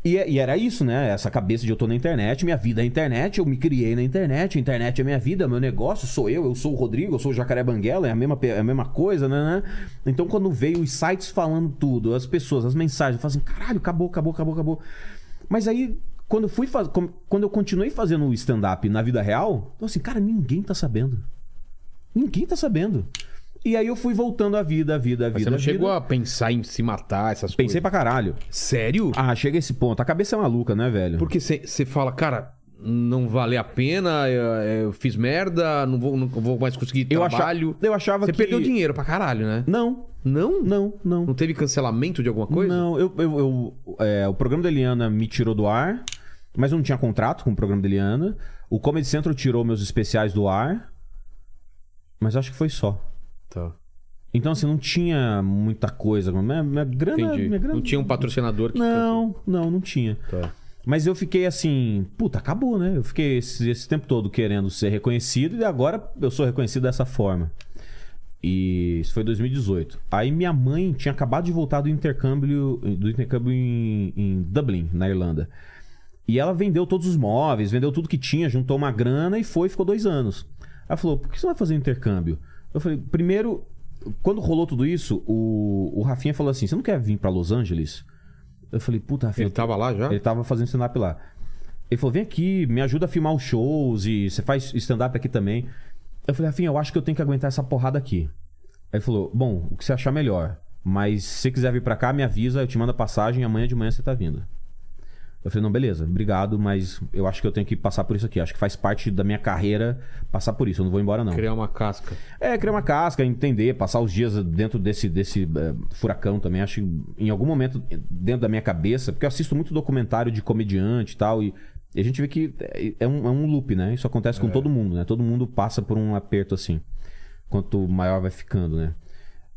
S4: E, é- e era isso, né? Essa cabeça de eu tô na internet, minha vida é internet, eu me criei na internet, a internet é minha vida, meu negócio, sou eu, eu sou o Rodrigo, eu sou o Jacaré Banguela, é a mesma, pe- é a mesma coisa, né, né? Então quando veio os sites falando tudo, as pessoas, as mensagens, eu falo assim, caralho, acabou, acabou, acabou, acabou. Mas aí quando eu fui faz... com- quando eu continuei fazendo o stand-up na vida real, eu assim, cara, ninguém tá sabendo. Ninguém tá sabendo. E aí eu fui voltando à vida, à vida, à vida.
S2: Mas você não
S4: à
S2: chegou
S4: vida.
S2: a pensar em se matar, essas
S4: Pensei
S2: coisas?
S4: pra caralho.
S2: Sério?
S4: Ah, chega esse ponto. A cabeça é maluca, né, velho?
S2: Porque você fala, cara, não vale a pena, é, é, eu fiz merda, não vou, não vou mais conseguir
S4: eu
S2: trabalho.
S4: achava, eu achava
S2: Você
S4: que
S2: perdeu dinheiro pra caralho, né?
S4: Não,
S2: Não?
S4: não, não.
S2: Não teve cancelamento de alguma coisa?
S4: Não, eu, eu- eu- é, o programa da Eliana me tirou do ar, mas eu não tinha contrato com o programa da Eliana. O Comedy Central tirou meus especiais do ar, mas acho que foi só.
S2: Tá.
S4: Então, assim, não tinha muita coisa. Minha, minha grana,
S2: Entendi.
S4: é minha grana.
S2: Não tinha um patrocinador que
S4: Não, não, não tinha.
S2: cancelou. Tá.
S4: Mas eu fiquei assim, puta, acabou, né? Eu fiquei esse, esse tempo todo querendo ser reconhecido e agora eu sou reconhecido dessa forma. E isso foi 2018. Aí minha mãe tinha acabado de voltar do intercâmbio, do intercâmbio em, em Dublin, na Irlanda. E ela vendeu todos os móveis, vendeu tudo que tinha, juntou uma grana e foi, ficou dois anos. Ela falou: por que você não vai fazer um intercâmbio? Eu falei: primeiro, quando rolou tudo isso, o, o Rafinha falou assim: você não quer vir pra Los Angeles? Eu falei: puta, Rafinha.
S2: Ele tava lá já?
S4: Ele tava fazendo stand-up lá. Ele falou: vem aqui, me ajuda a filmar os shows e você faz stand-up aqui também. Eu falei, Rafinha, eu acho que eu tenho que aguentar essa porrada aqui. Aí ele falou: bom, o que você achar melhor. Mas se você quiser vir pra cá, me avisa, eu te mando a passagem e amanhã de manhã você tá vindo. Eu falei, não, beleza, obrigado, mas eu acho que eu tenho que passar por isso aqui. Acho que faz parte da minha carreira passar por isso. Eu não vou embora, não.
S2: Criar uma casca.
S4: É, criar uma casca, entender, passar os dias dentro desse, desse eh, furacão também. Acho que em algum momento, dentro da minha cabeça, porque eu assisto muito documentário de comediante e tal, e, e a gente vê que é- é um, é um loop, né? Isso acontece com todo mundo, né? Todo mundo passa por um aperto assim, quanto maior vai ficando, né?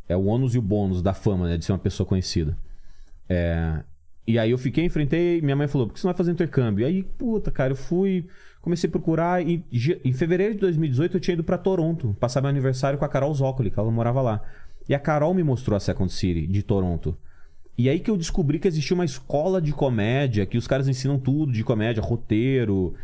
S4: É o ônus e o bônus da fama, né? De ser uma pessoa conhecida. É, E aí eu fiquei, enfrentei, minha mãe falou, por que você não vai fazer intercâmbio? E aí, puta, cara, eu fui, comecei a procurar e ge- em fevereiro de 2018 eu tinha ido pra Toronto, passar meu aniversário com a Carol Zócoli, que ela morava lá. E a Carol me mostrou a Second City de Toronto. E aí que eu descobri que existia uma escola de comédia, que os caras ensinam tudo de comédia, roteiro,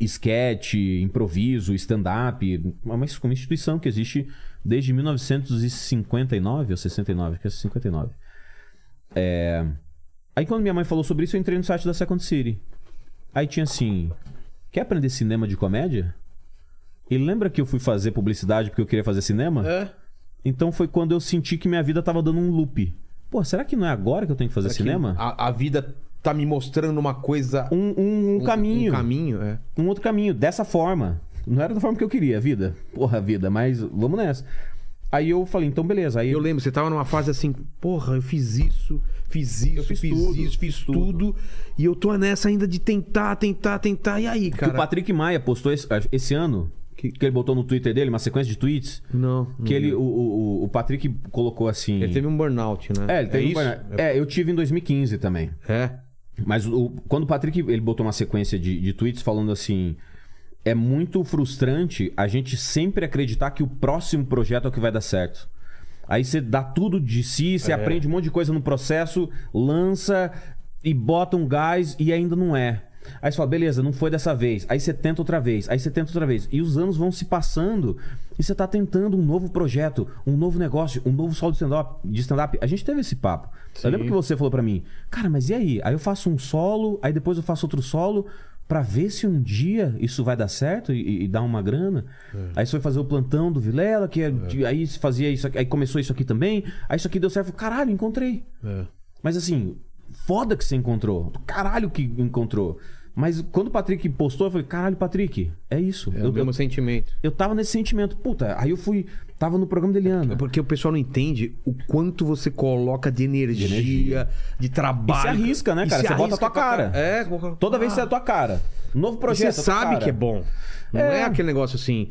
S4: esquete, improviso, stand-up. É Uma, uma instituição que existe desde 1959 ou 69, acho que é 59. É, Aí quando minha mãe falou sobre isso, eu entrei no site da Second City. Aí tinha assim: Quer aprender cinema de comédia? E lembra que eu fui fazer publicidade porque eu queria fazer cinema?
S6: É.
S4: Então foi quando eu senti que minha vida tava dando um loop. Pô, será que não é agora que eu tenho que fazer cinema? Ah,
S2: A, a vida tá me mostrando uma coisa.
S4: Um, um- um caminho.
S2: Um caminho, é.
S4: um outro caminho, dessa forma. Não era da forma que eu queria, vida. Porra, vida, mas vamos nessa. Aí eu falei, então beleza. Aí
S2: Eu lembro, você tava numa fase assim, porra, eu fiz isso, fiz isso,
S4: fiz
S2: fiz,
S4: tudo,
S2: isso, fiz tudo. E eu tô nessa ainda de tentar, tentar, tentar. E aí,
S4: É que o
S2: cara?
S4: Patrick Maia postou esse, esse ano, que, que ele botou no Twitter dele, uma sequência de tweets,
S2: Não. não
S4: que ele,
S2: lembro.
S4: o, o, o Patrick colocou assim...
S2: Ele teve um burnout, né?
S4: É, ele teve um
S2: isso?
S4: burnout. É, eu tive em 2015 também.
S2: É.
S4: Mas o- quando o Patrick ele botou uma sequência de, de tweets falando assim. É muito frustrante a gente sempre acreditar que o próximo projeto é o que vai dar certo. Aí você dá tudo de si, você aprende um monte de coisa no processo, lança e bota um gás e ainda não é. Aí você fala, beleza, não foi dessa vez. Aí você tenta outra vez, aí você tenta outra vez. E os anos vão se passando e você tá tentando um novo projeto, um novo negócio, um novo solo de stand-up. de stand-up. A gente teve esse papo. Eu lembro que você falou pra mim, cara, mas e aí? Aí eu faço um solo, aí depois eu faço outro solo pra ver se um dia isso vai dar certo e, e dar uma grana.
S2: É.
S4: Aí você foi fazer o plantão do Vilela, que é de- aí se fazia isso aqui, aí começou isso aqui também, aí isso aqui deu certo, eu falei, caralho, encontrei.
S2: É.
S4: Mas assim, foda que você encontrou. Do Caralho que encontrou. Mas quando o Patrick postou, eu falei, caralho, Patrick, é isso.
S2: É
S4: eu,
S2: o mesmo
S4: eu,
S2: sentimento.
S4: eu tava nesse sentimento, puta, aí eu fui, tava no programa da Eliana.
S2: É porque o pessoal não entende o quanto você coloca de energia, de, trabalho.
S4: E se arrisca, né,
S2: E
S4: cara?
S2: se
S4: Você bota a tua
S2: pra
S4: cara.
S2: car- É, coloca-
S4: Toda vez que é a tua cara. Novo
S2: E
S4: projeto. é
S2: Você
S4: tua
S2: sabe
S4: cara.
S2: que é bom. Não é.
S4: É.
S2: aquele negócio assim,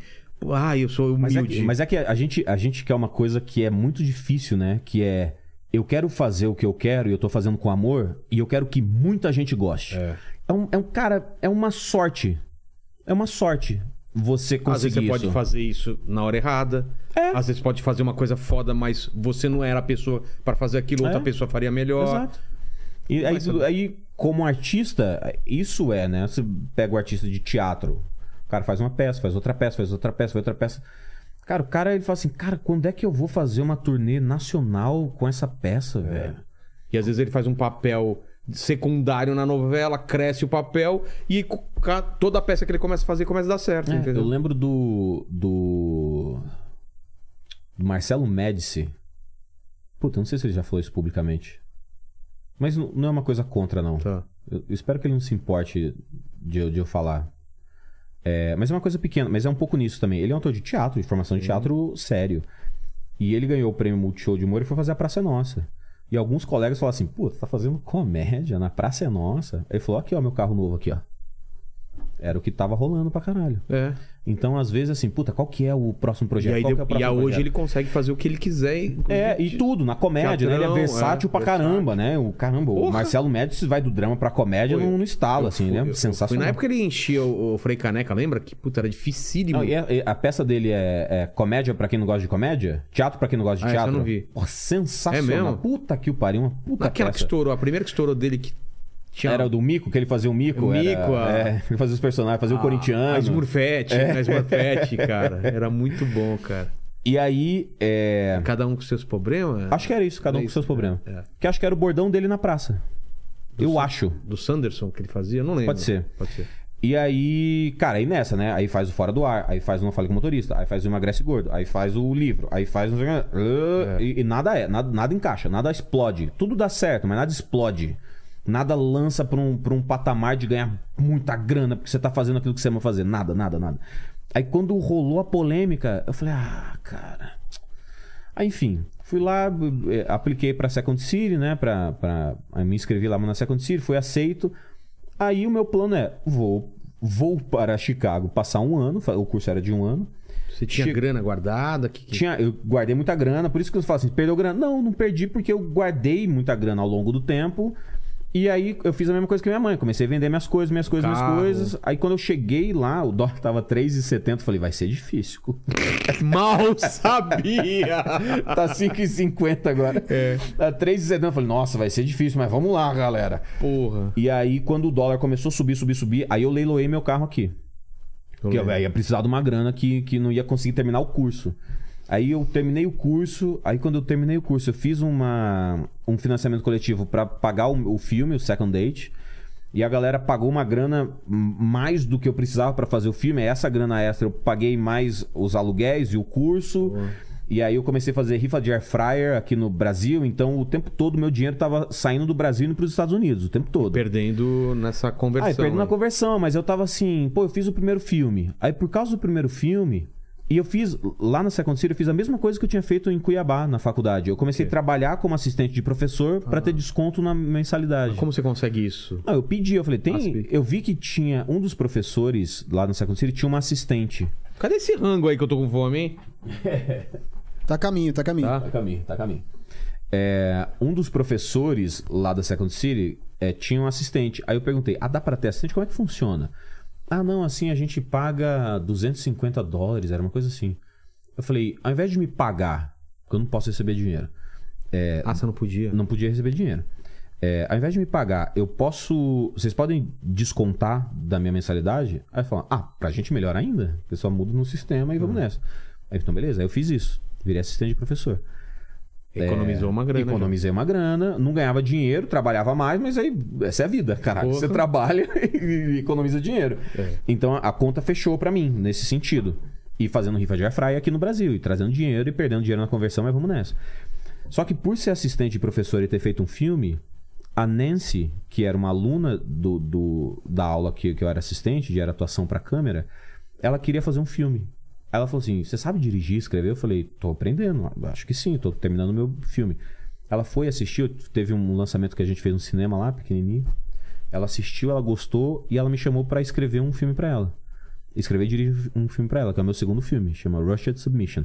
S2: ah, eu sou
S4: Mas
S2: humilde.
S4: é, que, mas é que a gente, a gente quer uma coisa que é muito difícil, né? Que é eu quero fazer o que eu quero e eu tô fazendo com amor e eu quero que muita gente goste. É, um, é um- cara, é uma sorte. É uma sorte você
S2: Às vezes
S4: conseguir
S2: você
S4: isso.
S2: pode fazer isso na hora errada.
S4: É.
S2: Às vezes pode fazer uma coisa foda, mas você não era a pessoa pra fazer aquilo, outra
S4: É.
S2: pessoa faria melhor.
S4: Exato. E aí, aí, como artista, isso é, né? Você pega o artista de teatro, o cara faz uma peça, faz outra peça, faz outra peça, faz outra peça. Cara, o cara ele fala assim, cara, quando é que eu vou
S2: É.
S4: fazer uma turnê nacional com essa peça, velho?
S2: E às vezes ele faz um papel secundário na novela, cresce o papel e co- ca- toda a peça que ele começa a fazer começa a dar certo,
S4: É,
S2: entendeu?
S4: eu lembro do. do. do Marcelo Médici. Puta, eu não sei se ele já falou isso publicamente. Mas n- não é uma coisa contra, não.
S2: Tá.
S4: Eu, eu espero que ele não se importe de, eu- de eu falar. É, mas é uma coisa pequena, mas é um pouco nisso também. Ele é um autor de teatro, de formação de teatro sério. E ele ganhou o prêmio Multishow de Humor e foi fazer a Praça é Nossa. E alguns colegas falaram assim: Pô, você tá fazendo comédia na Praça é Nossa? Ele falou: Aqui, ó, meu carro novo aqui, ó. Era o que tava rolando pra caralho.
S2: É.
S4: Então, às vezes, assim, puta, qual que é o próximo
S2: E
S4: projeto?
S2: aí,
S4: Qual que é
S2: deu-
S4: o
S2: e
S4: próximo
S2: aí hoje
S4: projeto?
S2: ele consegue fazer o que ele quiser. inclusive
S4: É, e tudo, na comédia, né? Ele é
S2: Teatrão,
S4: versátil
S2: é,
S4: pra
S2: versátil.
S4: caramba, né? O caramba, o
S2: Porra.
S4: Marcelo Médici vai do drama pra comédia
S2: Foi.
S4: num, num estalo, assim,
S2: Eu
S4: né?
S2: fui- eu fui
S4: Sensacional.
S2: na época ele enchia o, o Frei Caneca, lembra? Que puta, era dificílimo.
S4: Não, e a, e a peça dele é, é comédia pra quem não gosta de comédia? Teatro pra quem não gosta de
S2: Ah, essa eu
S4: teatro?
S2: não vi.
S4: Porra, sensacional.
S2: É mesmo?
S4: Puta que o pariu, uma puta
S2: Aquela que
S4: peça.
S2: estourou, a primeira que estourou dele que tinha
S4: Era o do Mico, que ele fazia o Mico.
S2: O
S4: era-
S2: Mico, ah. a-
S4: é, ele fazia os personagens, fazia o
S2: A
S4: corintiano.
S2: Smurfette, a Smurfette, cara. Era muito bom, cara.
S4: E aí, é...
S2: Cada um com seus problemas.
S4: Acho que era isso, cada um
S2: É
S4: com
S2: isso,
S4: seus problemas.
S2: é, é.
S4: Que acho que era o bordão dele na praça. Eu acho.
S2: Do Sanderson que ele fazia, não lembro.
S4: Pode ser.
S2: Pode ser.
S4: E aí, cara, aí nessa, né? Aí faz o Fora do Ar, aí faz o Não Fale com o Motorista, aí faz o Emagrece Gordo, aí faz o livro, aí faz... não sei o quê. Uh, E, e nada é, nada, nada encaixa, nada explode. Tudo dá certo, mas nada explode. Nada lança pra um, pra um patamar de ganhar muita grana, porque você tá fazendo aquilo que você ama fazer. Nada, nada, nada. Aí quando rolou a polêmica, eu falei, ah, cara... Aí, Ah, enfim, fui lá, b- eh, apliquei pra Second City, né? Pra, pra, aí me inscrevi lá na Second City, fui aceito. Aí o meu plano é: vou, vou para Chicago passar um ano, fa- o curso era de um ano.
S2: Você tinha
S4: Che-
S2: grana guardada? Que, que-
S4: Tinha, eu guardei muita grana, por isso que eu falo assim, perdeu grana. Não, não perdi porque eu guardei muita grana ao longo do tempo. E aí eu fiz a mesma coisa que minha mãe, comecei a vender minhas coisas, minhas coisas,
S2: Carro.
S4: minhas coisas. Aí quando eu cheguei lá, o dólar tava 3,70, eu falei, vai ser difícil.
S2: Mal sabia!
S4: tá 5,50 agora. É. Tá 3,70, eu falei, nossa, vai ser difícil, mas vamos lá, galera.
S2: Porra.
S4: E aí quando o dólar começou a subir, subir, subir, aí eu leiloei meu carro aqui.
S2: é
S4: Porque eu ia precisar de uma grana que, que não ia conseguir terminar o curso. Aí eu terminei o curso, aí quando eu terminei o curso, eu fiz uma, um financiamento coletivo pra pagar o, o filme, o Second Date. E a galera pagou uma grana m- mais do que eu precisava pra fazer o filme. Aí Essa grana extra eu paguei mais os aluguéis e o curso. E aí eu comecei a fazer rifa de air fryer aqui no Brasil. Então o tempo todo meu dinheiro tava saindo do Brasil e indo pros Estados Unidos, o tempo todo.
S2: Perdendo nessa conversão.
S4: Ah, eu perdi na
S2: né?
S4: conversão, mas eu tava assim, pô, eu fiz o primeiro filme. Aí por causa do primeiro filme, e eu fiz, lá na Second City, eu fiz a mesma coisa que eu tinha feito em Cuiabá, na faculdade. Eu comecei a trabalhar como assistente de professor pra ter desconto na mensalidade.
S2: Ah. Como você consegue isso?
S4: Não, eu pedi, eu falei, tem.
S2: Aspi.
S4: Eu vi que tinha um dos professores lá na Second City, tinha uma assistente.
S2: Cadê esse rango aí que eu tô com fome, hein?
S3: Tá a caminho, tá a caminho.
S2: Tá.
S4: Tá a caminho, tá a caminho. É, um dos professores lá da Second City é, tinha um assistente. Aí eu perguntei: ah, dá pra ter assistente? Como é que funciona? Ah, não, assim a gente paga 250 dólares, era uma coisa assim. Eu falei: ao invés de me pagar, porque eu não posso receber dinheiro,
S2: Ah, você não podia.
S4: É. não podia receber dinheiro. É, ao invés de me pagar, eu posso. Vocês podem descontar da minha mensalidade? Aí falam, ah, pra gente melhor ainda, o pessoal muda no sistema e vamos nessa. Aí, então, beleza, aí eu fiz isso. Virei assistente de professor. é,
S2: Economizou uma grana.
S4: Economizei uma grana, não ganhava dinheiro, trabalhava mais, mas aí essa é a vida, caraca.
S2: Porra. É.
S4: Você trabalha e economiza dinheiro. Então a- a conta fechou pra mim, nesse sentido. E fazendo rifa de airfryer aqui no Brasil, e trazendo dinheiro e perdendo dinheiro na conversão, mas vamos nessa. Só que por ser assistente de professor e ter feito um filme, a Nancy, que era uma aluna do, do- da aula que, que eu era assistente, de era atuação pra câmera, ela queria fazer um filme. Ela falou assim: Você sabe dirigir, escrever? Eu falei: Tô aprendendo, acho que sim, tô terminando meu filme. Ela foi assistir, teve um lançamento que a gente fez no cinema lá, pequenininho. Ela assistiu, ela gostou e ela me chamou pra escrever um filme pra ela. Escrever e dirigir um filme pra ela, que é o meu segundo filme, chama Rushed Submission.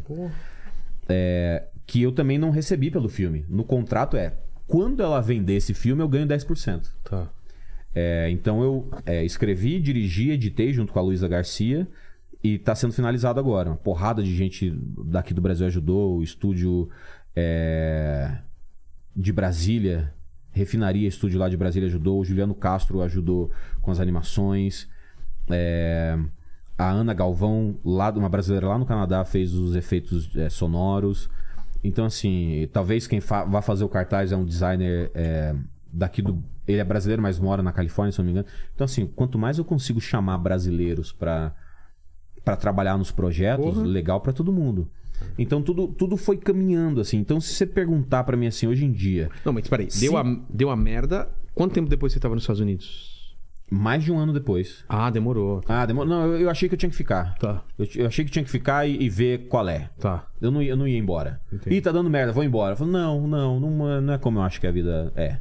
S4: É, que eu também não recebi pelo filme. No contrato é: quando ela vender esse filme, eu ganho 10%.
S2: Tá.
S4: É, então eu é, escrevi, dirigi, editei junto com a Luísa Garcia e tá sendo finalizado agora. Uma porrada de gente daqui do Brasil ajudou, o estúdio é, de Brasília, Refinaria Estúdio lá de Brasília ajudou, o Juliano Castro ajudou com as animações. É, a Ana Galvão, lá, uma brasileira lá no Canadá, fez os efeitos é, sonoros. Então, assim, talvez quem fa- vá fazer o cartaz é um designer é, daqui do ele é brasileiro, mas mora na Califórnia, se eu não me engano. Então, assim, quanto mais eu consigo chamar brasileiros pra para trabalhar nos projetos, legal pra todo mundo. Então, tudo, tudo foi caminhando, assim. Então, se você perguntar pra mim, assim, hoje em dia,
S2: Não, mas peraí. Deu a, deu a merda. Quanto tempo depois você tava nos Estados Unidos?
S4: mais de um ano depois...
S2: Ah, demorou.
S4: Ah, demora. Não, eu, eu achei que eu tinha que ficar.
S2: Tá.
S4: Eu, ti- eu achei que tinha que ficar e, e ver qual é.
S2: Tá.
S4: Eu não, ia- eu não ia embora.
S2: Entendi.
S4: Ih, tá dando merda, vou embora. Eu falo, não, não, não, é- não é como eu acho que a vida é.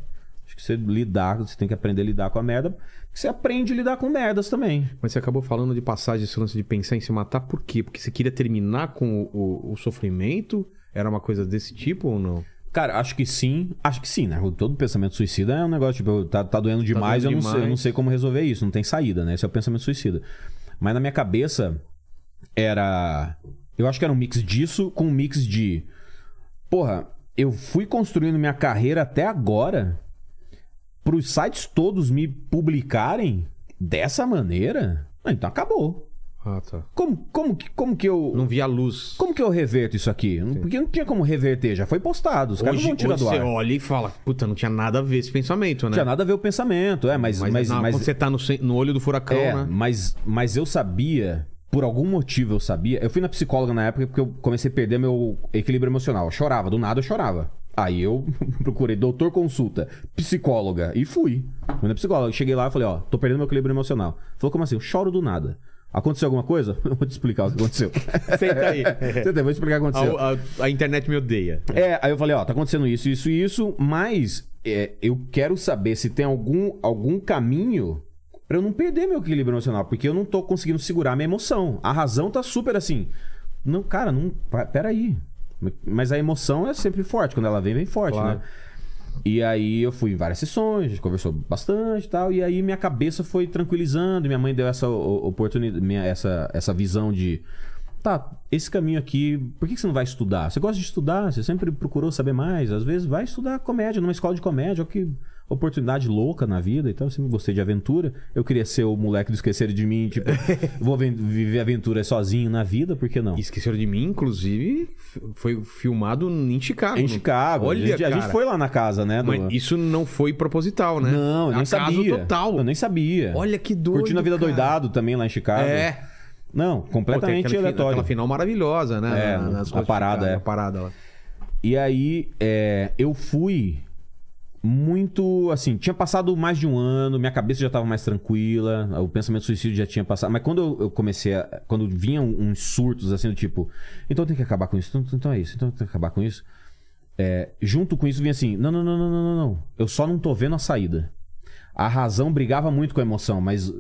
S4: Acho que você lidar, você tem que aprender a lidar com a merda. que Você aprende a lidar com merdas também.
S2: Mas você acabou falando de passagem, esse lance de pensar em se matar, por quê? Porque você queria terminar com o, o- o sofrimento? Era uma coisa desse tipo ou não?
S4: Cara, acho que sim. Acho que sim, né? Todo pensamento suicida é um negócio, tipo, tá, tá doendo demais,
S2: doendo
S4: eu, Não sei, eu não
S2: demais.
S4: sei como resolver isso. Não tem saída, né? Esse é o pensamento suicida. Mas na minha cabeça era. Eu acho que era um mix disso com um mix de. Porra, eu fui construindo minha carreira até agora. Pros sites todos me publicarem dessa maneira. Ah, Então acabou.
S2: Ah, tá.
S4: Como, como, que, como que eu.
S2: Não via a luz.
S4: Como que eu reverto isso aqui? Porque não tinha como reverter, já foi postado. Os caras não
S2: hoje
S4: vão tirar
S2: hoje
S4: do ar.
S2: você olha e fala, puta, não tinha nada a ver esse pensamento, né?
S4: Não tinha nada a ver o pensamento, é, mas.
S2: Mas,
S4: Mas,
S2: na-
S4: mas,
S2: quando você tá no, ce- no olho do furacão,
S4: é,
S2: né?
S4: mas, mas eu sabia, por algum motivo eu sabia. Eu fui na psicóloga na época porque eu comecei a perder meu equilíbrio emocional. Eu chorava, do nada eu chorava. Aí eu procurei doutor consulta, psicóloga, e fui. Fui na psicóloga, cheguei lá e falei, ó, tô perdendo meu equilíbrio emocional. Falou, como assim? Eu choro do nada. Aconteceu alguma coisa? Eu vou te explicar o que aconteceu.
S2: Senta aí.
S4: Senta aí, vou te explicar o que aconteceu.
S2: A, a- a internet me odeia.
S4: É, aí eu falei, ó, tá acontecendo isso, isso e isso, mas é, eu quero saber se tem algum, algum caminho pra eu não perder meu equilíbrio emocional, porque eu não tô conseguindo segurar minha emoção. A razão tá super assim. Não, cara, não. pa- Peraí. Mas a emoção é sempre forte, quando ela vem, vem forte,
S2: Claro.
S4: né? E aí eu fui em várias sessões, a gente conversou bastante e tal, e aí minha cabeça foi tranquilizando, minha mãe deu essa o- oportunidade, minha- essa, essa visão de. Tá, esse caminho aqui, por que que você não vai estudar? Você gosta de estudar, você sempre procurou saber mais, às vezes vai estudar comédia, numa escola de comédia, olha que oportunidade louca na vida e tal. Eu sempre gostei de aventura. Eu queria ser o moleque do esquecer de mim, tipo, vou ven- viver aventura sozinho na vida, por que não?
S2: E Esqueceram de mim, inclusive, f- foi filmado em Chicago.
S4: Em
S2: não-
S4: Chicago,
S2: Olha,
S4: a, gente, a gente
S2: cara.
S4: foi lá na casa, né? do-
S2: Mas isso não foi proposital, né?
S4: Não, eu nem
S2: Acaso
S4: sabia.
S2: total.
S4: Eu nem sabia.
S2: Olha que doido,
S4: Curtindo a vida
S2: cara.
S4: doidado também lá em Chicago.
S2: É.
S4: Não,
S2: Pô, tem
S4: completamente
S2: aquela, fi-
S4: aleatório.
S2: aquela final maravilhosa, né?
S4: É,
S2: Na-
S4: a
S2: ruas de
S4: parada,
S2: Chicago,
S4: é.
S2: a parada lá.
S4: E aí, é, eu fui muito assim. Tinha passado mais de um ano, minha cabeça já estava mais tranquila, o pensamento suicídio já tinha passado. Mas quando eu, eu comecei a. Quando vinham uns surtos assim, do tipo, então tem que acabar com isso, então, então é isso, então tem que acabar com isso. É, junto com isso vinha assim: não, não, não, não, não, não, não. Eu só não tô vendo a saída. A razão brigava muito com a emoção, mas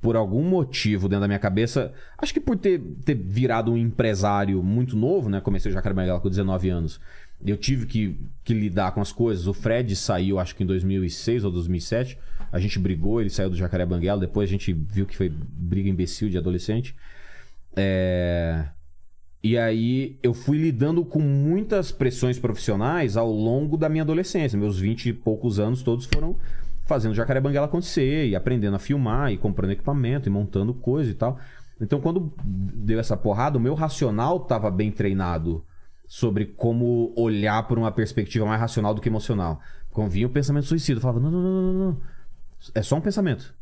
S4: por algum motivo dentro da minha cabeça, acho que por ter, ter virado um empresário muito novo, né? Comecei já trabalhar com 19 anos. Eu tive que, que lidar com as coisas. O Fred saiu, acho que em 2006 ou 2007. A gente brigou, ele saiu do Jacaré Banguela. Depois a gente viu que foi briga imbecil de adolescente. É... E aí eu fui lidando com muitas pressões profissionais ao longo da minha adolescência. Meus 20 e poucos anos todos foram fazendo Jacaré Banguela acontecer e aprendendo a filmar e comprando equipamento e montando coisa e tal. Então quando deu essa porrada, o meu racional estava bem treinado sobre como olhar por uma perspectiva mais racional do que emocional. Quando vinha o pensamento suicida, eu falava: não, não, não, não, não, não. É só um pensamento.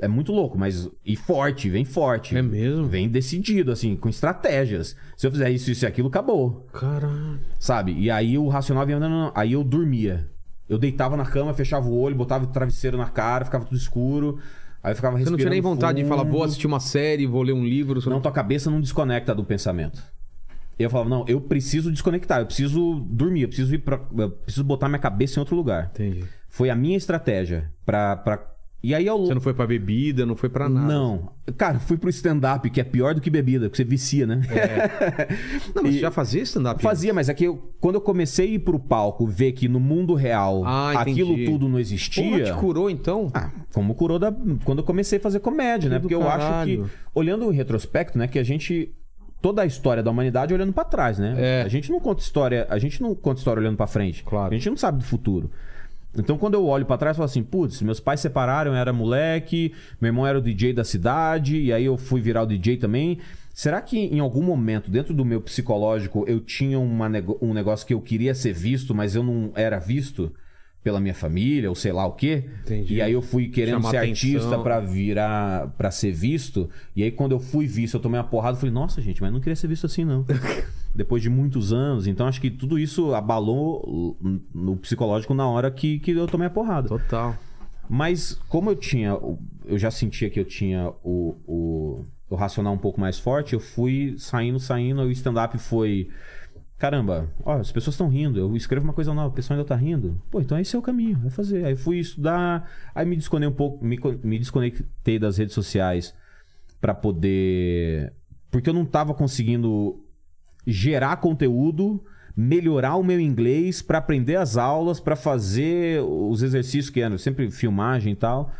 S4: É muito louco, mas. E forte, vem forte.
S2: É mesmo?
S4: Vem decidido, assim, com estratégias. Se eu fizer isso, isso e aquilo, acabou.
S2: Caralho.
S4: Sabe? E aí o racional vinha, não, não, não. Aí eu dormia. Eu deitava na cama, fechava o olho, botava o travesseiro na cara, ficava tudo escuro. Aí eu ficava
S2: Você
S4: respirando.
S2: não tinha nem vontade de falar,
S4: fundo.
S2: vou assistir uma série, vou ler um livro. você
S4: Não, tua cabeça não desconecta do pensamento. Eu falava, não, eu preciso desconectar, eu preciso dormir, eu preciso ir pra, eu preciso botar minha cabeça em outro lugar.
S2: Entendi.
S4: Foi a minha estratégia pra. pra... E aí ao
S2: Você não foi pra bebida, não foi pra nada.
S4: Não. Cara, eu fui pro stand-up, que é pior do que bebida, porque você vicia, né?
S2: É. Não, mas
S4: E-
S2: você já fazia stand-up?
S4: Fazia, mas é que eu- quando eu comecei a ir pro palco, ver que no mundo real
S2: Ah, entendi.
S4: aquilo tudo não
S2: Porra,
S4: existia.
S2: te curou então?
S4: Ah, como curou da... quando eu comecei a fazer comédia, né?
S2: do
S4: Porque eu acho que,
S2: caralho.
S4: olhando em retrospecto, né, que a gente. Toda a história da humanidade é olhando pra trás, né?
S2: É.
S4: A gente não conta história, a gente não conta história olhando pra frente.
S2: Claro.
S4: A gente não sabe do futuro. Então, quando eu olho pra trás, eu falo assim: putz, meus pais separaram, eu era moleque, meu irmão era o DJ da cidade, e aí eu fui virar o DJ também. Será que em algum momento, dentro do meu psicológico, eu tinha uma nego- um negócio que eu queria ser visto, mas eu não era visto? pela minha família, ou sei lá o quê.
S2: Entendi.
S4: E aí eu fui querendo
S2: Chamar
S4: ser
S2: atenção.
S4: artista pra virar, pra ser visto. E aí quando eu fui visto, eu tomei uma porrada, eu falei: "Nossa, gente, mas eu não queria ser visto assim não". Depois de muitos anos, então acho que tudo isso abalou o- no psicológico na hora que, que eu tomei a porrada.
S2: Total.
S4: Mas como eu tinha. o- Eu já sentia que eu tinha o, o, o racional um pouco mais forte, eu fui saindo, saindo, aí o stand-up foi. Caramba, ó, as pessoas estão rindo, eu escrevo uma coisa nova, o pessoal ainda tá rindo. Pô, então esse é o caminho, é fazer. Aí fui estudar, aí me desconei um pouco, me, co- me desconectei das redes sociais pra poder. Porque eu não tava conseguindo gerar conteúdo, melhorar o meu inglês pra aprender as aulas, pra fazer os exercícios que eram sempre filmagem e tal.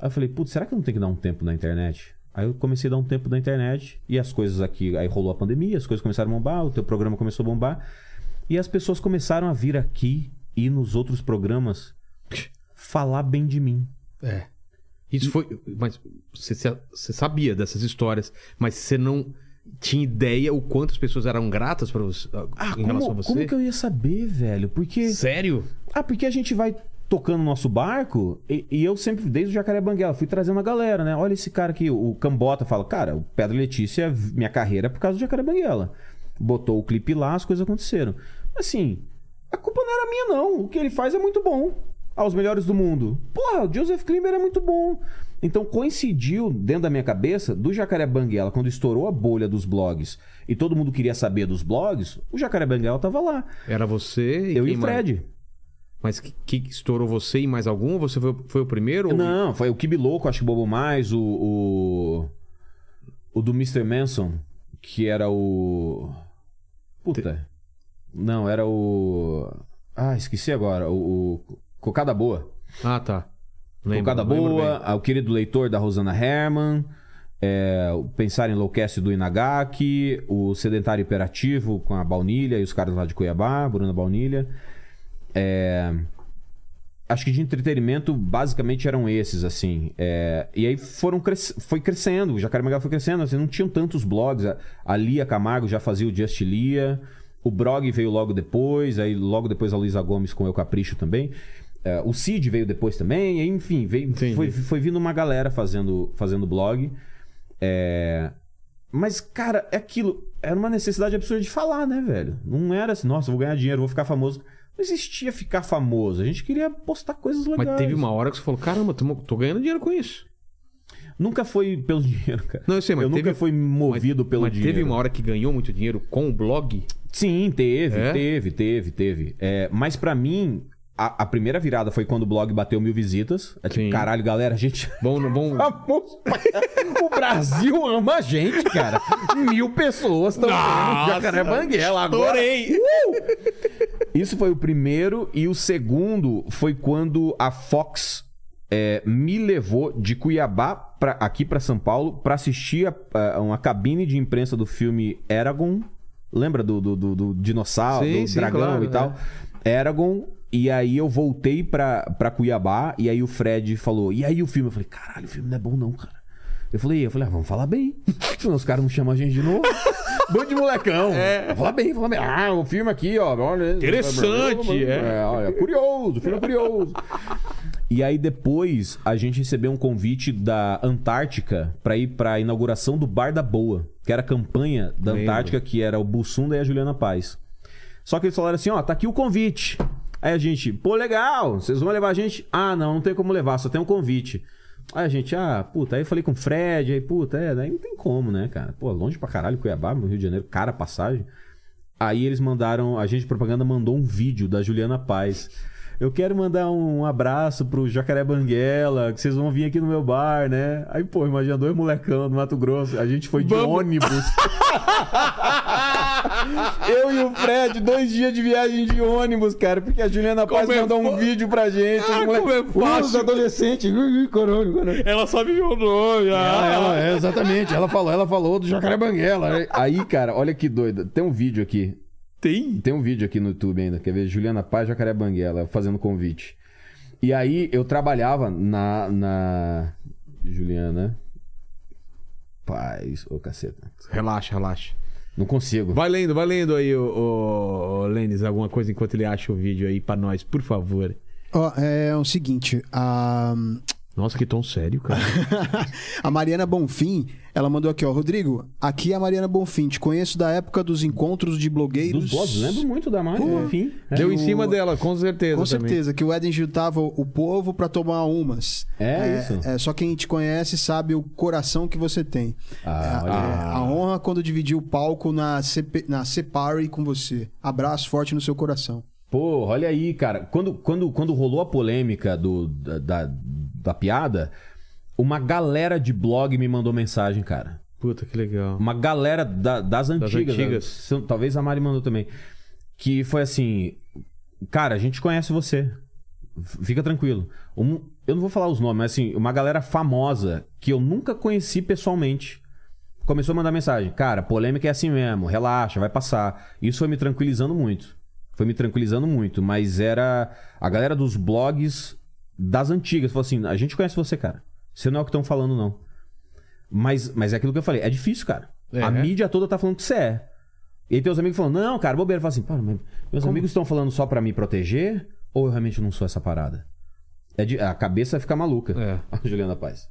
S4: Aí eu falei, putz, será que eu não tenho que dar um tempo na internet? Aí eu comecei a dar um tempo na internet e as coisas aqui. Aí rolou a pandemia, as coisas começaram a bombar, o teu programa começou a bombar. E as pessoas começaram a vir aqui e nos outros programas falar bem de mim.
S2: É. Isso foi. Mas você, você sabia dessas histórias, mas você não tinha ideia o quanto as pessoas eram gratas para você
S4: Ah,
S2: em relação a
S4: como,
S2: você?
S4: como que eu ia saber, velho? Porque.
S2: Sério?
S4: Ah, porque a gente vai tocando o nosso banco e, e eu sempre, desde o Jacaré Banguela, fui trazendo a galera, né? Olha esse cara aqui, o Cambota fala, cara, o Pedro Letícia, minha carreira é por causa do Jacaré Banguela. Botou o clipe lá, as coisas aconteceram. Assim, a culpa não era minha, não. O que ele faz é muito bom. Aos melhores do mundo. Porra, o Joseph Klimber é muito bom. Então coincidiu dentro da minha cabeça do Jacaré Banguela, quando estourou a bolha dos blogs e todo mundo queria saber dos blogs, o Jacaré Banguela tava lá.
S2: Era você e
S4: eu e
S2: quem
S4: o
S2: mais?
S4: Fred.
S2: Mas que, que estourou você e mais algum? Você foi, foi o primeiro? ou-
S4: Não, foi o Kibi Louco, acho que bobo mais, o, o. O do Mr. Manson, que era o. Puta. Não, era o. Ah, esqueci agora. O. o Cocada Boa.
S2: Ah, tá. Lembro,
S4: Cocada
S2: lembro
S4: Boa,
S2: bem.
S4: ah, o querido leitor da Rosana Herman, é, o Pensar Enlouquece do Inagaki, o Sedentário Hiperativo com a Baunilha e os caras lá de Cuiabá, Bruna Baunilha. É, acho que de entretenimento basicamente eram esses, assim. É, e aí foram cres- foi crescendo, o Jacaré Mangá foi crescendo, assim, não tinham tantos blogs. A, a Lia Camargo já fazia o Just Lia, o Brog veio logo depois, aí logo depois a Luísa Gomes com Eu Capricho também. É, o Cid veio depois também, e enfim, veio,
S2: Entendi.
S4: foi, foi vindo uma galera fazendo, fazendo blog. É, mas, cara, é aquilo. Era uma necessidade absurda de falar, né, velho? Não era assim, nossa, vou ganhar dinheiro, vou ficar famoso. Não existia ficar famoso. A gente queria postar coisas legais.
S2: Mas teve uma hora que você falou: caramba, tô, tô ganhando dinheiro com isso.
S4: Nunca foi pelo dinheiro, cara.
S2: Não, eu sei, mas
S4: eu
S2: teve-
S4: nunca fui movido pelo
S2: Mas
S4: dinheiro.
S2: teve uma hora que ganhou muito dinheiro com o blog?
S4: Sim, teve,
S2: É?
S4: teve, teve, teve. É, mas pra mim, a, a primeira virada foi quando o blog bateu mil visitas. É tipo,
S2: Sim.
S4: caralho, galera, a gente.
S2: Bom, não bom.
S4: Ah, Famoso. o Brasil ama a gente, cara. Mil pessoas estão vendo Jacaré Banguela agora. Isso foi o primeiro. E o segundo foi quando a Fox é, me levou de Cuiabá pra, aqui pra São Paulo pra assistir a, a uma cabine de imprensa do filme Eragon. Lembra do, do, do- do dinossauro,
S2: Sim,
S4: do
S2: sim,
S4: dragão
S2: claro, é.
S4: e tal? Eragon. E aí eu voltei pra, pra Cuiabá e aí o Fred falou, e aí o filme? Eu falei, caralho, o filme não é bom não, cara. Eu falei, eu falei, ah, vamos falar bem. Senão os caras não chamam a gente de novo. Bando de molecão.
S2: É.
S4: Fala bem, fala bem. Ah, o filme aqui, ó. Olha,
S2: Interessante, é.
S4: é, olha, curioso, filme curioso. E aí depois a gente recebeu um convite da Antártica pra ir pra inauguração do Bar da Boa, que era a campanha da
S2: Lembro.
S4: Antártica, que era o Bussunda e a Juliana Paz. Só que eles falaram assim, ó, tá aqui o convite. Aí a gente, pô, legal, vocês vão levar a gente? Ah, não, não tem como levar, só tem um convite. Aí a gente, ah, puta, aí eu falei com o Fred, aí, puta, é, daí não tem como, né, cara? Pô, longe pra caralho, Cuiabá, no Rio de Janeiro, cara a passagem. Aí eles mandaram, a gente de propaganda mandou um vídeo da Juliana Paz. Eu quero mandar um abraço pro Jacaré Banguela, que vocês vão vir aqui no meu bar, né? Aí, pô, imagina dois molecão do Mato Grosso, a gente foi de ônibus. Eu e o Fred, dois dias de viagem de ônibus, cara, porque a Juliana Paz
S2: é
S4: mandou um vídeo pra gente. os moleque-
S2: como é fácil.
S4: Os adolescentes. Corona, corona.
S2: Ela sabe meu nome.
S4: Ela, ela, é, exatamente. Ela falou, ela falou do Jacaré Banguela. Aí, cara, olha que doida. Tem um vídeo aqui.
S2: Tem?
S4: Tem um vídeo aqui no YouTube ainda, quer ver? Juliana Paz, Jacaré Banguela, fazendo convite. E aí, eu trabalhava na. na... Juliana. Paz, ô caceta.
S2: Relaxa, relaxa.
S4: Não consigo.
S2: Vai lendo, vai lendo aí, ô, ô, ô, Lênis, alguma coisa enquanto ele acha o vídeo aí pra nós, por favor.
S3: Ó, é o seguinte, a,
S2: Nossa, que tom sério, cara.
S3: a Mariana Bonfim, ela mandou aqui, ó, Rodrigo, aqui é a Mariana Bonfim, te conheço da época dos encontros de blogueiros.
S4: Dos bosses, né? lembro muito da Mari, enfim. É.
S2: Deu em
S3: Que o-
S2: cima dela, com certeza.
S3: Com
S2: também.
S3: certeza, que o Eden juntava o povo pra tomar umas.
S4: É isso.
S3: só quem te conhece sabe o coração que você tem.
S4: Ah,
S3: É,
S4: olha
S3: a, a honra quando dividi o palco na, CP, na Separe com você. Abraço forte no seu coração.
S4: Pô, olha aí, cara. Quando, quando, quando rolou a polêmica do, da, da, da piada, uma galera de blog me mandou mensagem, cara.
S2: Puta, que legal.
S4: Uma galera da- das antigas.
S2: antigas.
S4: né? Se- Talvez a Mari mandou também. Que foi assim: Cara, a gente conhece você. F- Fica tranquilo. Um- eu não vou falar os nomes, mas assim, uma galera famosa que eu nunca conheci pessoalmente. Começou a mandar mensagem. Cara, polêmica é assim mesmo, relaxa, vai passar. Isso foi me tranquilizando muito. Foi me tranquilizando muito, mas era a galera dos blogs das antigas. Falou assim: a gente conhece você, cara. Você não é o que estão falando, não. Mas, mas é aquilo que eu falei, é difícil, cara.
S2: É.
S4: A mídia toda tá falando que você é. E aí tem os amigos falando, não, cara, bobeira. Fala assim, "Pô, mas meus amigos estão falando só pra me proteger? Ou eu realmente não sou essa parada? É de- a cabeça fica maluca.
S2: É.
S4: A Juliana Paz.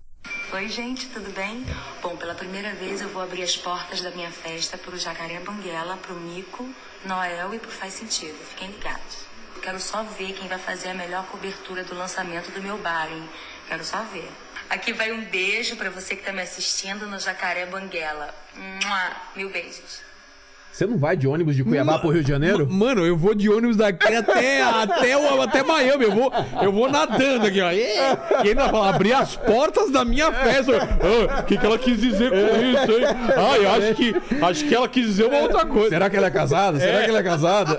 S7: Oi, gente, tudo bem? Bom, pela primeira vez eu vou abrir as portas da minha festa pro Jacaré Banguela, pro Mico, Noel e pro Faz Sentido. Fiquem ligados. Quero só ver quem vai fazer a melhor cobertura do lançamento do meu bar, hein? Quero só ver. Aqui vai um beijo pra você que tá me assistindo no Jacaré Banguela. Mua! Mil beijos.
S4: Você não vai de ônibus de Cuiabá pro Rio de Janeiro?
S2: Mano, eu vou de ônibus daqui até, até, o- até Miami. Eu vou, eu vou nadando aqui, ó. E ainda fala, abrir as portas da minha festa. Ah, O que, que ela quis dizer com isso, hein? Ah, eu acho que, acho que ela quis dizer uma outra coisa.
S4: Será que ela é casada? Será que ela é casada?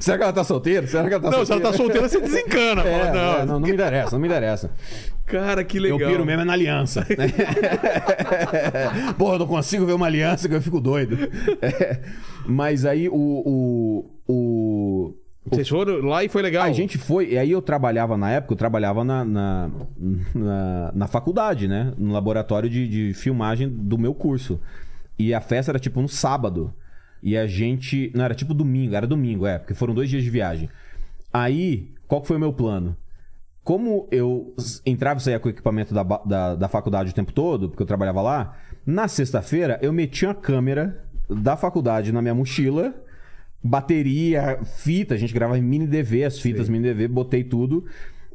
S4: Será que ela tá solteira? Será que ela tá
S2: É. Não, se ela
S4: solteira?
S2: tá solteira, você desencana.
S4: É,
S2: Fala, não.
S4: é, não, não me interessa, não me interessa.
S2: Cara, que
S4: Eu
S2: legal.
S4: piro mesmo é na aliança. Porra, eu não consigo ver uma aliança que eu fico doido. É, mas aí o- o- o
S2: Vocês foram lá e foi legal.
S4: A gente foi, e aí eu trabalhava na época, eu trabalhava na, na, na, na faculdade, né? No laboratório de, de filmagem do meu curso. E a festa era tipo no sábado. E a gente. Não, era tipo domingo, era domingo, é, porque foram dois dias de viagem. Aí, qual que foi o meu plano? Como eu s- entrava e saía com o equipamento da, ba- da, da faculdade o tempo todo, porque eu trabalhava lá, na sexta-feira eu metia a câmera da faculdade na minha mochila, bateria, fita, a gente gravava em mini DV, as fitas mini DV, botei tudo.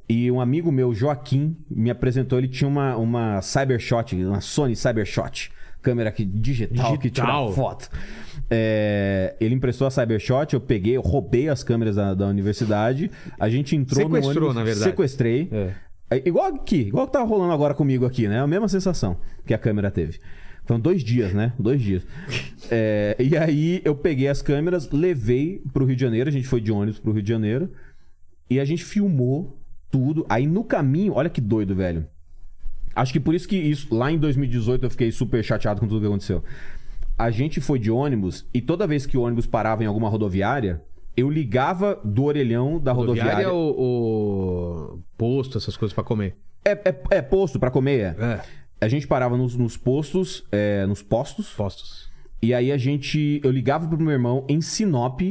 S4: E um amigo meu, Joaquim, me apresentou, ele tinha uma, uma Cybershot, uma Sony Cybershot, câmera que digital, que
S2: Digital.
S4: tira foto. É, ele emprestou a Cybershot, eu peguei, eu roubei as câmeras da, da universidade. A gente entrou no
S2: Sequestrou,
S4: ônibus,
S2: na verdade.
S4: Sequestrei.
S2: É.
S4: É igual aqui, igual que tá rolando agora comigo aqui, né? A mesma sensação que a câmera teve. Foram dois dias, né? Dois dias. É, e aí eu peguei as câmeras, levei pro Rio de Janeiro, a gente foi de ônibus pro Rio de Janeiro. E a gente filmou tudo. Aí no caminho, olha que doido, velho. Acho que por isso que isso, lá em 2018 eu fiquei super chateado com tudo que aconteceu. A gente foi de ônibus e toda vez que o ônibus parava em alguma rodoviária, eu ligava do orelhão da rodoviária.
S2: Rodoviária ou, ou posto, essas coisas pra comer?
S4: É, é- é posto pra comer, é.
S2: É.
S4: A gente parava nos, nos postos, é, nos postos,
S2: Postos.
S4: e aí a gente. Eu ligava pro meu irmão em Sinop.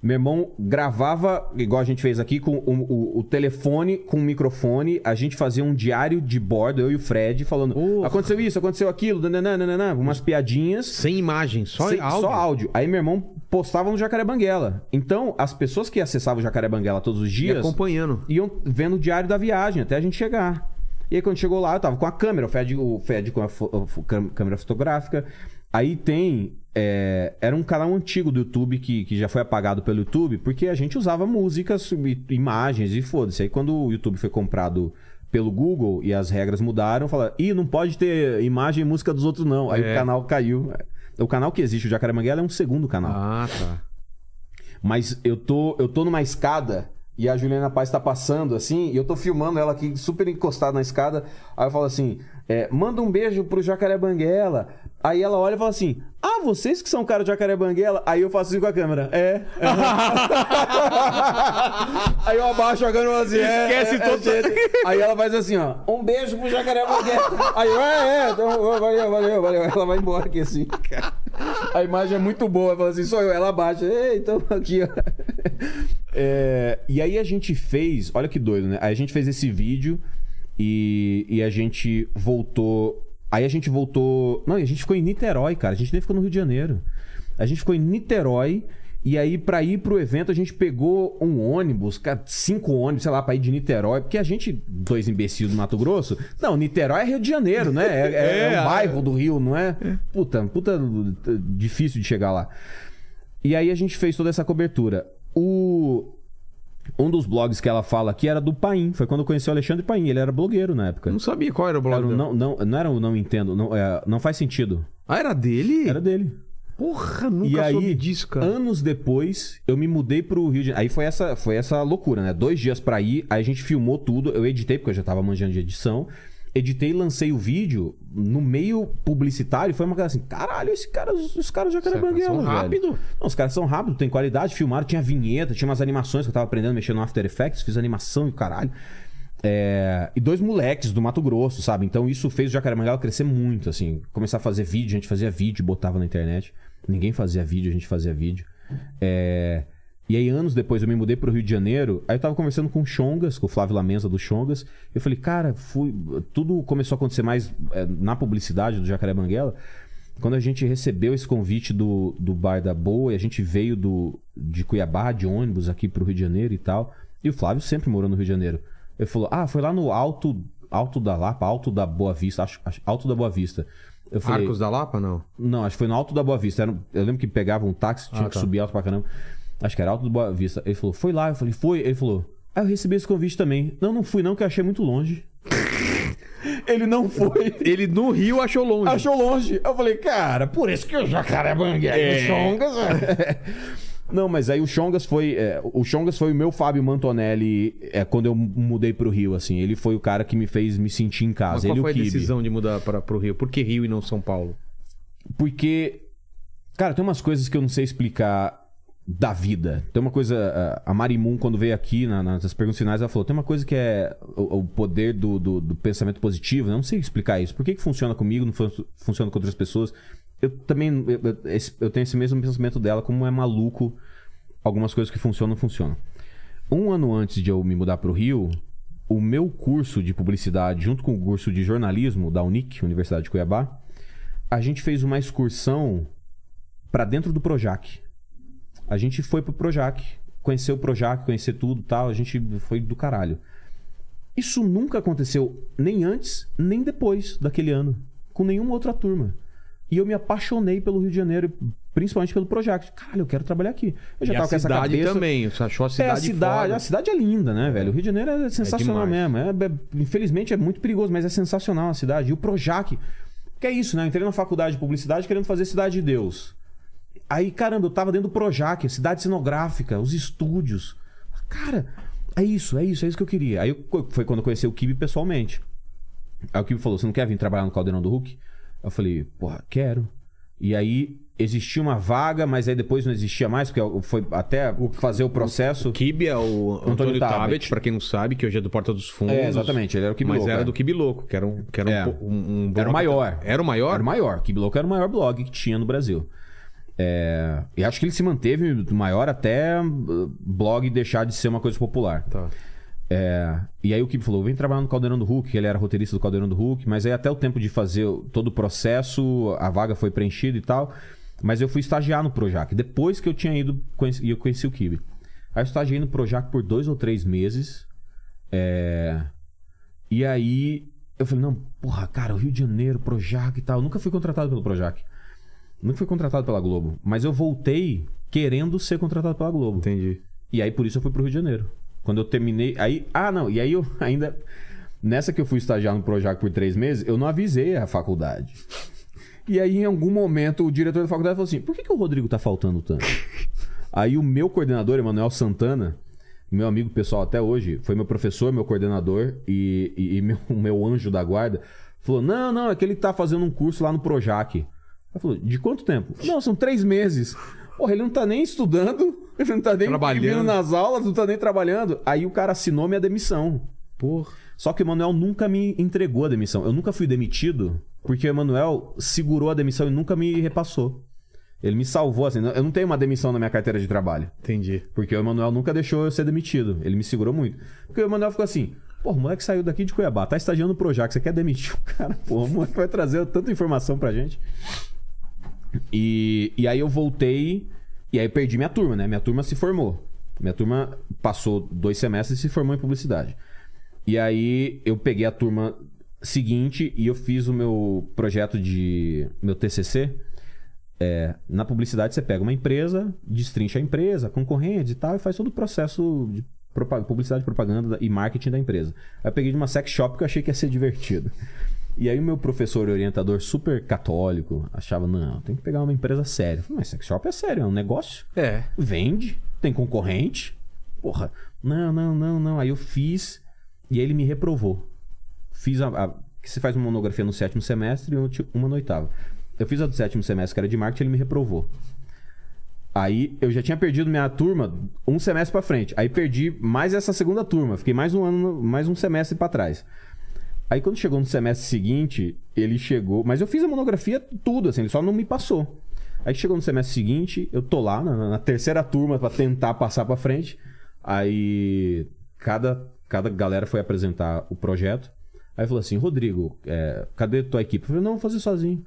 S4: Meu irmão gravava, igual a gente fez aqui, com o, o- o telefone, com o microfone. A gente fazia um diário de bordo, eu e o Fred, falando:
S2: Porra.
S4: aconteceu isso, aconteceu aquilo, nananana, umas piadinhas.
S2: Sem imagem, só
S4: Sem-
S2: áudio.
S4: Só áudio. Aí meu irmão postava no Jacaré Banguela. Então, as pessoas que acessavam o Jacaré Banguela todos os
S2: E
S4: dias
S2: acompanhando.
S4: iam vendo o diário da viagem até a gente chegar. E aí, quando chegou lá, eu tava com a câmera, o Fed, o Fed com a, fo- a fo- cam- câmera fotográfica. Aí tem. é, era um canal antigo do YouTube que, que já foi apagado pelo YouTube, porque a gente usava músicas, e imagens e foda-se. Aí, quando o YouTube foi comprado pelo Google e as regras mudaram, falaram: ih, não pode ter imagem e música dos outros, não. Aí
S2: É.
S4: o canal caiu. O canal que existe, o Jacaré Manguela, é um segundo canal.
S2: Ah, tá.
S4: Mas eu tô, eu tô numa escada e a Juliana Paz tá passando assim, e eu tô filmando ela aqui super encostada na escada. Aí eu falo assim: é, manda um beijo pro Jacaré Banguela. Aí ela olha e fala assim: Ah, vocês que são o cara do Jacaré Banguela? Aí eu faço assim com a câmera: É. Aí eu abaixo a câmera e falo assim: é,
S2: Esquece
S4: é, é
S2: todo-
S4: gente." Aí ela faz assim: Ó, um beijo pro Jacaré Banguela. Aí eu: É, é, então, valeu, valeu, valeu. Ela vai embora aqui assim, cara. A imagem é muito boa. Ela fala assim, sou eu. Ela abaixa. Ei, então aqui, ó. É, e aí a gente fez. Olha que doido, né? Aí a gente fez esse vídeo e, e a gente voltou. Aí a gente voltou. Não, e a gente ficou em Niterói, cara. A gente nem ficou no Rio de Janeiro. A gente ficou em Niterói. E aí, pra ir pro evento, a gente pegou um ônibus, cara, cinco ônibus, sei lá, pra ir de Niterói. Porque a gente, dois imbecis do Mato Grosso. Não, Niterói é Rio de Janeiro, né? É, é, é um bairro do Rio, não é? Puta, puta, difícil de chegar lá. E aí a gente fez toda essa cobertura. O... Um dos blogs que ela fala aqui era do Paim. Foi quando eu conheci o Alexandre Paim. Ele era blogueiro na época.
S2: Não sabia qual era o blog.
S4: Era o
S2: dela.
S4: não, não, não era o Não Entendo. Não, é, não faz sentido.
S2: Ah, era dele?
S4: Era dele.
S2: Porra,
S4: E
S2: nunca soube
S4: aí,
S2: disso, cara.
S4: anos depois, eu me mudei pro Rio de Janeiro. Aí foi essa, foi essa loucura, né? Dois dias pra ir, aí a gente filmou tudo. Eu editei, porque eu já tava manjando de edição. Editei, lancei o vídeo. No meio publicitário, foi uma coisa assim: caralho, esse cara, os, os caras já querem
S2: caras
S4: branguela.
S2: são
S4: velho."
S2: rápido.
S4: Não, os caras são rápidos, tem qualidade. Filmaram, tinha vinheta, tinha umas animações que eu tava aprendendo, mexendo no After Effects, fiz animação e o caralho. É, e dois moleques do Mato Grosso, sabe? Então isso fez o Jacaremanguela crescer muito, assim. Começar a fazer vídeo, a gente fazia vídeo, botava na internet. Ninguém fazia vídeo, a gente fazia vídeo. É, e aí, anos depois, eu me mudei pro Rio de Janeiro. Aí eu tava conversando com o Chongas, com o Flávio Lamensa do Chongas. Eu falei, cara, fui... tudo começou a acontecer mais é, na publicidade do Jacaré Banguela. Quando a gente recebeu esse convite do, do Bar da Boa, e a gente veio do, de Cuiabá de ônibus aqui pro Rio de Janeiro e tal. E o Flávio sempre morou no Rio de Janeiro. Ele falou: Ah, foi lá no Alto, Alto da Lapa, Alto da Boa Vista, acho, acho- Alto da Boa Vista. Eu falei,
S2: Arcos da Lapa, não?
S4: não, acho que foi no Alto da Boa Vista. Era um- eu lembro que pegava um táxi, tinha
S2: Ah,
S4: que
S2: tá.
S4: subir alto pra caramba. Acho que era Alto da Boa Vista. Ele falou, foi lá. Eu falei, foi. Ele falou, ah, eu recebi esse convite também. Não, não fui não, que eu achei muito longe. Ele não foi.
S2: Ele no Rio achou longe.
S4: Achou longe. Eu falei, cara, por isso que o jacaré banguela é. o Chongas. é. Não, mas aí o Chongas foi. é, o Chongas foi o meu Fábio Mantonelli é, quando eu mudei pro Rio, assim. Ele foi o cara que me fez me sentir em casa.
S2: Mas
S4: ele
S2: qual
S4: e o
S2: foi a
S4: Kibe.
S2: decisão de mudar pra, pro Rio? Por que Rio e não São Paulo?
S4: Porque, cara, tem umas coisas que eu não sei explicar da vida. Tem uma coisa. A a Mari Moon, quando veio aqui na- nas perguntas finais, ela falou: tem uma coisa que é o, o poder do, do- do pensamento positivo. né? Eu não sei explicar isso. Por que, que funciona comigo, não fun- funciona com outras pessoas? Eu também. Eu, eu- esse- eu tenho esse mesmo pensamento dela, como é maluco. Algumas coisas que funcionam, não funcionam. Um ano antes de eu me mudar para o Rio, o meu curso de publicidade, junto com o curso de jornalismo da UNIC, Universidade de Cuiabá, a gente fez uma excursão pra dentro do Projac. A gente foi pro Projac, conheceu o Projac, conhecer tudo, e tal, a gente foi do caralho. Isso nunca aconteceu nem antes, nem depois daquele ano, com nenhuma outra turma. E eu me apaixonei pelo Rio de Janeiro, principalmente pelo Projac. Caralho, eu quero trabalhar aqui. Eu já
S2: e
S4: tava
S2: a
S4: com essa
S2: cidade
S4: cabeça.
S2: também. Você achou a
S4: É,
S2: cidade
S4: a cidade,
S2: foda.
S4: a cidade é linda, né, velho? O Rio de Janeiro é sensacional
S2: demais.
S4: mesmo. É, é- infelizmente é muito perigoso, mas é sensacional a cidade. E o Projac, que é isso, né? Eu entrei na faculdade de publicidade querendo fazer Cidade de Deus. Aí, caramba, eu tava dentro do Projac, a cidade cenográfica, os estúdios. Cara, é isso, é isso, é isso que eu queria. Aí eu- foi quando eu conheci o Kibe pessoalmente. Aí o Kibe falou: Você não quer vir trabalhar no Caldeirão do Hulk? Eu falei: Porra, quero. E aí existia uma vaga, mas aí depois não existia mais, porque foi até fazer o processo.
S2: O Kibe é o Antônio, Tabet,
S4: Tabet,
S2: pra quem não sabe, que hoje é do Porta dos Fundos.
S4: É, exatamente, ele era o Kibe
S2: Mas
S4: Louco,
S2: era
S4: é.
S2: do Kibe Louco, que era um... Que era, um
S4: É.
S2: po- um- um
S4: Era o maior.
S2: Era o maior?
S4: Era o maior. Kibloco era o maior blog que tinha no Brasil. É, E acho que ele se manteve maior até uh, blog deixar de ser uma coisa popular.
S2: Tá.
S4: É, E aí o Kib falou: vem trabalhar no Caldeirão do Hulk, ele era roteirista do Caldeirão do Hulk, mas aí até o tempo de fazer o- todo o processo, a vaga foi preenchida e tal. Mas eu fui estagiar no Projac, depois que eu tinha ido conheci- e eu conheci o Kib. Aí eu estagiei no Projac por dois ou três meses. É... E aí eu falei, não, porra, cara, o Rio de Janeiro, Projac e tal. Eu nunca fui contratado pelo Projac. Nunca fui contratado pela Globo. Mas eu voltei querendo ser contratado pela Globo.
S2: Entendi.
S4: E aí por isso eu fui pro Rio de Janeiro. Quando eu terminei. Aí. Ah, não. E aí eu ainda. Nessa que eu fui estagiar no Projac por três meses, eu não avisei a faculdade. E aí, em algum momento, o diretor da faculdade falou assim: por que, que o Rodrigo tá faltando tanto? aí o meu coordenador, Emanuel Santana, meu amigo pessoal até hoje, foi meu professor, meu coordenador e, e- e meu, meu anjo da guarda, falou: não, não, é que ele tá fazendo um curso lá no Projac. Ela falou, de quanto tempo? Não, são três meses. Porra, ele não tá nem estudando, ele não tá nem
S2: Trabalhando.
S4: vindo nas aulas, não tá nem trabalhando. Aí o cara assinou minha demissão.
S2: Porra.
S4: Só que o Emanuel nunca me entregou a demissão. Eu nunca fui demitido porque o Emanuel segurou a demissão e nunca me repassou. Ele me salvou, assim. Eu não tenho uma demissão na minha carteira de trabalho.
S2: Entendi.
S4: Porque o Emanuel nunca deixou eu ser demitido. Ele me segurou muito. Porque o Emanuel ficou assim. Pô, o moleque saiu daqui de Cuiabá, tá estagiando no Projac, você quer demitir o cara? Pô, o moleque vai trazer tanta informação pra gente. E, e aí eu voltei e aí perdi minha turma, né? Minha turma se formou. Minha turma passou dois semestres e se formou em publicidade. E aí eu peguei a turma seguinte e eu fiz o meu projeto de meu TCC. É, na publicidade você pega uma empresa, destrincha a empresa, concorrentes e tal e faz todo o processo de propa- publicidade, propaganda e marketing da empresa. Aí eu peguei de uma sex shop que eu achei que ia ser divertido. E aí o meu professor e orientador super católico achava, não, tem que pegar uma empresa séria. Eu falei, mas sex shop é sério, é um negócio
S2: É.
S4: vende, tem concorrente. Porra, não, não, não, não. Aí eu fiz e aí ele me reprovou. Fiz a. a- que você faz uma monografia no sétimo semestre e uma ti- uma no oitavo. Eu fiz a do sétimo semestre, que era de marketing, ele me reprovou. Aí eu já tinha perdido minha turma um semestre pra frente. Aí perdi mais essa segunda turma. Fiquei mais um ano, mais um semestre pra trás. Aí quando chegou no semestre seguinte, ele chegou. Mas eu fiz a monografia tudo, assim, ele só não me passou. Aí chegou no semestre seguinte, eu tô lá na, na terceira turma pra tentar passar pra frente. Aí cada, cada galera foi apresentar o projeto. Aí falou assim: Rodrigo, é, cadê tua equipe? Eu falei: não, vou fazer sozinho.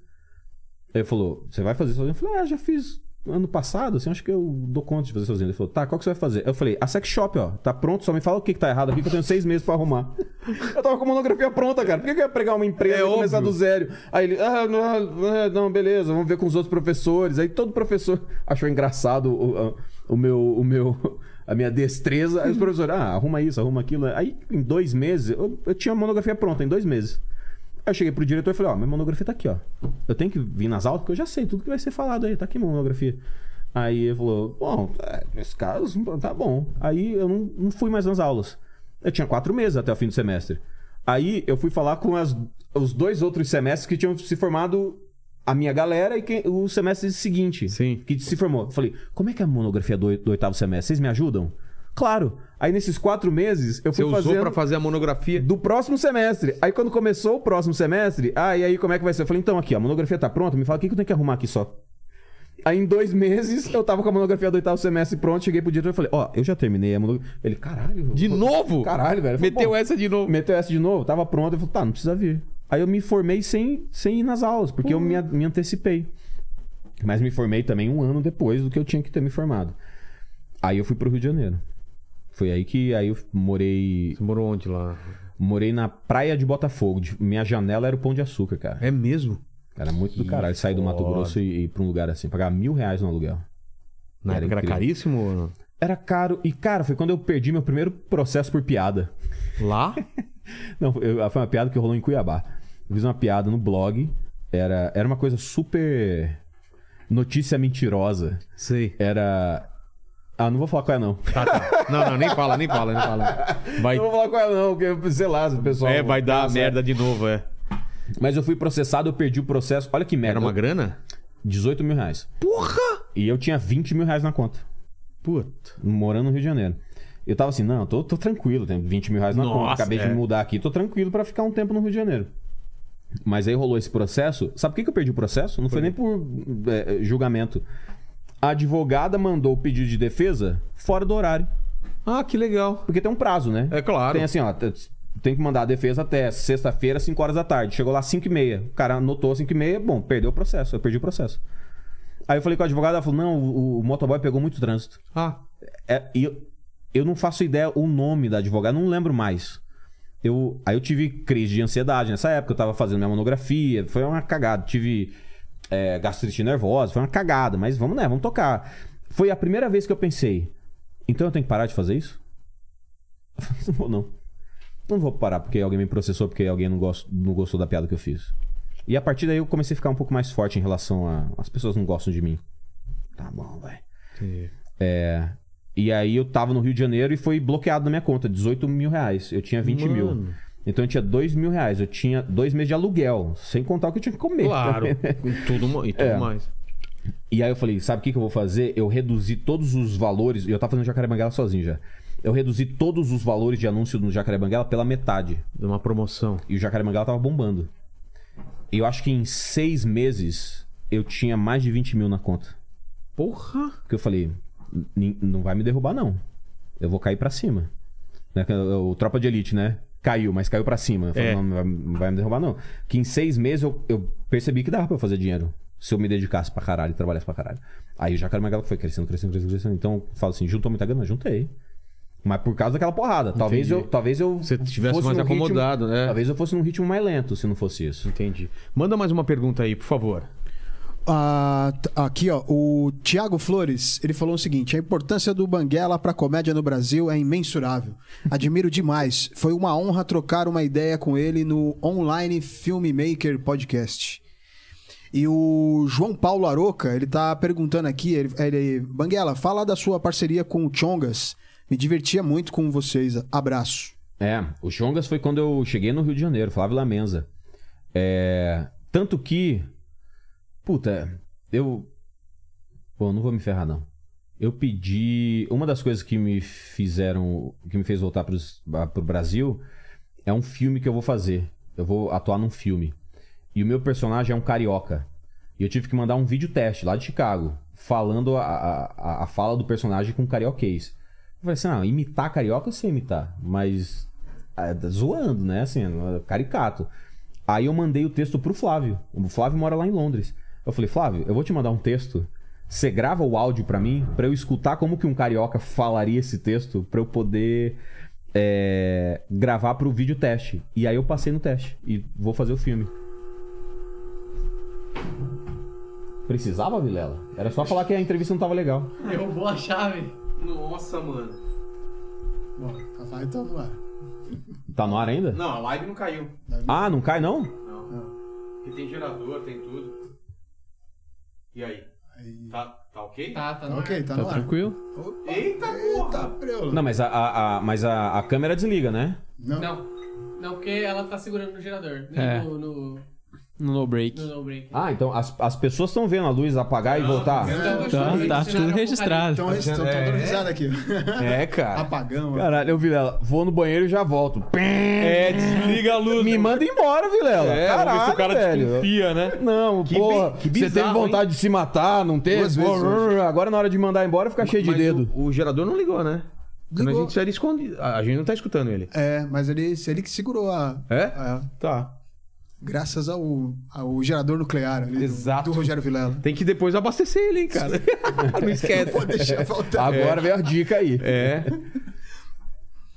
S4: Aí Ele falou, você vai fazer sozinho? Eu falei, ah, já fiz ano passado, assim, acho que eu dou conta de fazer sozinho. Ele falou, tá, qual que você vai fazer? Eu falei, a sex shop, ó, tá pronto, só me fala o que, que tá errado aqui, que eu tenho seis meses pra arrumar. eu tava com a monografia pronta, cara. Por que, que eu ia pegar uma empresa
S2: É
S4: e começar
S2: óbvio.
S4: do zero? Aí ele, ah, não, ah, não, beleza, vamos ver com os outros professores. Aí todo professor achou engraçado o, a- o meu. O meu a minha destreza, aí os professores, ah, arruma isso, arruma aquilo. Aí, em dois meses, eu, eu tinha a monografia pronta, em dois meses. Aí eu cheguei pro diretor e falei, ó, minha monografia tá aqui, ó. Eu tenho que vir nas aulas, porque eu já sei tudo que vai ser falado aí, tá aqui minha monografia. Aí ele falou, bom, é, nesse caso, tá bom. Aí eu não, não fui mais nas aulas. Eu tinha quatro meses até o fim do semestre. Aí eu fui falar com as- os dois outros semestres que tinham se formado a minha galera e quem- o semestre seguinte.
S2: Sim.
S4: Que se formou. Eu Falei, como é que é a monografia do, do oitavo semestre? Vocês me ajudam? Claro. Aí nesses quatro meses eu
S2: Você
S4: fui
S2: usou
S4: fazendo...
S2: pra fazer a monografia?
S4: Do próximo semestre. Aí quando começou o próximo semestre, ah, e aí como é que vai ser? Eu falei, então aqui, ó, a monografia tá pronta, me fala o que, que eu tenho que arrumar aqui só. Aí em dois meses eu tava com a monografia do oitavo semestre pronta, cheguei pro diretor e falei, ó, eu já terminei a monografia. Ele, caralho.
S2: De
S4: eu-
S2: novo?
S4: Caralho, velho. Eu falei,
S2: Meteu
S4: "Pô,
S2: essa de novo.
S4: Meteu essa de novo, tava pronta. Eu falei, tá, não precisa vir. Aí eu me formei sem, sem ir nas aulas, porque eu me, a- me antecipei. Mas me formei também um ano depois do que eu tinha que ter me formado. Aí eu fui pro Rio de Janeiro. Foi aí que aí eu morei
S2: Você morou onde lá?
S4: Morei na praia de Botafogo. de- Minha janela era o Pão de Açúcar, cara.
S2: É mesmo?
S4: Era muito do caralho sair do Mato
S2: foda.
S4: Grosso e ir pra um lugar assim. Pagar mil reais no aluguel.
S2: Na
S4: Era
S2: época era
S4: incrível.
S2: caríssimo ou não?
S4: Era caro. E, cara, foi quando eu perdi meu primeiro processo por piada.
S2: Lá?
S4: Não, eu- foi uma piada que rolou em Cuiabá. Eu fiz uma piada no blog. Era, era uma coisa super... Notícia mentirosa.
S2: Sei.
S4: Era... Ah, não vou falar qual é, não.
S2: Tá, tá. Não, não, nem fala, nem fala, nem fala. Vai,
S4: Não vou falar qual é, não. Porque, sei lá, se o pessoal...
S2: é, vai dar
S4: Nossa.
S2: merda de novo, é.
S4: Mas eu fui processado, eu perdi o processo. Olha que
S2: Era
S4: merda.
S2: uma grana?
S4: 18 mil reais. Porra! E eu tinha 20 mil reais na conta,
S2: Puta.
S4: morando no Rio de Janeiro. Eu tava assim, não, tô, tô tranquilo, tenho 20 mil reais na conta,
S2: Nossa,
S4: acabei
S2: é.
S4: de me mudar aqui, tô tranquilo pra ficar um tempo no Rio de Janeiro. Mas aí rolou esse processo. Sabe por que que eu perdi o processo? Não foi nem por é, julgamento. A advogada mandou o pedido de defesa fora do horário.
S2: Ah, que legal.
S4: Porque tem um prazo, né?
S2: É claro.
S4: Tem assim, ó, t- tem que mandar a defesa até sexta-feira, 5 horas da tarde. Chegou lá 5 e meia. O cara anotou 5 e meia, bom, perdeu o processo, eu perdi o processo. Aí eu falei com a advogada, ela falou, não, o, o motoboy pegou muito trânsito.
S2: Ah,
S4: É, e eu, eu não faço ideia o nome da advogada, não lembro mais. Eu, aí eu tive crise de ansiedade nessa época, eu tava fazendo minha monografia, foi uma cagada. Tive é, gastrite nervosa, foi uma cagada, mas vamos né, vamos tocar. Foi a primeira vez que eu pensei, então eu tenho que parar de fazer isso? não vou não. Não vou parar porque alguém me processou, porque alguém não, gost, não gostou da piada que eu fiz. E a partir daí eu comecei a ficar um pouco mais forte em relação a... As pessoas não gostam de mim. Tá bom, vai. É. E aí eu tava no Rio de Janeiro e foi bloqueado na minha conta, 18 mil reais. Eu tinha 20 mil.
S2: Mano.
S4: Então eu tinha 2 mil reais. Eu tinha dois meses de aluguel, sem contar o que eu tinha que comer.
S2: claro. E tudo, mo- e tudo
S4: É.
S2: mais.
S4: E aí eu falei, sabe o que, que eu vou fazer? Eu reduzi todos os valores. E eu tava fazendo Jacaré Banguela sozinho já. Eu reduzi todos os valores de anúncio no Jacaré Banguela pela metade.
S2: Deu uma promoção.
S4: E o Jacaré Banguela tava bombando. E eu acho que em seis meses eu tinha mais de 20 mil na conta.
S2: Porra!
S4: Porque eu falei, "Nin- não vai me derrubar, não. Eu vou cair pra cima. Né, que eu- O Tropa de Elite, né? Caiu, mas caiu pra cima. Eu falei,
S2: É.
S4: não, não vai, não vai me derrubar, não. Que em seis meses eu, eu percebi que dava pra eu fazer dinheiro. Se eu me dedicasse pra caralho, trabalhasse pra caralho. Aí o Jacaré Magalo foi crescendo, crescendo, crescendo, crescendo. Então eu falo assim, juntou muita grana? Juntei. Mas por causa daquela porrada. Talvez
S2: Entendi.
S4: eu. Talvez eu
S2: Se tivesse
S4: fosse
S2: mais
S4: num ritmo-
S2: acomodado, né?
S4: Talvez eu fosse num ritmo mais lento se não fosse isso.
S2: Entendi. Manda mais uma pergunta aí, por favor.
S3: Ah, t- aqui, ó, o Thiago Flores, ele falou o seguinte: a importância do Banguela pra comédia no Brasil é imensurável. Admiro demais. Foi uma honra trocar uma ideia com ele no Online Filmmaker Podcast. E o João Paulo Aroca, ele tá perguntando aqui, ele, ele- Banguela, fala da sua parceria com o Chongas. Me divertia muito com vocês. Abraço.
S4: É, o Chongas foi quando eu cheguei no Rio de Janeiro, Flávio Lamenza. É, tanto que. Puta, eu. Pô, não vou me ferrar, não. Eu pedi. Uma das coisas que me fizeram. que me fez voltar pros, a- pro Brasil é um filme que eu vou fazer. Eu vou atuar num filme. E o meu personagem é um carioca. E eu tive que mandar um vídeo teste lá de Chicago, falando a, a- a, a fala do personagem com um carioquês. Eu falei assim, não, imitar carioca eu sei imitar, mas ah, tá zoando, né? Assim, caricato. Aí eu mandei o texto pro Flávio. O Flávio mora lá em Londres. Eu falei, Flávio, eu vou te mandar um texto. Você grava o áudio pra mim, pra eu escutar como que um carioca falaria esse texto, pra eu poder é, gravar pro vídeo teste. E aí eu passei no teste e vou fazer o filme. Precisava, Vilela? Era só falar que a entrevista não tava legal.
S6: Derrubou a chave.
S2: Nossa, mano.
S3: Então,
S4: Tá no ar ainda?
S2: Não, a live não caiu.
S4: Ah, não cai não?
S2: Porque tem gerador, tem tudo. E aí? Tá, tá ok?
S6: Tá, tá,
S3: tá
S5: Tá tranquilo?
S2: Eita, porra!
S4: Não, mas a, a- a- mas a, a câmera desliga, né?
S6: Não. Não, porque ela tá segurando no gerador.
S5: É.
S6: No, no, no,
S5: No no break.
S6: no break. Então,
S4: Ah, então as, as pessoas estão vendo a luz apagar e voltar.
S2: É,
S5: Tá, tá
S6: Cenário
S5: tudo registrado.
S3: Então, estão dando risada aqui.
S4: É, cara.
S3: Apagão. né?
S4: Caralho, eu Vilela, vou no banheiro e já volto.
S2: É, desliga a luz.
S4: Me manda embora, Vilela.
S2: É, vamos ver
S4: Caralho,
S2: se o cara
S4: velho.
S2: desconfia, né?
S4: Não,
S2: Que
S4: porra,
S2: bi- que
S4: você teve
S2: bizarro,
S4: vontade de se matar, não teve?
S3: Duas vezes hoje.
S4: Agora na hora de mandar embora fica cheio de
S2: Mas
S4: dedo.
S2: O, o gerador não ligou, né? Quando a
S3: Ligou.
S2: gente sai, ele esconde. A a gente não tá escutando ele.
S3: É, mas ele, ele que segurou a.
S2: É?
S3: a-
S2: Tá.
S3: graças ao, ao gerador nuclear ali, do-
S2: Exato.
S3: do Rogério Vilela.
S2: Tem que depois abastecer ele, hein, cara. não esquece.
S3: Vou deixar faltar.
S4: Agora veio a dica aí.
S2: É.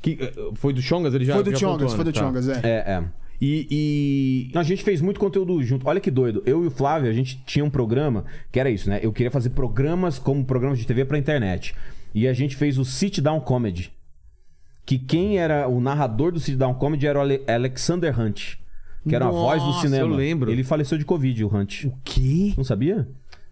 S2: Que, eh, foi do Chongas? Ele já
S3: foi do
S2: já
S3: Chongas,
S2: pontuou,
S3: foi do
S2: tá.
S3: Chongas, é.
S4: É, é. E, e- Então, a gente fez muito conteúdo junto. Olha que doido. Eu e o Flávio, a gente tinha um programa que era isso, né? Eu queria fazer programas como programas de TV pra internet. E a gente fez o Sit Down Comedy. Que quem era o narrador do Sit Down Comedy era o Ale- Alexander Hunt. Que era a voz do
S2: Nossa,
S4: cinema.
S2: eu lembro.
S4: Ele faleceu de Covid, o Hunt.
S2: O quê?
S4: Não sabia?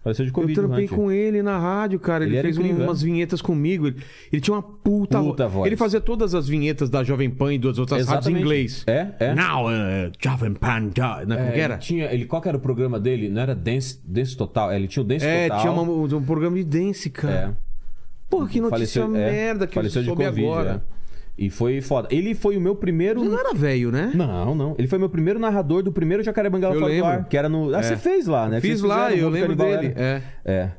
S4: Faleceu de Covid.
S2: eu
S4: o
S2: trampei
S4: Hunt.
S2: com ele na rádio, cara. Ele,
S4: Ele era
S2: fez um,
S4: incrível, né?
S2: umas vinhetas comigo. Ele, ele tinha uma puta,
S4: Puta voz.
S2: Ele fazia todas as vinhetas da Jovem Pan e das outras rádios em
S4: Exatamente.
S2: inglês.
S4: É, é.
S2: Now, uh, Jovem Pan, jo... não, como
S4: É,
S2: que era?
S4: Ele tinha, ele, qual que era o programa dele? Não era Dance, Dance Total? É, Ele tinha o Dance
S2: É,
S4: Total.
S2: tinha uma- um programa de dance, cara.
S4: É.
S2: Porra, que notícia
S4: é,
S2: merda que eu
S4: faleceu de
S2: soube
S4: Covid,
S2: agora.
S4: é. E foi foda. Ele foi o meu primeiro.
S2: Ele não era velho, né?
S4: Não, não. Ele foi meu primeiro narrador do primeiro Jacaré Bangala
S2: Eu
S4: Fora do
S2: lembro. É.
S4: Ar, que era no. Ah, você fez lá, né?
S2: Fiz
S4: Vocês
S2: lá,
S4: fizeram
S2: eu
S4: o Boca de
S2: lembro
S4: Balé.
S2: dele. É.
S4: É.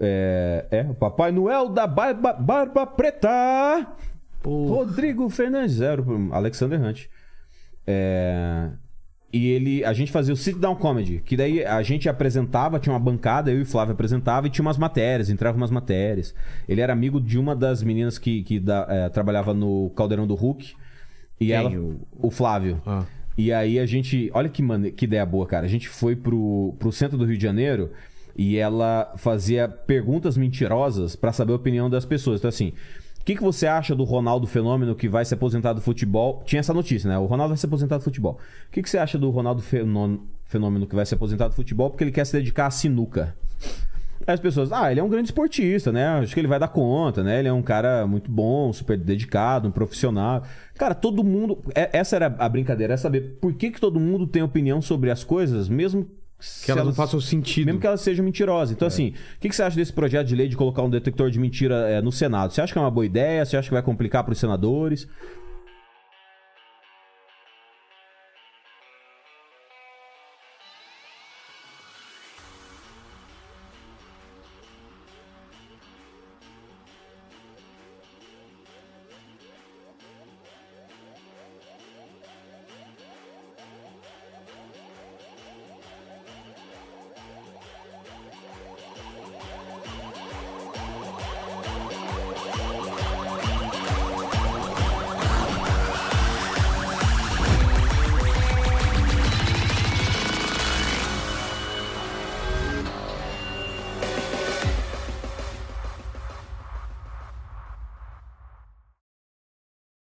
S4: É, é, o Papai Noel da Barba, barba Preta. Rodrigo Fernandes, era o Alexander Hunt. É, e ele, a gente fazia o sit down comedy, que daí a gente apresentava, tinha uma bancada, eu e o Flávio apresentava e tinha umas matérias, entrava umas matérias. Ele era amigo de uma das meninas que, que da- é, trabalhava no Caldeirão do Hulk. E ela, o... Flávio.
S2: Ah.
S4: E aí a gente. Olha que, mane... que ideia boa, cara. A gente foi pro, pro centro do Rio de Janeiro e ela fazia perguntas mentirosas pra saber a opinião das pessoas. Então, assim. O que, que você acha do Ronaldo Fenômeno que vai se aposentar do futebol? Tinha essa notícia, né? O Ronaldo vai se aposentar do futebol. O que, que você acha do Ronaldo Fenômeno, Fenômeno que vai se aposentar do futebol porque ele quer se dedicar à sinuca? Aí as pessoas, ah, ele é um grande esportista, né? Acho que ele vai dar conta, né? Ele é um cara muito bom, super dedicado, um profissional. Cara, todo mundo. é- Essa era a brincadeira, é saber por que, que todo mundo tem opinião sobre as coisas, mesmo se
S2: Que elas não façam sentido. É.
S4: Mesmo que elas sejam mentirosas. Então, assim, o que, que você acha desse projeto é de lei de colocar um detector de mentira eh, no Senado? Você acha que é uma boa ideia? Você acha que vai complicar para os senadores?